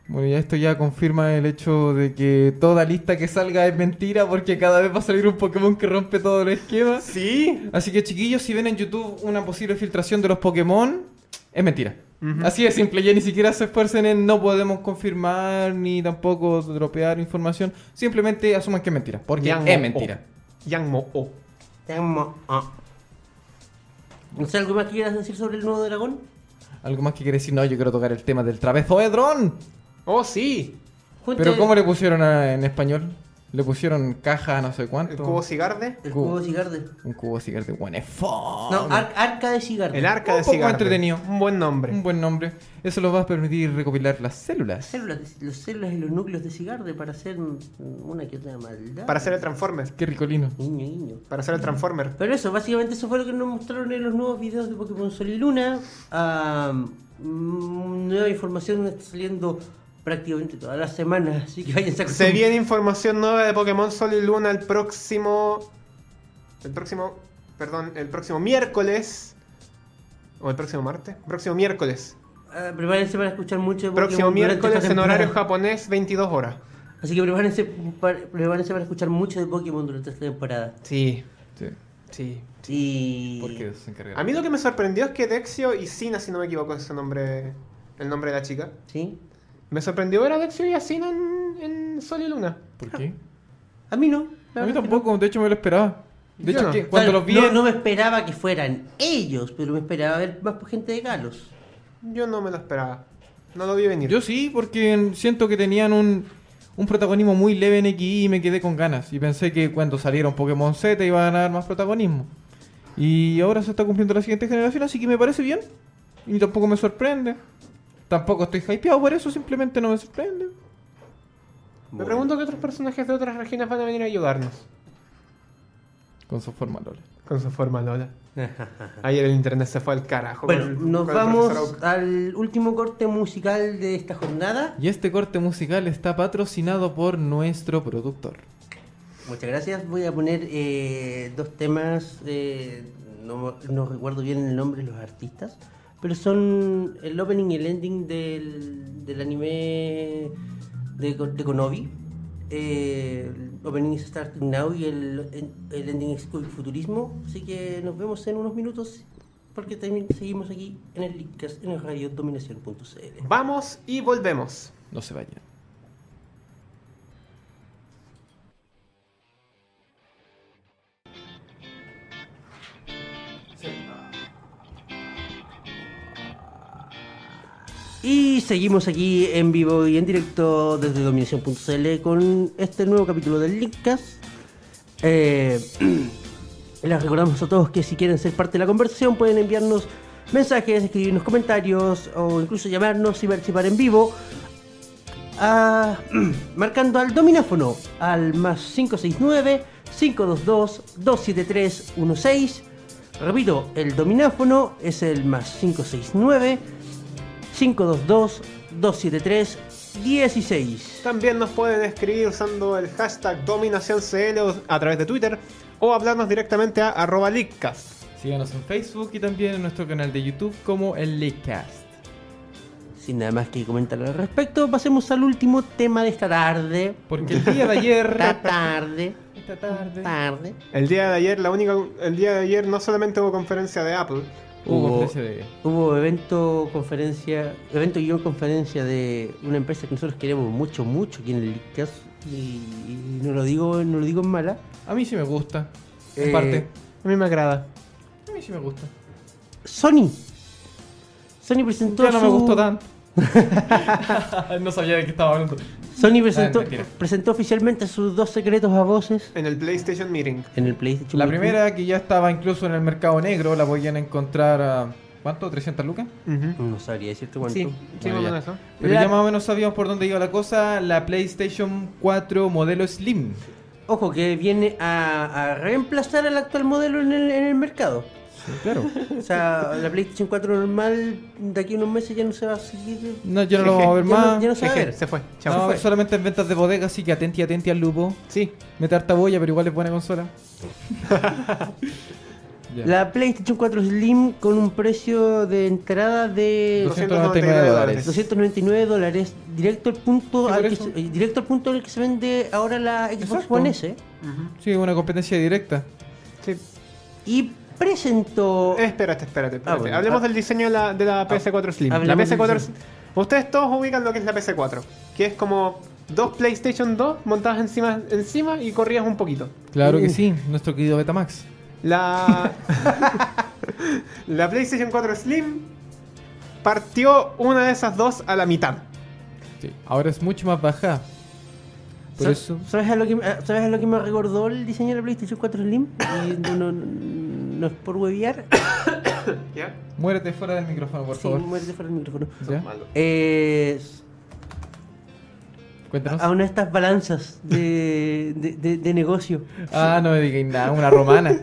Speaker 4: Bueno, ya esto ya confirma el hecho de que toda lista que salga es mentira porque cada vez va a salir un Pokémon que rompe todo el esquema.
Speaker 3: Sí.
Speaker 4: Así que chiquillos, si ven en YouTube una posible filtración de los Pokémon, es mentira.
Speaker 3: Ujú.
Speaker 4: Así de simple, ya ni siquiera se esfuercen en no podemos confirmar ni tampoco dropear información. Simplemente asuman que es mentira, porque
Speaker 3: Yang
Speaker 4: es
Speaker 3: Mo
Speaker 4: mentira.
Speaker 3: O. Yang Mo O.
Speaker 5: Yang Mo. ah. ¿No sé algo más que quieras decir sobre el nuevo dragón?
Speaker 4: Algo más que quiere decir, no, yo quiero tocar el tema del travesoedrón.
Speaker 3: Oh, sí.
Speaker 5: Junta
Speaker 4: Pero
Speaker 5: el-
Speaker 4: ¿cómo le pusieron a- en español? Le pusieron caja, no sé
Speaker 3: El
Speaker 4: cuánto.
Speaker 3: cubo cigarde.
Speaker 5: El
Speaker 4: Cubo.
Speaker 5: cubo de cigarde.
Speaker 4: Un cubo cigarro de guanefón.
Speaker 5: No, ar- arca de cigarde.
Speaker 3: El arca
Speaker 4: Un
Speaker 3: de
Speaker 4: poco
Speaker 3: cigarde.
Speaker 4: entretenido.
Speaker 3: Un buen nombre.
Speaker 4: Un buen nombre. Eso los va a permitir recopilar las
Speaker 5: Las
Speaker 4: células.
Speaker 5: células, de- los células y los núcleos de cigarde para hacer una que otra maldad.
Speaker 3: Para hacer el Transformer.
Speaker 4: Qué ricolino.
Speaker 5: Niño, niño.
Speaker 3: Para hacer el Transformer.
Speaker 5: Pero eso, básicamente eso fue lo que nos mostraron en los nuevos videos de Pokémon Sol y Luna. Ah, mm, nueva información está saliendo prácticamente todas las semanas, así que vayan sacando.
Speaker 3: Se viene información nueva de Pokémon Sol y Luna el próximo. El próximo. Perdón, el próximo miércoles. O el próximo martes. Próximo miércoles.
Speaker 5: Ah, prepárense para escuchar mucho de Pokémon
Speaker 3: Próximo
Speaker 5: durante
Speaker 3: miércoles
Speaker 5: esta
Speaker 3: en horario
Speaker 5: temporada.
Speaker 3: japonés, 22 horas.
Speaker 5: Así que prepárense para, prepárense para escuchar mucho de Pokémon durante esta temporada.
Speaker 3: Sí,
Speaker 4: Sí.
Speaker 3: sí.
Speaker 5: Y.
Speaker 4: Porque se encargaron.
Speaker 3: A mí lo que me sorprendió es que Dexio y Sina, si no me equivoco, es su nombre, el nombre de la chica.
Speaker 5: ¿Sí?
Speaker 3: Me sorprendió ver a Dexio y a Sina en, en Sol y Luna.
Speaker 4: ¿Por qué?
Speaker 5: A mí no. la
Speaker 4: A mí
Speaker 5: verdad es que
Speaker 4: tampoco, de hecho me lo esperaba. De
Speaker 3: Yo
Speaker 4: hecho,
Speaker 3: no.
Speaker 4: que cuando
Speaker 5: Claro,
Speaker 4: los vi.
Speaker 5: no,
Speaker 4: en-
Speaker 5: no me esperaba que fueran ellos, pero me esperaba ver más gente de Galos.
Speaker 3: Yo no me lo esperaba. No lo vi venir.
Speaker 4: Yo sí, porque siento que tenían un, un protagonismo muy leve en XI y me quedé con ganas. Y pensé que cuando salieron Pokémon Z iban a dar más protagonismo. Y ahora se está cumpliendo la siguiente generación, así que me parece bien. Y tampoco me sorprende. Tampoco estoy hypeado por eso, simplemente no me sorprende.
Speaker 3: me pregunto qué otros personajes de otras regiones van a venir a ayudarnos.
Speaker 4: Con su forma Lola.
Speaker 3: Con su forma Lola. Ayer el internet se fue al carajo.
Speaker 5: Bueno,
Speaker 3: con el-
Speaker 5: nos
Speaker 3: con el profesor
Speaker 5: vamos al último corte musical de esta jornada.
Speaker 4: Y este corte musical está patrocinado por nuestro productor.
Speaker 5: Muchas gracias. Voy a poner eh, dos temas. eh, no, no recuerdo bien el nombre de los artistas. Pero son el opening y el ending del, del anime de, Ko- de Konobi. Eh, el opening is starting now y el, el ending es Cool Futurismo. Así que nos vemos en unos minutos. Porque también seguimos aquí en el Leadcast en el radio dominación.cl.
Speaker 3: Vamos y volvemos.
Speaker 4: No se vayan.
Speaker 5: Y seguimos aquí en vivo y en directo desde dominación.cl con este nuevo capítulo del Linkcast. Eh, les recordamos a todos que si quieren ser parte de la conversación pueden enviarnos mensajes, escribirnos comentarios o incluso llamarnos y participar en vivo. a- marcando al domináfono al más 569-522-27316. Repito, el domináfono es el más 569 522-273-16.
Speaker 3: También nos pueden escribir usando el hashtag DominaciónCL o a través de Twitter o hablarnos directamente a arroba leakcast.
Speaker 4: Síganos en Facebook y también en nuestro canal de YouTube como el Leakcast.
Speaker 5: Sin nada más que comentar al respecto, pasemos al último tema de esta tarde.
Speaker 4: Porque el día de ayer.
Speaker 5: Esta tarde.
Speaker 4: esta tarde.
Speaker 5: Tarde.
Speaker 3: El día de ayer, la única, el día de ayer no solamente hubo conferencia de Apple,
Speaker 4: Hubo
Speaker 5: Hubo-
Speaker 4: conferencia de.
Speaker 5: Hubo evento, conferencia, evento guión conferencia de una empresa que nosotros queremos mucho, mucho aquí en el Leadcast, y, y no lo digo, no lo digo en mala.
Speaker 4: A mí sí me gusta. En
Speaker 5: Eh,
Speaker 4: parte.
Speaker 3: a mí me agrada.
Speaker 4: A mí sí me gusta.
Speaker 5: Sony. Sony presentó
Speaker 4: Ya no me
Speaker 5: su-
Speaker 4: gustó tanto. no sabía de qué estaba hablando.
Speaker 5: Sony presentó,
Speaker 4: Ah, mentira.
Speaker 5: presentó oficialmente sus dos secretos a voces
Speaker 3: En el PlayStation Meeting.
Speaker 5: en el PlayStation.
Speaker 4: La
Speaker 5: Meeting.
Speaker 4: primera que ya estaba incluso en el mercado negro, la podían encontrar a. ¿Cuánto? ¿300 lucas?
Speaker 3: Ujú.
Speaker 5: No sabría decirte cuánto.
Speaker 3: Sí, sí,
Speaker 4: Bueno,
Speaker 3: vamos
Speaker 4: ya.
Speaker 3: a eso.
Speaker 4: Pero
Speaker 5: La-
Speaker 4: ya más o menos sabíamos por dónde iba la cosa. La PlayStation 4 modelo Slim.
Speaker 5: Ojo, que viene a, a reemplazar al actual modelo en el, en el mercado.
Speaker 4: claro.
Speaker 5: O sea, la PlayStation 4 normal de aquí a unos meses ya no se va a seguir.
Speaker 4: No, yo no lo vamos a ver
Speaker 5: Ya no-
Speaker 4: más.
Speaker 5: ya no se va a
Speaker 3: Jeje,
Speaker 5: ver.
Speaker 3: se fue.
Speaker 4: No,
Speaker 3: Chao. Se fue.
Speaker 4: solamente en ventas de bodega, así que atenti, atenti al lupo.
Speaker 3: Sí,
Speaker 4: Me tartaboya, pero igual es buena consola. Ya.
Speaker 5: La PlayStation 4 Slim con un precio de entrada de
Speaker 4: 299 dólares.
Speaker 5: 299 dólares directo al punto
Speaker 4: Sí, por
Speaker 5: al que
Speaker 4: eso.
Speaker 5: se- eh, directo al punto en el que se vende ahora la Xbox
Speaker 4: Exacto.
Speaker 5: One S
Speaker 4: Sí, una competencia directa.
Speaker 3: sí.
Speaker 5: y presentó
Speaker 4: Eh,
Speaker 3: Espérate, espérate. espérate.
Speaker 5: Ah, bueno.
Speaker 3: Hablemos
Speaker 5: Ah.
Speaker 3: del diseño de la, de la PS4 Slim. La
Speaker 5: hablemos del
Speaker 3: PS4
Speaker 5: diseño.
Speaker 3: Ustedes todos ubican lo que es la PS4, que es como dos PlayStation 2 montadas encima, encima y corrías un poquito.
Speaker 4: Claro
Speaker 5: Uh.
Speaker 4: que sí, nuestro querido Betamax.
Speaker 3: La, la PlayStation 4 Slim partió una de esas dos a la mitad.
Speaker 4: Sí, ahora es mucho más baja. Por
Speaker 5: Sa-
Speaker 4: eso.
Speaker 5: ¿Sabes a, lo que, a- ¿Sabes a lo que me recordó el diseño de la PlayStation 4 Slim? Y no, no- no es por hueviar.
Speaker 3: ¿Ya?
Speaker 4: Muérete fuera del micrófono, por
Speaker 5: Sí,
Speaker 4: favor.
Speaker 5: muérete fuera del micrófono.
Speaker 4: Ya,
Speaker 3: Malo.
Speaker 5: Eh,
Speaker 4: Cuéntanos.
Speaker 5: a una de estas balanzas de, de, de- de negocio,
Speaker 4: Ah, no me digáis nada, una romana.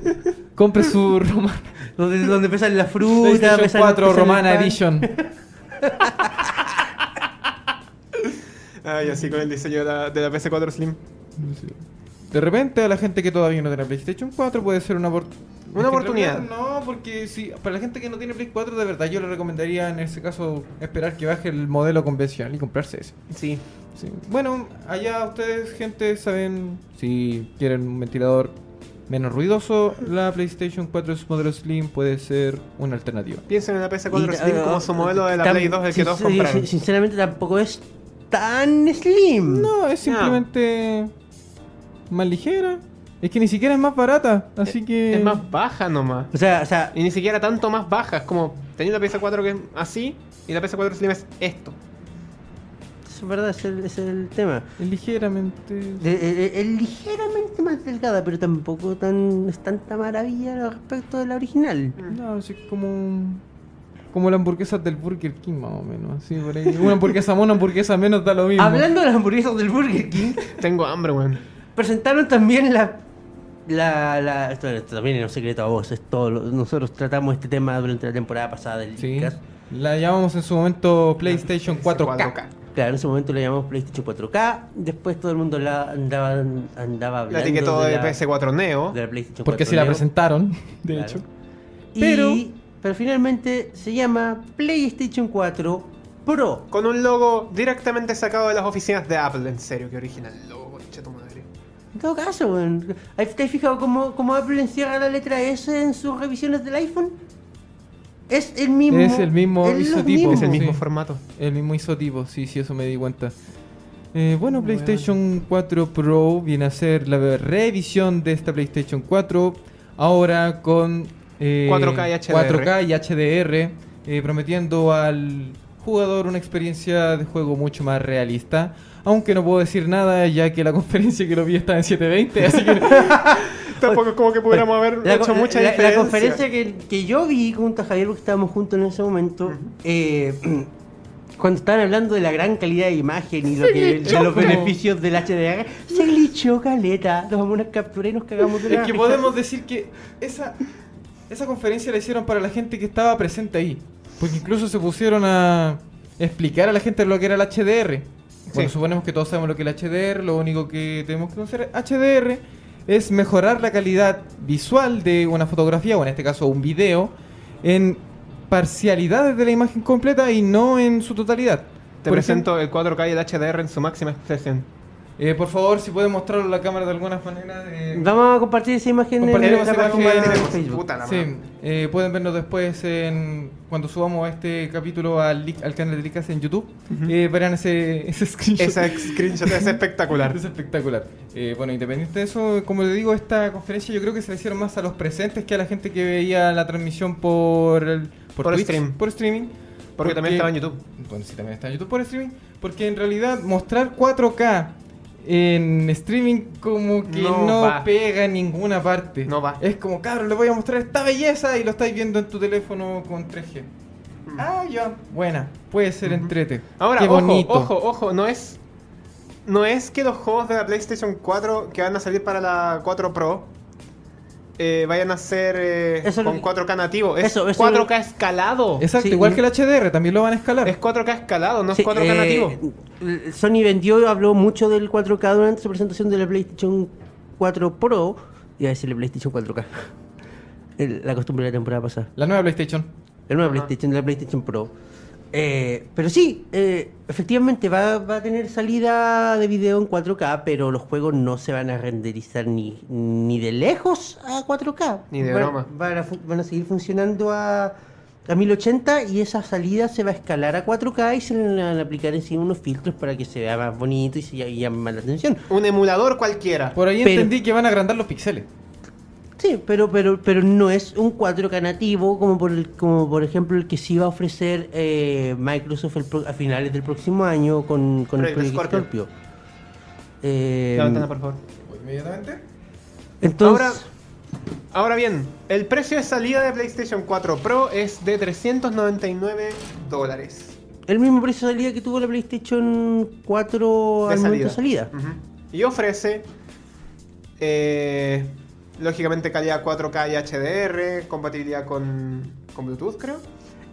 Speaker 4: Compre su romana.
Speaker 5: donde, donde pesan la fruta,
Speaker 4: PlayStation
Speaker 5: pesan,
Speaker 4: 4
Speaker 5: pesan el
Speaker 4: Romana
Speaker 5: pan.
Speaker 4: Edition.
Speaker 3: Ay, así con el diseño de la, de la PS4 Slim.
Speaker 4: De repente, a la gente que todavía no tiene PlayStation 4 puede ser una oportunidad.
Speaker 3: Una oportunidad.
Speaker 4: No, porque si, para la gente que no tiene Play 4, de verdad, yo le recomendaría en ese caso esperar que baje el modelo convencional y comprarse ese.
Speaker 3: Sí.
Speaker 4: Sí. Bueno, allá ustedes, gente, saben si quieren un ventilador menos ruidoso, la PlayStation 4 es modelo Slim puede ser una alternativa.
Speaker 3: Piensen en la PS4
Speaker 5: Y,
Speaker 3: Slim
Speaker 5: ah,
Speaker 3: como su modelo de la
Speaker 5: tam-
Speaker 3: Play 2 el que
Speaker 5: sin-
Speaker 3: todos compraron.
Speaker 5: sin- Sinceramente tampoco es tan slim.
Speaker 4: No, es simplemente más ligera. Es que ni siquiera es más barata, así que...
Speaker 3: Es más baja nomás.
Speaker 5: O sea, o sea,
Speaker 3: Y ni siquiera tanto más baja. Es como tenía la PS4 que es así y la PS4 Slim es esto.
Speaker 5: es verdad, es el, es el tema.
Speaker 4: es ligeramente...
Speaker 5: De- eh, eh, Es ligeramente más delgada, pero tampoco tan, es tanta maravilla respecto de la original.
Speaker 4: No, es como un- Como las hamburguesas del Burger King, más o menos. así por ahí. Una hamburguesa más, una hamburguesa menos, da lo mismo.
Speaker 5: Hablando de las hamburguesas del Burger King,
Speaker 3: Tengo hambre, weón.
Speaker 5: presentaron también la, la, la- esto, esto también es un secreto a vos, es todo. lo- nosotros tratamos este tema durante la temporada pasada del
Speaker 4: Sí.
Speaker 5: Leadcast.
Speaker 4: La llamamos en su momento PlayStation 4K.
Speaker 3: 4K.
Speaker 5: Claro, en ese momento le llamamos PlayStation 4K. Después todo el mundo la andaba, andaba hablando.
Speaker 3: La etiquetó de,
Speaker 5: la-
Speaker 3: PS4 Neo.
Speaker 5: de la PlayStation
Speaker 4: Porque
Speaker 5: 4
Speaker 4: si la
Speaker 5: Neo.
Speaker 4: presentaron, de
Speaker 5: Claro.
Speaker 4: hecho.
Speaker 5: Y-
Speaker 4: Pero-
Speaker 5: pero finalmente se llama PlayStation 4 Pro.
Speaker 3: Con un logo directamente sacado de las oficinas de Apple. En serio, qué original logo, concha tu madre.
Speaker 5: En todo caso, weón. ¿Ahí ¿Te has fijado cómo, cómo Apple encierra la letra S en sus revisiones del iPhone? Es el mismo.
Speaker 4: Es el mismo
Speaker 5: es los
Speaker 4: isotipo.
Speaker 5: mismos.
Speaker 3: Es el
Speaker 4: Sí.
Speaker 3: mismo formato.
Speaker 4: El mismo isotipo, sí, sí, eso me di cuenta. Eh, bueno, PlayStation 4 Pro viene a ser la revisión de esta PlayStation 4. Ahora con eh,
Speaker 3: 4K y HDR.
Speaker 4: 4K y HDR, eh, prometiendo al jugador una experiencia de juego mucho más realista. Aunque no puedo decir nada, ya que la conferencia que lo vi estaba en 720, así que
Speaker 3: Tampoco es como que pudiéramos haber
Speaker 5: La,
Speaker 3: hecho
Speaker 5: co-
Speaker 3: mucha
Speaker 5: la- la
Speaker 3: diferencia.
Speaker 5: conferencia que, que yo vi junto a Javier, porque estábamos juntos en ese momento, eh, cuando estaban hablando de la gran calidad de imagen y lo que- de los beneficios del HDR, se glitchó caleta. Tomamos unas capturas y nos cagamos de la
Speaker 4: Es que
Speaker 5: risa.
Speaker 4: podemos decir que esa, esa conferencia la hicieron para la gente que estaba presente ahí. Porque incluso se pusieron a explicar a la gente lo que era el HDR. Bueno,
Speaker 3: Sí.
Speaker 4: suponemos que todos sabemos lo que es el HDR, lo único que tenemos que conocer HDR es mejorar la calidad visual de una fotografía, o en este caso un video, en parcialidades de la imagen completa y no en su totalidad.
Speaker 3: Te
Speaker 4: Por
Speaker 3: presento el 4K y el HDR en su máxima expresión.
Speaker 4: Eh, por favor, si puede mostrarlo a la cámara de alguna manera. eh,
Speaker 5: Vamos a compartir esa imagen en
Speaker 4: Compartiremos
Speaker 5: la
Speaker 4: esa
Speaker 5: página de
Speaker 4: imagen.
Speaker 5: Facebook.
Speaker 3: Puta la
Speaker 4: Sí,
Speaker 3: madre.
Speaker 4: eh, pueden vernos después en, cuando subamos este capítulo al, li- al canal de Licas en YouTube. Eh, verán ese, ese screenshot.
Speaker 3: Esa screenshot es espectacular.
Speaker 4: Es espectacular. Eh, bueno, independiente de eso, como le digo, esta conferencia yo creo que se la hicieron más a los presentes que a la gente que veía la transmisión por, el-
Speaker 3: Por
Speaker 4: Twitch,
Speaker 3: stream.
Speaker 4: por streaming.
Speaker 3: Porque también estaba en YouTube.
Speaker 4: Bueno, sí, también está en YouTube por streaming. Porque en realidad mostrar 4K en streaming como que
Speaker 3: No
Speaker 4: no,
Speaker 3: va.
Speaker 4: pega en ninguna parte.
Speaker 3: No va.
Speaker 4: Es como, cabrón, le voy a mostrar esta belleza y lo estáis viendo en tu teléfono con 3G. Ah, ya. Buena. Puede ser entrete.
Speaker 3: Mm. Ahora,
Speaker 4: Qué
Speaker 3: ojo,
Speaker 4: bonito.
Speaker 3: ojo, ojo, no es. No es que los juegos de la PlayStation 4 que van a salir para la 4 Pro eh, vayan a ser eh,
Speaker 5: Eso
Speaker 3: con
Speaker 5: lo-
Speaker 3: 4K nativo. Es
Speaker 5: eso- eso-
Speaker 3: 4K escalado. Es,
Speaker 4: Exacto,
Speaker 5: Sí.
Speaker 4: igual que el HDR, también lo van a escalar.
Speaker 3: 4K escalado, no
Speaker 5: Sí,
Speaker 3: es 4K
Speaker 5: eh,
Speaker 3: nativo.
Speaker 5: l- Sony vendió, habló mucho del 4K durante su presentación de la PlayStation 4 Pro. Iba a decirle PlayStation 4K. El- la costumbre de la temporada pasada.
Speaker 4: La nueva PlayStation.
Speaker 5: La nueva PlayStation, la PlayStation Pro. Eh, pero sí, eh, efectivamente va, va a tener salida de video en 4K, pero los juegos no se van a renderizar ni, ni de lejos a 4K.
Speaker 3: Ni de
Speaker 5: Van-
Speaker 3: broma.
Speaker 5: Van a, fu- van a seguir funcionando a, a 1080 y esa salida se va a escalar a 4K y se le van a aplicar encima unos filtros para que se vea más bonito y se ll- llame más la atención.
Speaker 3: Un emulador cualquiera.
Speaker 4: Por ahí
Speaker 5: Pero-
Speaker 4: entendí que van a agrandar los píxeles.
Speaker 5: Sí, pero, pero, pero no es un 4K nativo como por, el, como por ejemplo el que sí va a ofrecer eh, Microsoft el pro- a finales del próximo año con, con el
Speaker 3: Proyecto
Speaker 5: Project
Speaker 3: Scorpio.
Speaker 5: Scorpio. Eh,
Speaker 3: La ventana, por favor.
Speaker 4: Inmediatamente.
Speaker 5: entonces,
Speaker 3: Ahora, ahora bien, el precio de salida de PlayStation 4 Pro es de 399 dólares.
Speaker 5: el mismo precio de salida que tuvo la PlayStation 4
Speaker 3: de
Speaker 5: al momento
Speaker 3: salida.
Speaker 5: de salida.
Speaker 3: Ujú. Y ofrece, eh, lógicamente, calidad 4K y HDR, compatibilidad con, con Bluetooth, creo.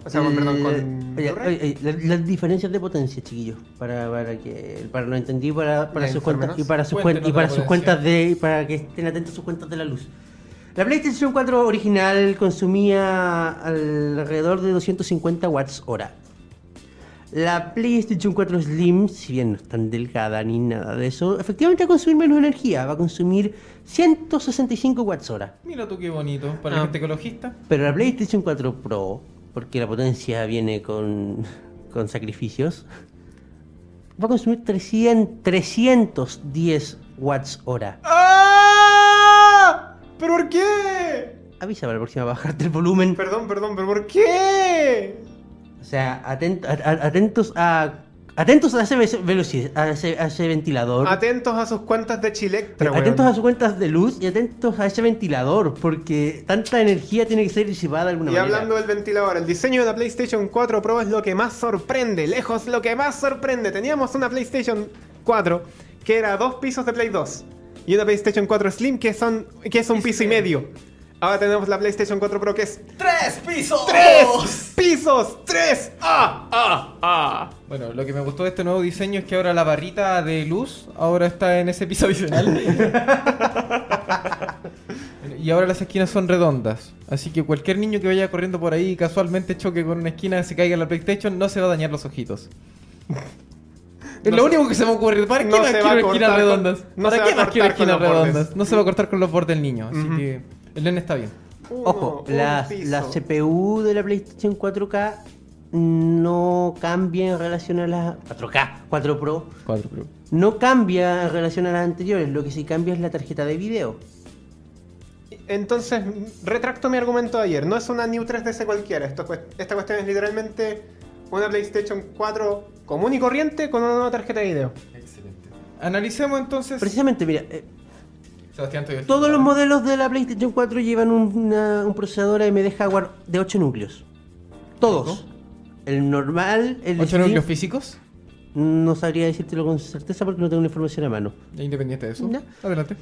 Speaker 3: O sea, con- perdón, con
Speaker 5: Eh,
Speaker 3: Blu-ray.
Speaker 5: oye, oye, las, las diferencias de potencia, chiquillos, para, para que para lo entendí para, para
Speaker 3: Ya,
Speaker 5: sus cuentas
Speaker 3: infórmenos.
Speaker 5: y para sus
Speaker 4: Cuéntenos
Speaker 5: cuen- y para
Speaker 4: la
Speaker 5: sus
Speaker 4: potencia.
Speaker 5: cuentas de y para que estén atentos a sus cuentas de la luz. La PlayStation 4 original consumía alrededor de 250 watts hora. La PlayStation 4 Slim, si bien no es tan delgada ni nada de eso, efectivamente va a consumir menos energía, va a consumir 165 watts hora.
Speaker 4: Mira tú qué bonito. Para
Speaker 3: Ah.
Speaker 4: la gente ecologista.
Speaker 5: Pero la PlayStation 4 Pro, porque la potencia viene con, con sacrificios, va a consumir 300, 310 watts hora.
Speaker 3: ¡Ah! ¿Pero por qué?
Speaker 5: Avisa para la próxima bajarte el volumen.
Speaker 3: Perdón, perdón, pero ¿por qué?
Speaker 5: O sea, atent- a- a- atentos a atentos a ese ve- velocidad, a ese, a ese ventilador.
Speaker 3: Atentos a sus cuentas de Chilectra, weón.
Speaker 5: Atentos a sus cuentas de luz y atentos a ese ventilador, porque tanta energía tiene que ser disipada de alguna
Speaker 3: Y
Speaker 5: manera.
Speaker 3: hablando del ventilador, el diseño de la PlayStation 4 Pro es lo que más sorprende, lejos lo que más sorprende. Teníamos una PlayStation 4 que era dos pisos de Play 2. y una PlayStation 4 Slim que, son, que es un piso y medio. Ahora tenemos la PlayStation 4 Pro que es
Speaker 4: ¡Tres pisos!
Speaker 5: ¡Oh!
Speaker 3: ¡Tres pisos! ¡Tres! ¡Ah! ¡Ah! ¡Ah!
Speaker 4: Bueno, lo que me gustó de este nuevo diseño es que ahora la barrita de luz ahora está en ese piso adicional. y ahora las esquinas son redondas. Así que cualquier niño que vaya corriendo por ahí y casualmente choque con una esquina y se caiga en la PlayStation, no se va a dañar los ojitos. Es lo
Speaker 3: No se-
Speaker 4: único que se me ocurre. ¿Para qué
Speaker 3: no
Speaker 4: más
Speaker 3: se va
Speaker 4: quiero
Speaker 3: a
Speaker 4: esquinas
Speaker 3: cortar con-
Speaker 4: redondas?
Speaker 3: no
Speaker 4: ¿Para
Speaker 3: se va
Speaker 4: qué
Speaker 3: a
Speaker 4: más quiero
Speaker 3: cortar con
Speaker 4: esquinas
Speaker 3: los bordes. Mm.
Speaker 4: redondas? No se va a cortar con los bordes del niño. Así
Speaker 3: Ujú.
Speaker 4: que el nen está bien.
Speaker 3: Uno,
Speaker 5: Ojo,
Speaker 3: un
Speaker 5: la,
Speaker 3: piso.
Speaker 5: la CPU de la PlayStation 4K no cambia en relación a la 4K, 4 Pro,
Speaker 4: Cuatro, creo.
Speaker 5: no cambia en relación a las anteriores, lo que sí cambia es la tarjeta de video.
Speaker 3: Entonces, retracto mi argumento de ayer. No es una New 3DS cualquiera. Esto es cuest- esta cuestión es literalmente una PlayStation 4 común y corriente con una nueva tarjeta de video.
Speaker 2: Excelente.
Speaker 4: Analicemos entonces.
Speaker 5: Precisamente, mira, eh,
Speaker 4: Sebastián, te doy el
Speaker 5: todos los
Speaker 4: celular.
Speaker 5: modelos de la PlayStation 4 llevan un, una- un procesador AMD Jaguar de 8 núcleos. Todos. El normal, el
Speaker 4: ¿Ocho
Speaker 5: Slim,
Speaker 4: núcleos físicos?
Speaker 5: no sabría decírtelo con certeza porque no tengo la información a mano.
Speaker 4: Independiente de eso.
Speaker 5: Ya.
Speaker 4: Adelante.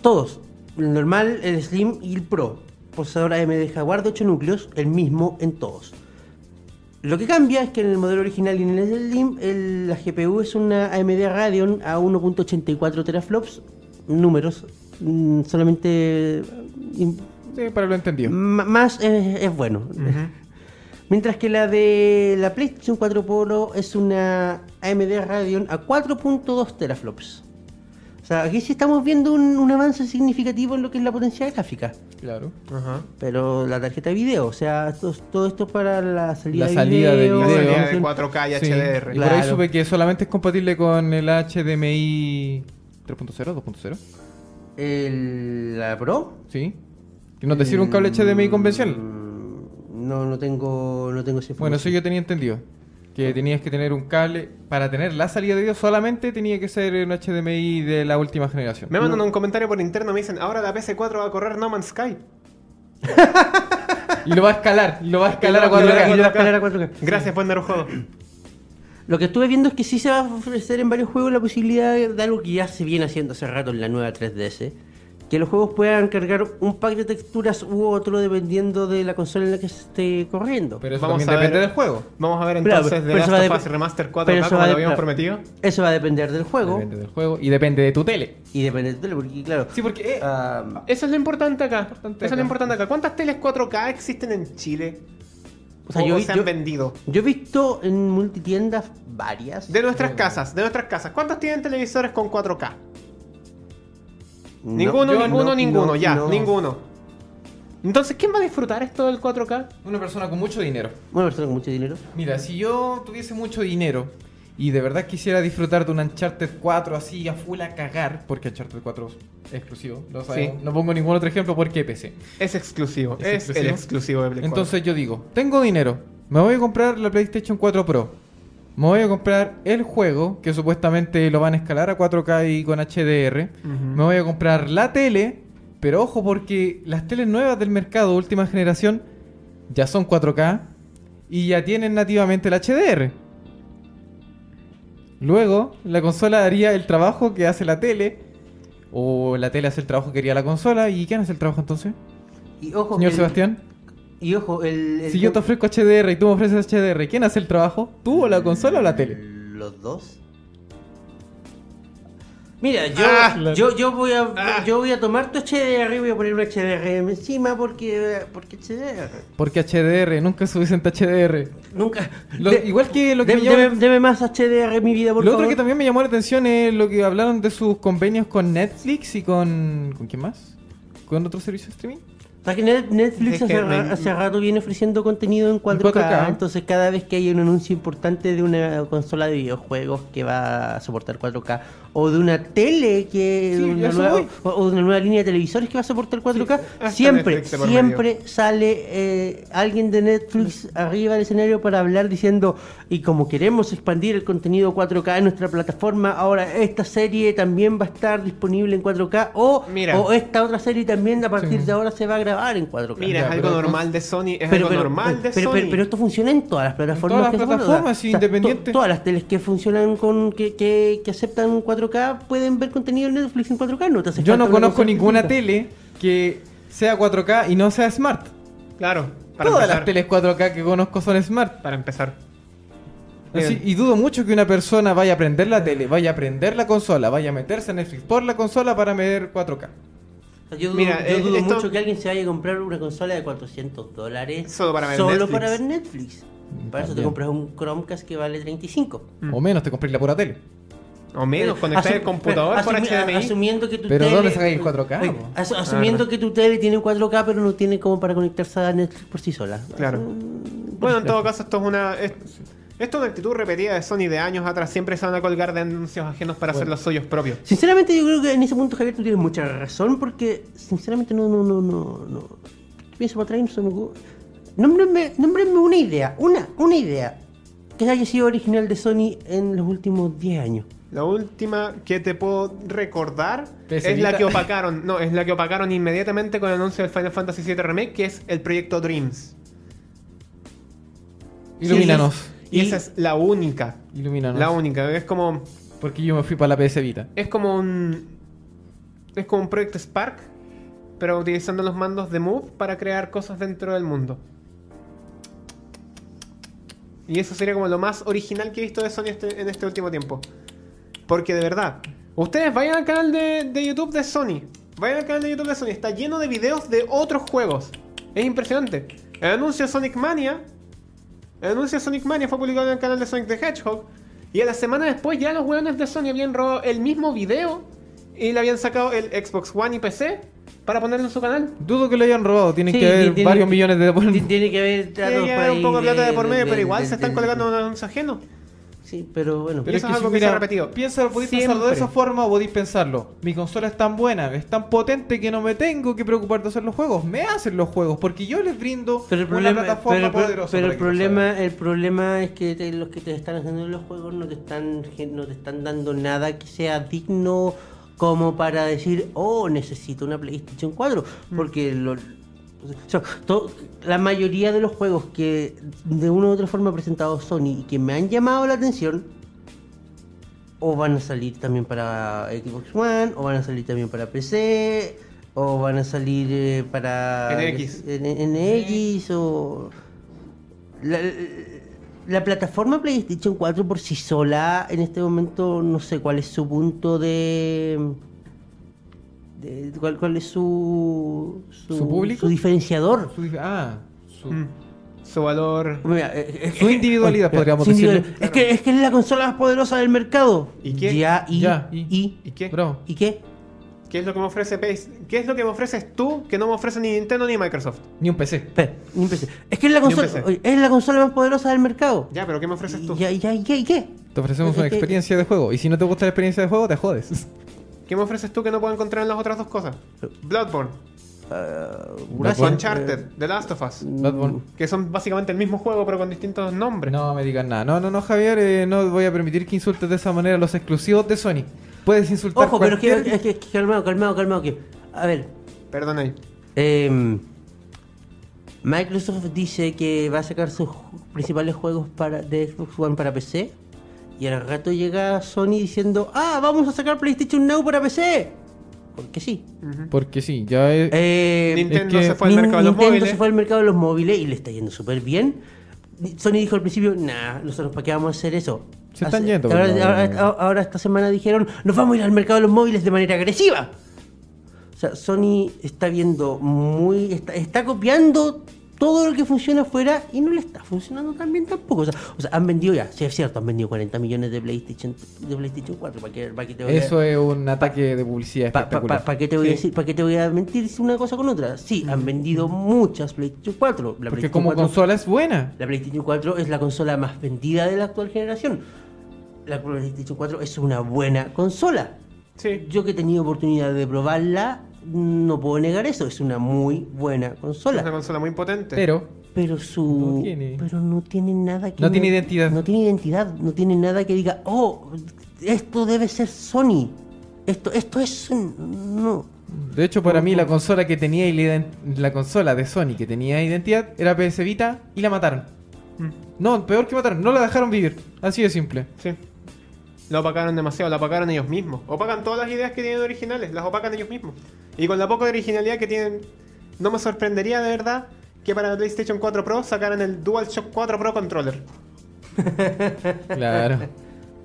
Speaker 5: Todos. El normal, el Slim y el Pro. Procesador AMD Jaguar de 8 núcleos, el mismo en todos. Lo que cambia es que en el modelo original y en el Slim, el- la GPU es una AMD Radeon a 1.84 teraflops, números, mm, solamente mm,
Speaker 4: Sí, para lo entendido.
Speaker 5: M- más es, es bueno. Mientras que la de la PlayStation 4 Pro es una AMD Radeon a 4.2 teraflops. O sea, aquí sí estamos viendo un, un avance significativo en lo que es la potencia gráfica.
Speaker 4: Claro.
Speaker 3: Ajá.
Speaker 5: Pero la tarjeta de video, o sea, esto- todo esto es para la salida,
Speaker 4: La salida de
Speaker 3: La
Speaker 4: Video.
Speaker 3: salida de
Speaker 5: transmisión.
Speaker 3: 4K y
Speaker 4: Sí.
Speaker 3: HDR.
Speaker 4: Y por ahí
Speaker 5: Claro.
Speaker 4: supe que solamente es compatible con el HDMI 3.0, 2.0.
Speaker 5: El- ¿La Pro?
Speaker 4: Sí. Que no te sirve un cable HDMI convencional.
Speaker 5: Mm, No, no tengo, no tengo ese
Speaker 4: Bueno, eso yo tenía entendido. Que tenías que tener un cable. Para tener la salida de video solamente tenía que ser un HDMI de la última generación.
Speaker 3: Me mandan un comentario por interno me dicen, ahora la PS4 va a correr No Man's Sky.
Speaker 4: Y lo va a escalar. y Lo va a escalar a
Speaker 3: Y lo va a
Speaker 4: 4K.
Speaker 5: Y lo va a escalar a 4K.
Speaker 3: Gracias por Narujodo.
Speaker 5: Lo que estuve viendo es que sí se va a ofrecer en varios juegos la posibilidad de algo que ya se viene haciendo hace rato en la nueva 3DS. Que los juegos puedan cargar un pack de texturas u otro dependiendo de la consola en la que se esté corriendo.
Speaker 4: Pero eso
Speaker 3: Vamos
Speaker 4: también
Speaker 3: a ver.
Speaker 4: depende del juego.
Speaker 3: Vamos a ver
Speaker 5: Claro,
Speaker 3: entonces de
Speaker 5: pero eso va
Speaker 3: Last
Speaker 5: a
Speaker 3: of Us
Speaker 5: dep-
Speaker 3: Remaster
Speaker 5: pero
Speaker 3: 4K
Speaker 5: eso
Speaker 3: como
Speaker 5: va a
Speaker 3: lo
Speaker 5: dep-
Speaker 3: habíamos
Speaker 5: claro.
Speaker 3: prometido.
Speaker 5: Eso va a depender del juego.
Speaker 4: Depende del juego y depende de tu tele.
Speaker 5: Y depende del tele, porque claro.
Speaker 4: Sí, porque eh,
Speaker 5: ah,
Speaker 3: Eso es lo importante acá.
Speaker 4: Importante
Speaker 3: Eso es
Speaker 4: acá.
Speaker 3: lo importante acá. ¿Cuántas teles 4K existen en Chile?
Speaker 5: o sea, yo, vi-
Speaker 3: se han
Speaker 5: yo,
Speaker 3: vendido.
Speaker 5: yo he visto en multitiendas varias.
Speaker 3: De nuestras casas, de nuestras casas. ¿Cuántas tienen televisores con 4K?
Speaker 5: No,
Speaker 3: Ninguno,
Speaker 5: yo
Speaker 3: ninguno,
Speaker 5: no,
Speaker 3: ninguno,
Speaker 5: no,
Speaker 3: ya,
Speaker 5: no.
Speaker 3: ninguno. Entonces, ¿quién va a disfrutar esto del 4K?
Speaker 4: una persona con mucho dinero.
Speaker 5: Una persona con mucho dinero.
Speaker 4: Mira, si yo tuviese mucho dinero y de verdad quisiera disfrutar de un Uncharted 4 así a full a cagar, porque Uncharted 4 es exclusivo, lo sabemos.
Speaker 3: Sí.
Speaker 4: No pongo ningún otro ejemplo porque PC.
Speaker 3: Es exclusivo,
Speaker 4: ¿Es
Speaker 3: es,
Speaker 4: exclusivo?
Speaker 3: el exclusivo de Play cuatro.
Speaker 4: Entonces yo digo, tengo dinero, me voy a comprar la PlayStation 4 Pro. Me voy a comprar el juego, que supuestamente lo van a escalar a 4K y con HDR. Me voy a comprar la tele, pero ojo porque las teles nuevas del mercado, última generación, ya son 4K y ya tienen nativamente el HDR. Luego, la consola haría el trabajo que hace la tele, o la tele hace el trabajo que haría la consola, ¿y quién hace el trabajo entonces?
Speaker 5: Y ojo,
Speaker 4: Señor
Speaker 5: Oh, el-
Speaker 4: Sebastián.
Speaker 5: Y ojo, el. el-
Speaker 4: Si yo te ofrezco HDR y tú me ofreces HDR, ¿quién hace el trabajo? ¿Tú o la consola o la tele?
Speaker 5: ¿Los dos? Mira, yo,
Speaker 3: Ah,
Speaker 4: la- Ah.
Speaker 5: yo, yo, voy a, yo voy a tomar tu HDR y voy a poner un HDR encima porque, porque HDR.
Speaker 4: Porque HDR, nunca es suficiente HDR.
Speaker 5: Nunca.
Speaker 4: Lo-
Speaker 5: De-
Speaker 4: igual que lo que
Speaker 5: de-
Speaker 4: me llama-
Speaker 5: deme, deme más HDR mi vida, por
Speaker 4: lo
Speaker 5: favor.
Speaker 4: otro que también me llamó la atención es lo que hablaron de sus convenios con Netflix y con. ¿Con quién más? ¿Con otro servicio de streaming?
Speaker 5: O sea, que Net- Netflix
Speaker 3: Es que
Speaker 5: hace, ra-
Speaker 3: me-
Speaker 5: hace rato viene ofreciendo contenido en 4K,
Speaker 4: 4K.
Speaker 5: entonces cada vez que hay un anuncio importante de una consola de videojuegos que va a soportar 4 o de una tele que
Speaker 4: Sí,
Speaker 5: de una
Speaker 4: eso
Speaker 5: nueva,
Speaker 4: voy.
Speaker 5: o, o de una nueva línea de televisores que va a soportar 4K,
Speaker 3: hasta
Speaker 5: siempre
Speaker 3: Netflix de por
Speaker 5: siempre sale eh, alguien de Netflix arriba del escenario para hablar diciendo y como queremos expandir el contenido 4K en nuestra plataforma, ahora esta serie también va a estar disponible en 4K o,
Speaker 3: Mira.
Speaker 5: o esta otra serie también a partir
Speaker 4: Sí.
Speaker 5: de ahora se va a grabar en 4K.
Speaker 3: Mira,
Speaker 4: Ya,
Speaker 3: es algo
Speaker 4: pero-
Speaker 3: normal de Sony, es
Speaker 5: pero,
Speaker 3: algo
Speaker 5: pero-
Speaker 3: normal de Sony.
Speaker 5: pero- pero- pero esto funciona en todas las plataformas.
Speaker 4: todas las
Speaker 5: que se
Speaker 4: plataformas,
Speaker 5: puedan.
Speaker 4: independiente.
Speaker 5: to- todas las teles que funcionan con que, que, que aceptan 4K 4K pueden ver contenido en Netflix en 4K. No te hace
Speaker 4: Yo
Speaker 5: falta
Speaker 4: no
Speaker 5: una
Speaker 4: conozco
Speaker 5: consola
Speaker 4: ninguna tele
Speaker 5: específica.
Speaker 4: que sea 4K y no sea Smart.
Speaker 3: Claro, para
Speaker 4: Todas
Speaker 3: empezar.
Speaker 4: las teles 4K que conozco son Smart.
Speaker 3: Para empezar.
Speaker 4: Así- y dudo mucho que una persona vaya a aprender la tele, vaya a aprender la consola, vaya a meterse en Netflix por la consola para ver 4K.
Speaker 5: O sea, Yo dudo,
Speaker 3: Mira,
Speaker 5: yo
Speaker 3: eh,
Speaker 5: dudo
Speaker 3: esto-
Speaker 5: mucho que alguien se vaya a comprar una consola de 400 dólares
Speaker 3: Solo para ver Netflix.
Speaker 5: para ver Netflix. Para eso te
Speaker 4: También.
Speaker 5: compras un Chromecast que vale 35.
Speaker 3: Mm.
Speaker 4: O menos te compré la pura tele.
Speaker 3: O menos,
Speaker 5: Eh,
Speaker 3: conectar
Speaker 5: asum-
Speaker 3: el computador
Speaker 5: espera,
Speaker 3: por
Speaker 5: asumi- a-
Speaker 3: HDMI.
Speaker 5: Asumiendo que tu
Speaker 4: Pero
Speaker 5: tele-
Speaker 4: ¿dónde sacáis el 4K,
Speaker 5: Oye,
Speaker 4: po?
Speaker 5: as- asumiendo que tu tele tiene 4K, pero no tiene como para conectarse a Netflix por sí sola.
Speaker 3: Claro. Bueno, en todo caso, esto es una. es- esto es una actitud repetida de Sony de años atrás. Siempre se van a colgar de anuncios ajenos para hacer los suyos propios.
Speaker 5: Sinceramente, yo creo que en ese punto, Javier, tú tienes mucha razón, porque sinceramente no, no, no, no, no. Pienso para atrás y no se me ocurre. Nómbrenme, nómbrenme una idea, una, una idea que haya sido original de Sony en los últimos 10 años.
Speaker 3: La última que te puedo recordar
Speaker 4: PS
Speaker 3: es la
Speaker 4: Vita.
Speaker 3: que opacaron. No, es la que opacaron inmediatamente con el anuncio del Final Fantasy VII Remake, que es el proyecto Dreams.
Speaker 4: Ilumínanos.
Speaker 3: Y,
Speaker 5: Y-
Speaker 3: esa es la única.
Speaker 4: Ilumínanos.
Speaker 3: La única. Es como.
Speaker 4: Porque yo me fui para la PS Vita.
Speaker 3: Es como un. Es como un proyecto Spark, pero utilizando los mandos de Move para crear cosas dentro del mundo. Y eso sería como lo más original que he visto de Sony este- en este último tiempo. Porque de verdad, ustedes vayan al canal de, de YouTube de Sony. Vayan al canal de YouTube de Sony. Está lleno de videos de otros juegos. Es impresionante. El anuncio de Sonic Mania. El anuncio de Sonic Mania fue publicado en el canal de Sonic the Hedgehog. Y a la semana después ya los weones de Sony habían robado el mismo video. Y le habían sacado el Xbox One y PC para ponerlo en su canal.
Speaker 4: Dudo que lo hayan robado, tienen
Speaker 5: Sí,
Speaker 4: que haber
Speaker 5: tiene-
Speaker 4: varios
Speaker 5: tiene-
Speaker 4: millones de
Speaker 5: Ti-
Speaker 4: dólares.
Speaker 5: Tiene que haber
Speaker 3: Y ahí
Speaker 5: tratos por
Speaker 3: hay un
Speaker 5: ahí
Speaker 3: poco de plata de
Speaker 5: de-
Speaker 3: por medio,
Speaker 5: de-
Speaker 3: pero igual
Speaker 5: de-
Speaker 3: se
Speaker 5: de-
Speaker 3: están
Speaker 5: de-
Speaker 3: colgando un anuncio ajeno.
Speaker 5: Sí, pero bueno.
Speaker 4: Pero
Speaker 3: eso
Speaker 4: es que
Speaker 3: es algo
Speaker 4: si,
Speaker 3: que se ha
Speaker 4: mira,
Speaker 3: repetido.
Speaker 4: piénsalo, podéis pensarlo de
Speaker 3: Siempre.
Speaker 4: esa forma o podéis pensarlo. Mi consola es tan buena, es tan potente que no me tengo que preocupar de hacer los juegos. Me hacen los juegos porque yo les brindo
Speaker 5: Pero el problema,
Speaker 4: una plataforma
Speaker 5: pero, pero-
Speaker 4: poderosa.
Speaker 5: pero
Speaker 4: para
Speaker 5: el,
Speaker 4: que lo hagan.
Speaker 5: problema, el problema es que te- los que te están haciendo los juegos no te están gen- no te están dando nada que sea digno como para decir, oh, necesito una PlayStation 4. Porque lo- o sea, to- la mayoría de los juegos que de una u otra forma ha presentado Sony y que me han llamado la atención, o van a salir también para Xbox One, o van a salir también para PC, o van a salir eh, para
Speaker 3: NX.
Speaker 5: en- en- en NX, o la, la plataforma PlayStation 4 por sí sola en este momento no sé cuál es su punto de, de- cuál, cuál es su
Speaker 4: ¿Su público?
Speaker 5: su diferenciador.
Speaker 4: Su- ah, su-
Speaker 3: Mm. Su valor.
Speaker 5: Mira, eh, eh,
Speaker 4: Su
Speaker 5: eh,
Speaker 4: individualidad,
Speaker 5: espera,
Speaker 4: podríamos
Speaker 5: su
Speaker 4: decirlo.
Speaker 5: individual- Es que, es que es la consola más poderosa del mercado.
Speaker 3: ¿Y qué?
Speaker 5: Ya, y,
Speaker 4: Ya,
Speaker 5: y,
Speaker 4: y-
Speaker 3: ¿Y qué?
Speaker 4: Bravo.
Speaker 5: ¿y qué?
Speaker 3: ¿Qué es lo que me ofrece Pace? ¿Qué es lo que me ofreces tú que no me ofrece ni Nintendo ni Microsoft?
Speaker 4: Ni un PC.
Speaker 5: Espera, ni empecé. Es que es la
Speaker 3: Ni
Speaker 5: consola,
Speaker 3: empecé.
Speaker 5: oye, es la consola más poderosa del mercado.
Speaker 3: Ya, pero ¿qué me ofreces tú?
Speaker 5: Ya, ya, ¿y qué? ¿Y qué?
Speaker 4: Te ofrecemos
Speaker 5: Es
Speaker 4: una
Speaker 5: que-
Speaker 4: experiencia de juego. Y si no te gusta la experiencia de juego, te jodes.
Speaker 3: ¿Qué me ofreces tú que no puedo encontrar en las otras dos cosas? Bloodborne,
Speaker 5: Ah, eh,
Speaker 4: Bloodborne.
Speaker 3: Uncharted, The Last of Us,
Speaker 5: Uh.
Speaker 4: Bloodborne.
Speaker 3: que son básicamente el mismo juego pero con distintos nombres.
Speaker 4: No me digas nada. No, no, no, Javier, eh, no voy a permitir que insultes de esa manera a los exclusivos de Sony. Puedes insultar
Speaker 5: Ojo, pero es que,
Speaker 4: cualquier-
Speaker 5: es que- es que- calmado, calmado, calmado. Que, a ver,
Speaker 3: Perdón ahí.
Speaker 5: em, Microsoft dice que va a sacar sus ju- principales juegos para, de Xbox One para PC. Y al rato llega Sony diciendo, ah, vamos a sacar PlayStation Now para PC. Porque sí.
Speaker 4: Porque sí, ya es...
Speaker 5: Eh,
Speaker 3: Nintendo
Speaker 4: es que
Speaker 3: se fue al
Speaker 5: Nin-
Speaker 3: mercado de los
Speaker 5: Nintendo
Speaker 3: móviles.
Speaker 5: se fue al mercado de los móviles y le está yendo súper bien. Sony dijo al principio, nah, nosotros para qué vamos a hacer eso.
Speaker 4: Se están
Speaker 5: Hace-
Speaker 4: yendo,
Speaker 5: Ahora,
Speaker 4: pero-
Speaker 5: ahora- ahora- ahora esta semana dijeron, nos vamos a ir al mercado de los móviles de manera agresiva. O sea, Sony está viendo muy. está, está copiando todo lo que funciona afuera y no le está funcionando tan bien tampoco. O sea, o sea, han vendido ya, sí es cierto, han vendido 40 millones de PlayStation, de PlayStation 4. ¿Para qué, para qué te voy a-
Speaker 4: Eso es un ataque de publicidad
Speaker 5: ¿Para
Speaker 4: espectacular.
Speaker 5: qué te voy a
Speaker 3: Sí.
Speaker 5: decir? ¿Para qué te voy a mentir si una cosa con otra? Sí, han vendido muchas PlayStation 4. La
Speaker 4: Mm. Porque
Speaker 5: PlayStation
Speaker 4: como
Speaker 5: 4
Speaker 4: consola es buena.
Speaker 5: la PlayStation 4 es la consola más vendida de la actual generación. La PlayStation 4 es una buena consola.
Speaker 3: Sí.
Speaker 5: Yo que he tenido oportunidad de probarla, no puedo negar eso. Es una muy buena
Speaker 3: Es una
Speaker 5: consola.
Speaker 3: consola muy potente.
Speaker 4: Pero
Speaker 5: Pero su.
Speaker 4: No tiene.
Speaker 5: Pero no tiene nada que.
Speaker 4: No tiene identidad.
Speaker 5: No tiene identidad. No tiene nada que diga, oh, esto debe ser Sony. Esto, esto es. Sony". No.
Speaker 4: De hecho, para mí la consola que tenía y la, ident- la consola de Sony que tenía identidad era PS Vita
Speaker 3: Mm,
Speaker 4: y la mataron. No, peor que mataron, no la dejaron vivir. Así de simple.
Speaker 3: Sí. La opacaron demasiado, la opacaron ellos mismos. Opacan todas las ideas que tienen originales, las opacan ellos mismos. Y con la poca originalidad que tienen, no me sorprendería de verdad que para la PlayStation 4 Pro sacaran el DualShock 4 Pro Controller.
Speaker 4: Claro.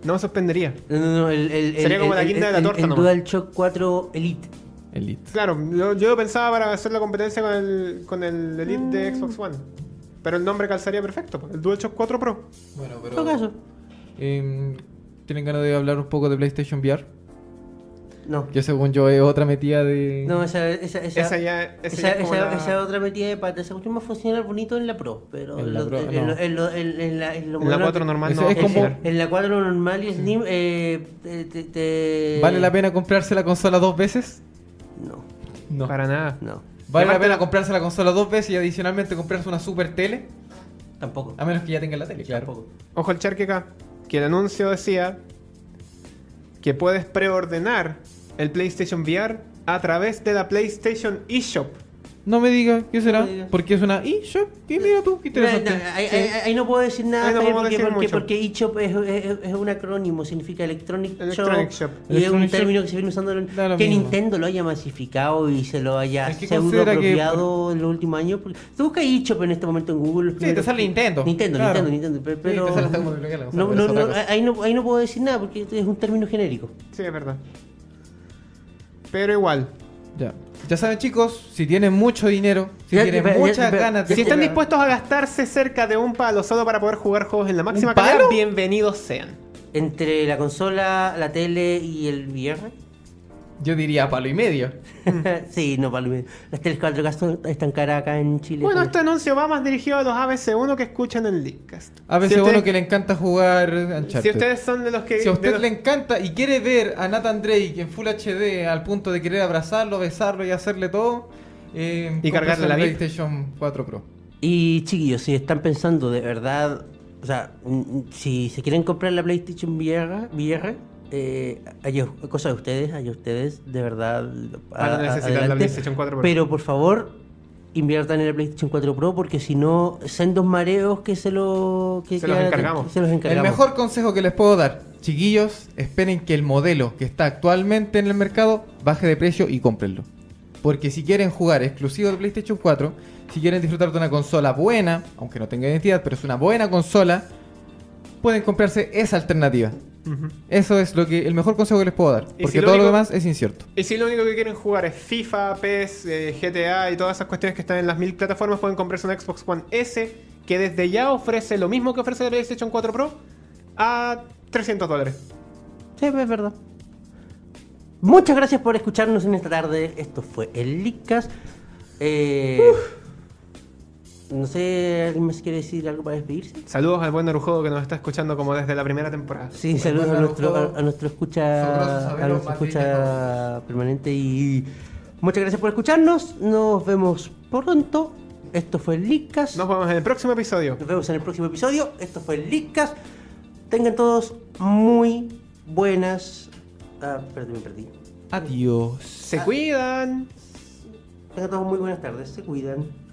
Speaker 3: No me sorprendería.
Speaker 5: No, no, no, el, el,
Speaker 3: Sería
Speaker 5: el-
Speaker 3: como la
Speaker 5: el-
Speaker 3: guinda de la
Speaker 5: el-
Speaker 3: torta
Speaker 5: El,
Speaker 3: nomás.
Speaker 5: DualShock 4 Elite.
Speaker 4: Elite.
Speaker 3: Claro, yo, yo lo pensaba para hacer la competencia con el, con el Elite de Xbox One. Pero el nombre calzaría perfecto, pues, el DualShock 4 Pro.
Speaker 2: Bueno,
Speaker 5: En todo caso.
Speaker 2: pero.
Speaker 4: Em, ¿Tienen ganas de hablar un poco de PlayStation VR?
Speaker 5: No.
Speaker 4: Que según yo es otra metida de...
Speaker 5: No, esa, esa, esa,
Speaker 3: Esa ya- esa ya es como
Speaker 5: esa-
Speaker 3: la-
Speaker 5: esa otra metida de pata. Esa cuestión va a funcionar bonito en la Pro, pero
Speaker 4: En la
Speaker 5: lo-
Speaker 4: Pro,
Speaker 5: en
Speaker 4: no.
Speaker 5: lo- en lo- en- en la en lo
Speaker 3: En la
Speaker 5: moderno-
Speaker 3: 4 normal no
Speaker 4: Ese
Speaker 3: va a
Speaker 4: es como-
Speaker 3: funcionar.
Speaker 5: En la 4 normal y Slim, eh, te, te- te-
Speaker 4: ¿Vale la pena comprarse la consola dos veces?
Speaker 5: No,
Speaker 4: No.
Speaker 3: Para nada.
Speaker 5: no,
Speaker 4: ¿Vale la
Speaker 3: Aparte-
Speaker 4: pena comprarse la consola dos veces y adicionalmente comprarse una super tele?
Speaker 5: tampoco.
Speaker 4: A menos que ya tengan la tele, claro.
Speaker 5: Tampoco.
Speaker 3: Ojo al charque acá, que el anuncio decía que puedes preordenar el PlayStation VR a través de la PlayStation eShop.
Speaker 4: No me diga, ¿qué será?
Speaker 5: No me diga.
Speaker 4: Porque es una eShop. Y mira tú, qué interesante.
Speaker 5: No, no, ahí,
Speaker 4: Sí.
Speaker 5: ahí- ahí no puedo decir nada
Speaker 3: Ahí no
Speaker 5: Javier,
Speaker 3: podemos
Speaker 5: porque,
Speaker 3: decir
Speaker 5: porque,
Speaker 3: mucho.
Speaker 5: porque eShop es, es- es un acrónimo, significa Electronic,
Speaker 3: Electronic
Speaker 5: Shop.
Speaker 3: Shop.
Speaker 5: Y
Speaker 4: Electronic
Speaker 5: es un término
Speaker 4: Shop.
Speaker 5: que se viene usando. en-
Speaker 4: Da lo
Speaker 5: que
Speaker 4: mismo.
Speaker 5: Nintendo lo haya masificado y se lo haya
Speaker 4: Es que
Speaker 5: pseudo
Speaker 4: considera que
Speaker 5: apropiado en los últimos años. porque- Tú buscas eShop en este momento en Google.
Speaker 4: Sí, te sale Nintendo.
Speaker 5: Nintendo,
Speaker 4: Claro.
Speaker 5: Nintendo, Nintendo. Pero,
Speaker 4: Sí, te
Speaker 5: pero-
Speaker 4: sale hasta como biblioteca la cosa,
Speaker 5: no,
Speaker 4: pero
Speaker 5: no,
Speaker 4: es otra
Speaker 5: no,
Speaker 4: cosa.
Speaker 5: ahí, no, ahí no puedo decir nada porque es un término genérico.
Speaker 3: Sí, es verdad. Pero igual,
Speaker 4: Ya. Ya saben, chicos, si tienen mucho dinero, si
Speaker 5: Ya,
Speaker 4: tienen
Speaker 5: ya, ya,
Speaker 4: muchas
Speaker 5: ya,
Speaker 4: ganas de
Speaker 3: si están
Speaker 4: jugar-
Speaker 3: dispuestos a gastarse cerca de un palo solo para poder jugar juegos en la máxima
Speaker 4: ¿Un palo?
Speaker 3: calidad, bienvenidos sean.
Speaker 5: Entre la consola, la tele y el VR.
Speaker 4: Yo diría palo y medio. Mm.
Speaker 5: sí, no, para mí. Las teles 4K son- están caras acá en Chile.
Speaker 3: Bueno,
Speaker 5: Como-
Speaker 3: este anuncio va más dirigido a los ABC1 que escuchan el Leadcast.
Speaker 4: A veces
Speaker 3: si
Speaker 4: uno
Speaker 3: ustedes,
Speaker 4: que le encanta jugar Uncharted.
Speaker 3: si ustedes son de los que...
Speaker 4: Si a
Speaker 3: de
Speaker 4: usted
Speaker 3: los-
Speaker 4: le encanta y quiere ver a Nathan Drake en Full HD al punto de querer abrazarlo, besarlo y hacerle todo, eh,
Speaker 3: Y cargarle
Speaker 4: cómprese
Speaker 3: la
Speaker 4: un
Speaker 3: VIP.
Speaker 4: PlayStation 4 Pro.
Speaker 5: Y chiquillos, si están pensando de verdad, o sea, mm, si se quieren comprar la PlayStation VR, VR eh, allá- cosa de ustedes, allá ustedes, de verdad.
Speaker 3: Van a necesitar la PlayStation 4 Pro.
Speaker 5: Pero por favor, inviertan en la PlayStation 4 Pro porque si no, sendos mareos que se, lo, que,
Speaker 3: Se
Speaker 5: que
Speaker 3: los
Speaker 5: van a-
Speaker 3: encargamos.
Speaker 5: que se los
Speaker 4: El
Speaker 5: encargamos.
Speaker 4: mejor consejo que les puedo dar, chiquillos, esperen que el modelo que está actualmente en el mercado baje de precio y cómprenlo. Porque si quieren jugar exclusivo de PlayStation 4, si quieren disfrutar de una consola buena, aunque no tenga identidad, pero es una buena consola, pueden comprarse esa alternativa.
Speaker 3: Ujú.
Speaker 4: Eso es lo que el mejor consejo que les puedo dar,
Speaker 3: si
Speaker 4: porque
Speaker 3: lo
Speaker 4: todo lo
Speaker 3: único-
Speaker 4: demás es incierto.
Speaker 3: Y si lo único que quieren jugar es FIFA, PES, eh, GTA y todas esas cuestiones que están en las mil plataformas, pueden comprarse un Xbox One S que desde ya ofrece lo mismo que ofrece la PlayStation 4 Pro a 300 dólares.
Speaker 5: Sí, es verdad. Muchas gracias por escucharnos en esta tarde. Esto fue el Licas. Eh, no sé, ¿alguien más quiere decir algo para despedirse?
Speaker 3: Saludos al buen Narujodo que nos está escuchando como desde la primera temporada.
Speaker 5: Sí,
Speaker 4: Bueno,
Speaker 5: saludos a
Speaker 4: Pues, bueno,
Speaker 5: nuestro,
Speaker 4: todo.
Speaker 5: a, a nuestro
Speaker 4: Sabroso
Speaker 5: escucha,
Speaker 4: saberlo,
Speaker 5: a nuestro
Speaker 4: Patrick,
Speaker 5: escucha permanente y muchas gracias por escucharnos. Nos vemos pronto. Esto fue el Licas.
Speaker 3: Nos
Speaker 5: Nos
Speaker 3: vemos en el próximo episodio.
Speaker 5: vemos en el próximo episodio. Esto fue el Licas. Tengan todos muy buenas. Ah, espérate, me perdí.
Speaker 4: Adiós.
Speaker 3: Se cuidan.
Speaker 5: Tengan todos muy buenas tardes. Se cuidan.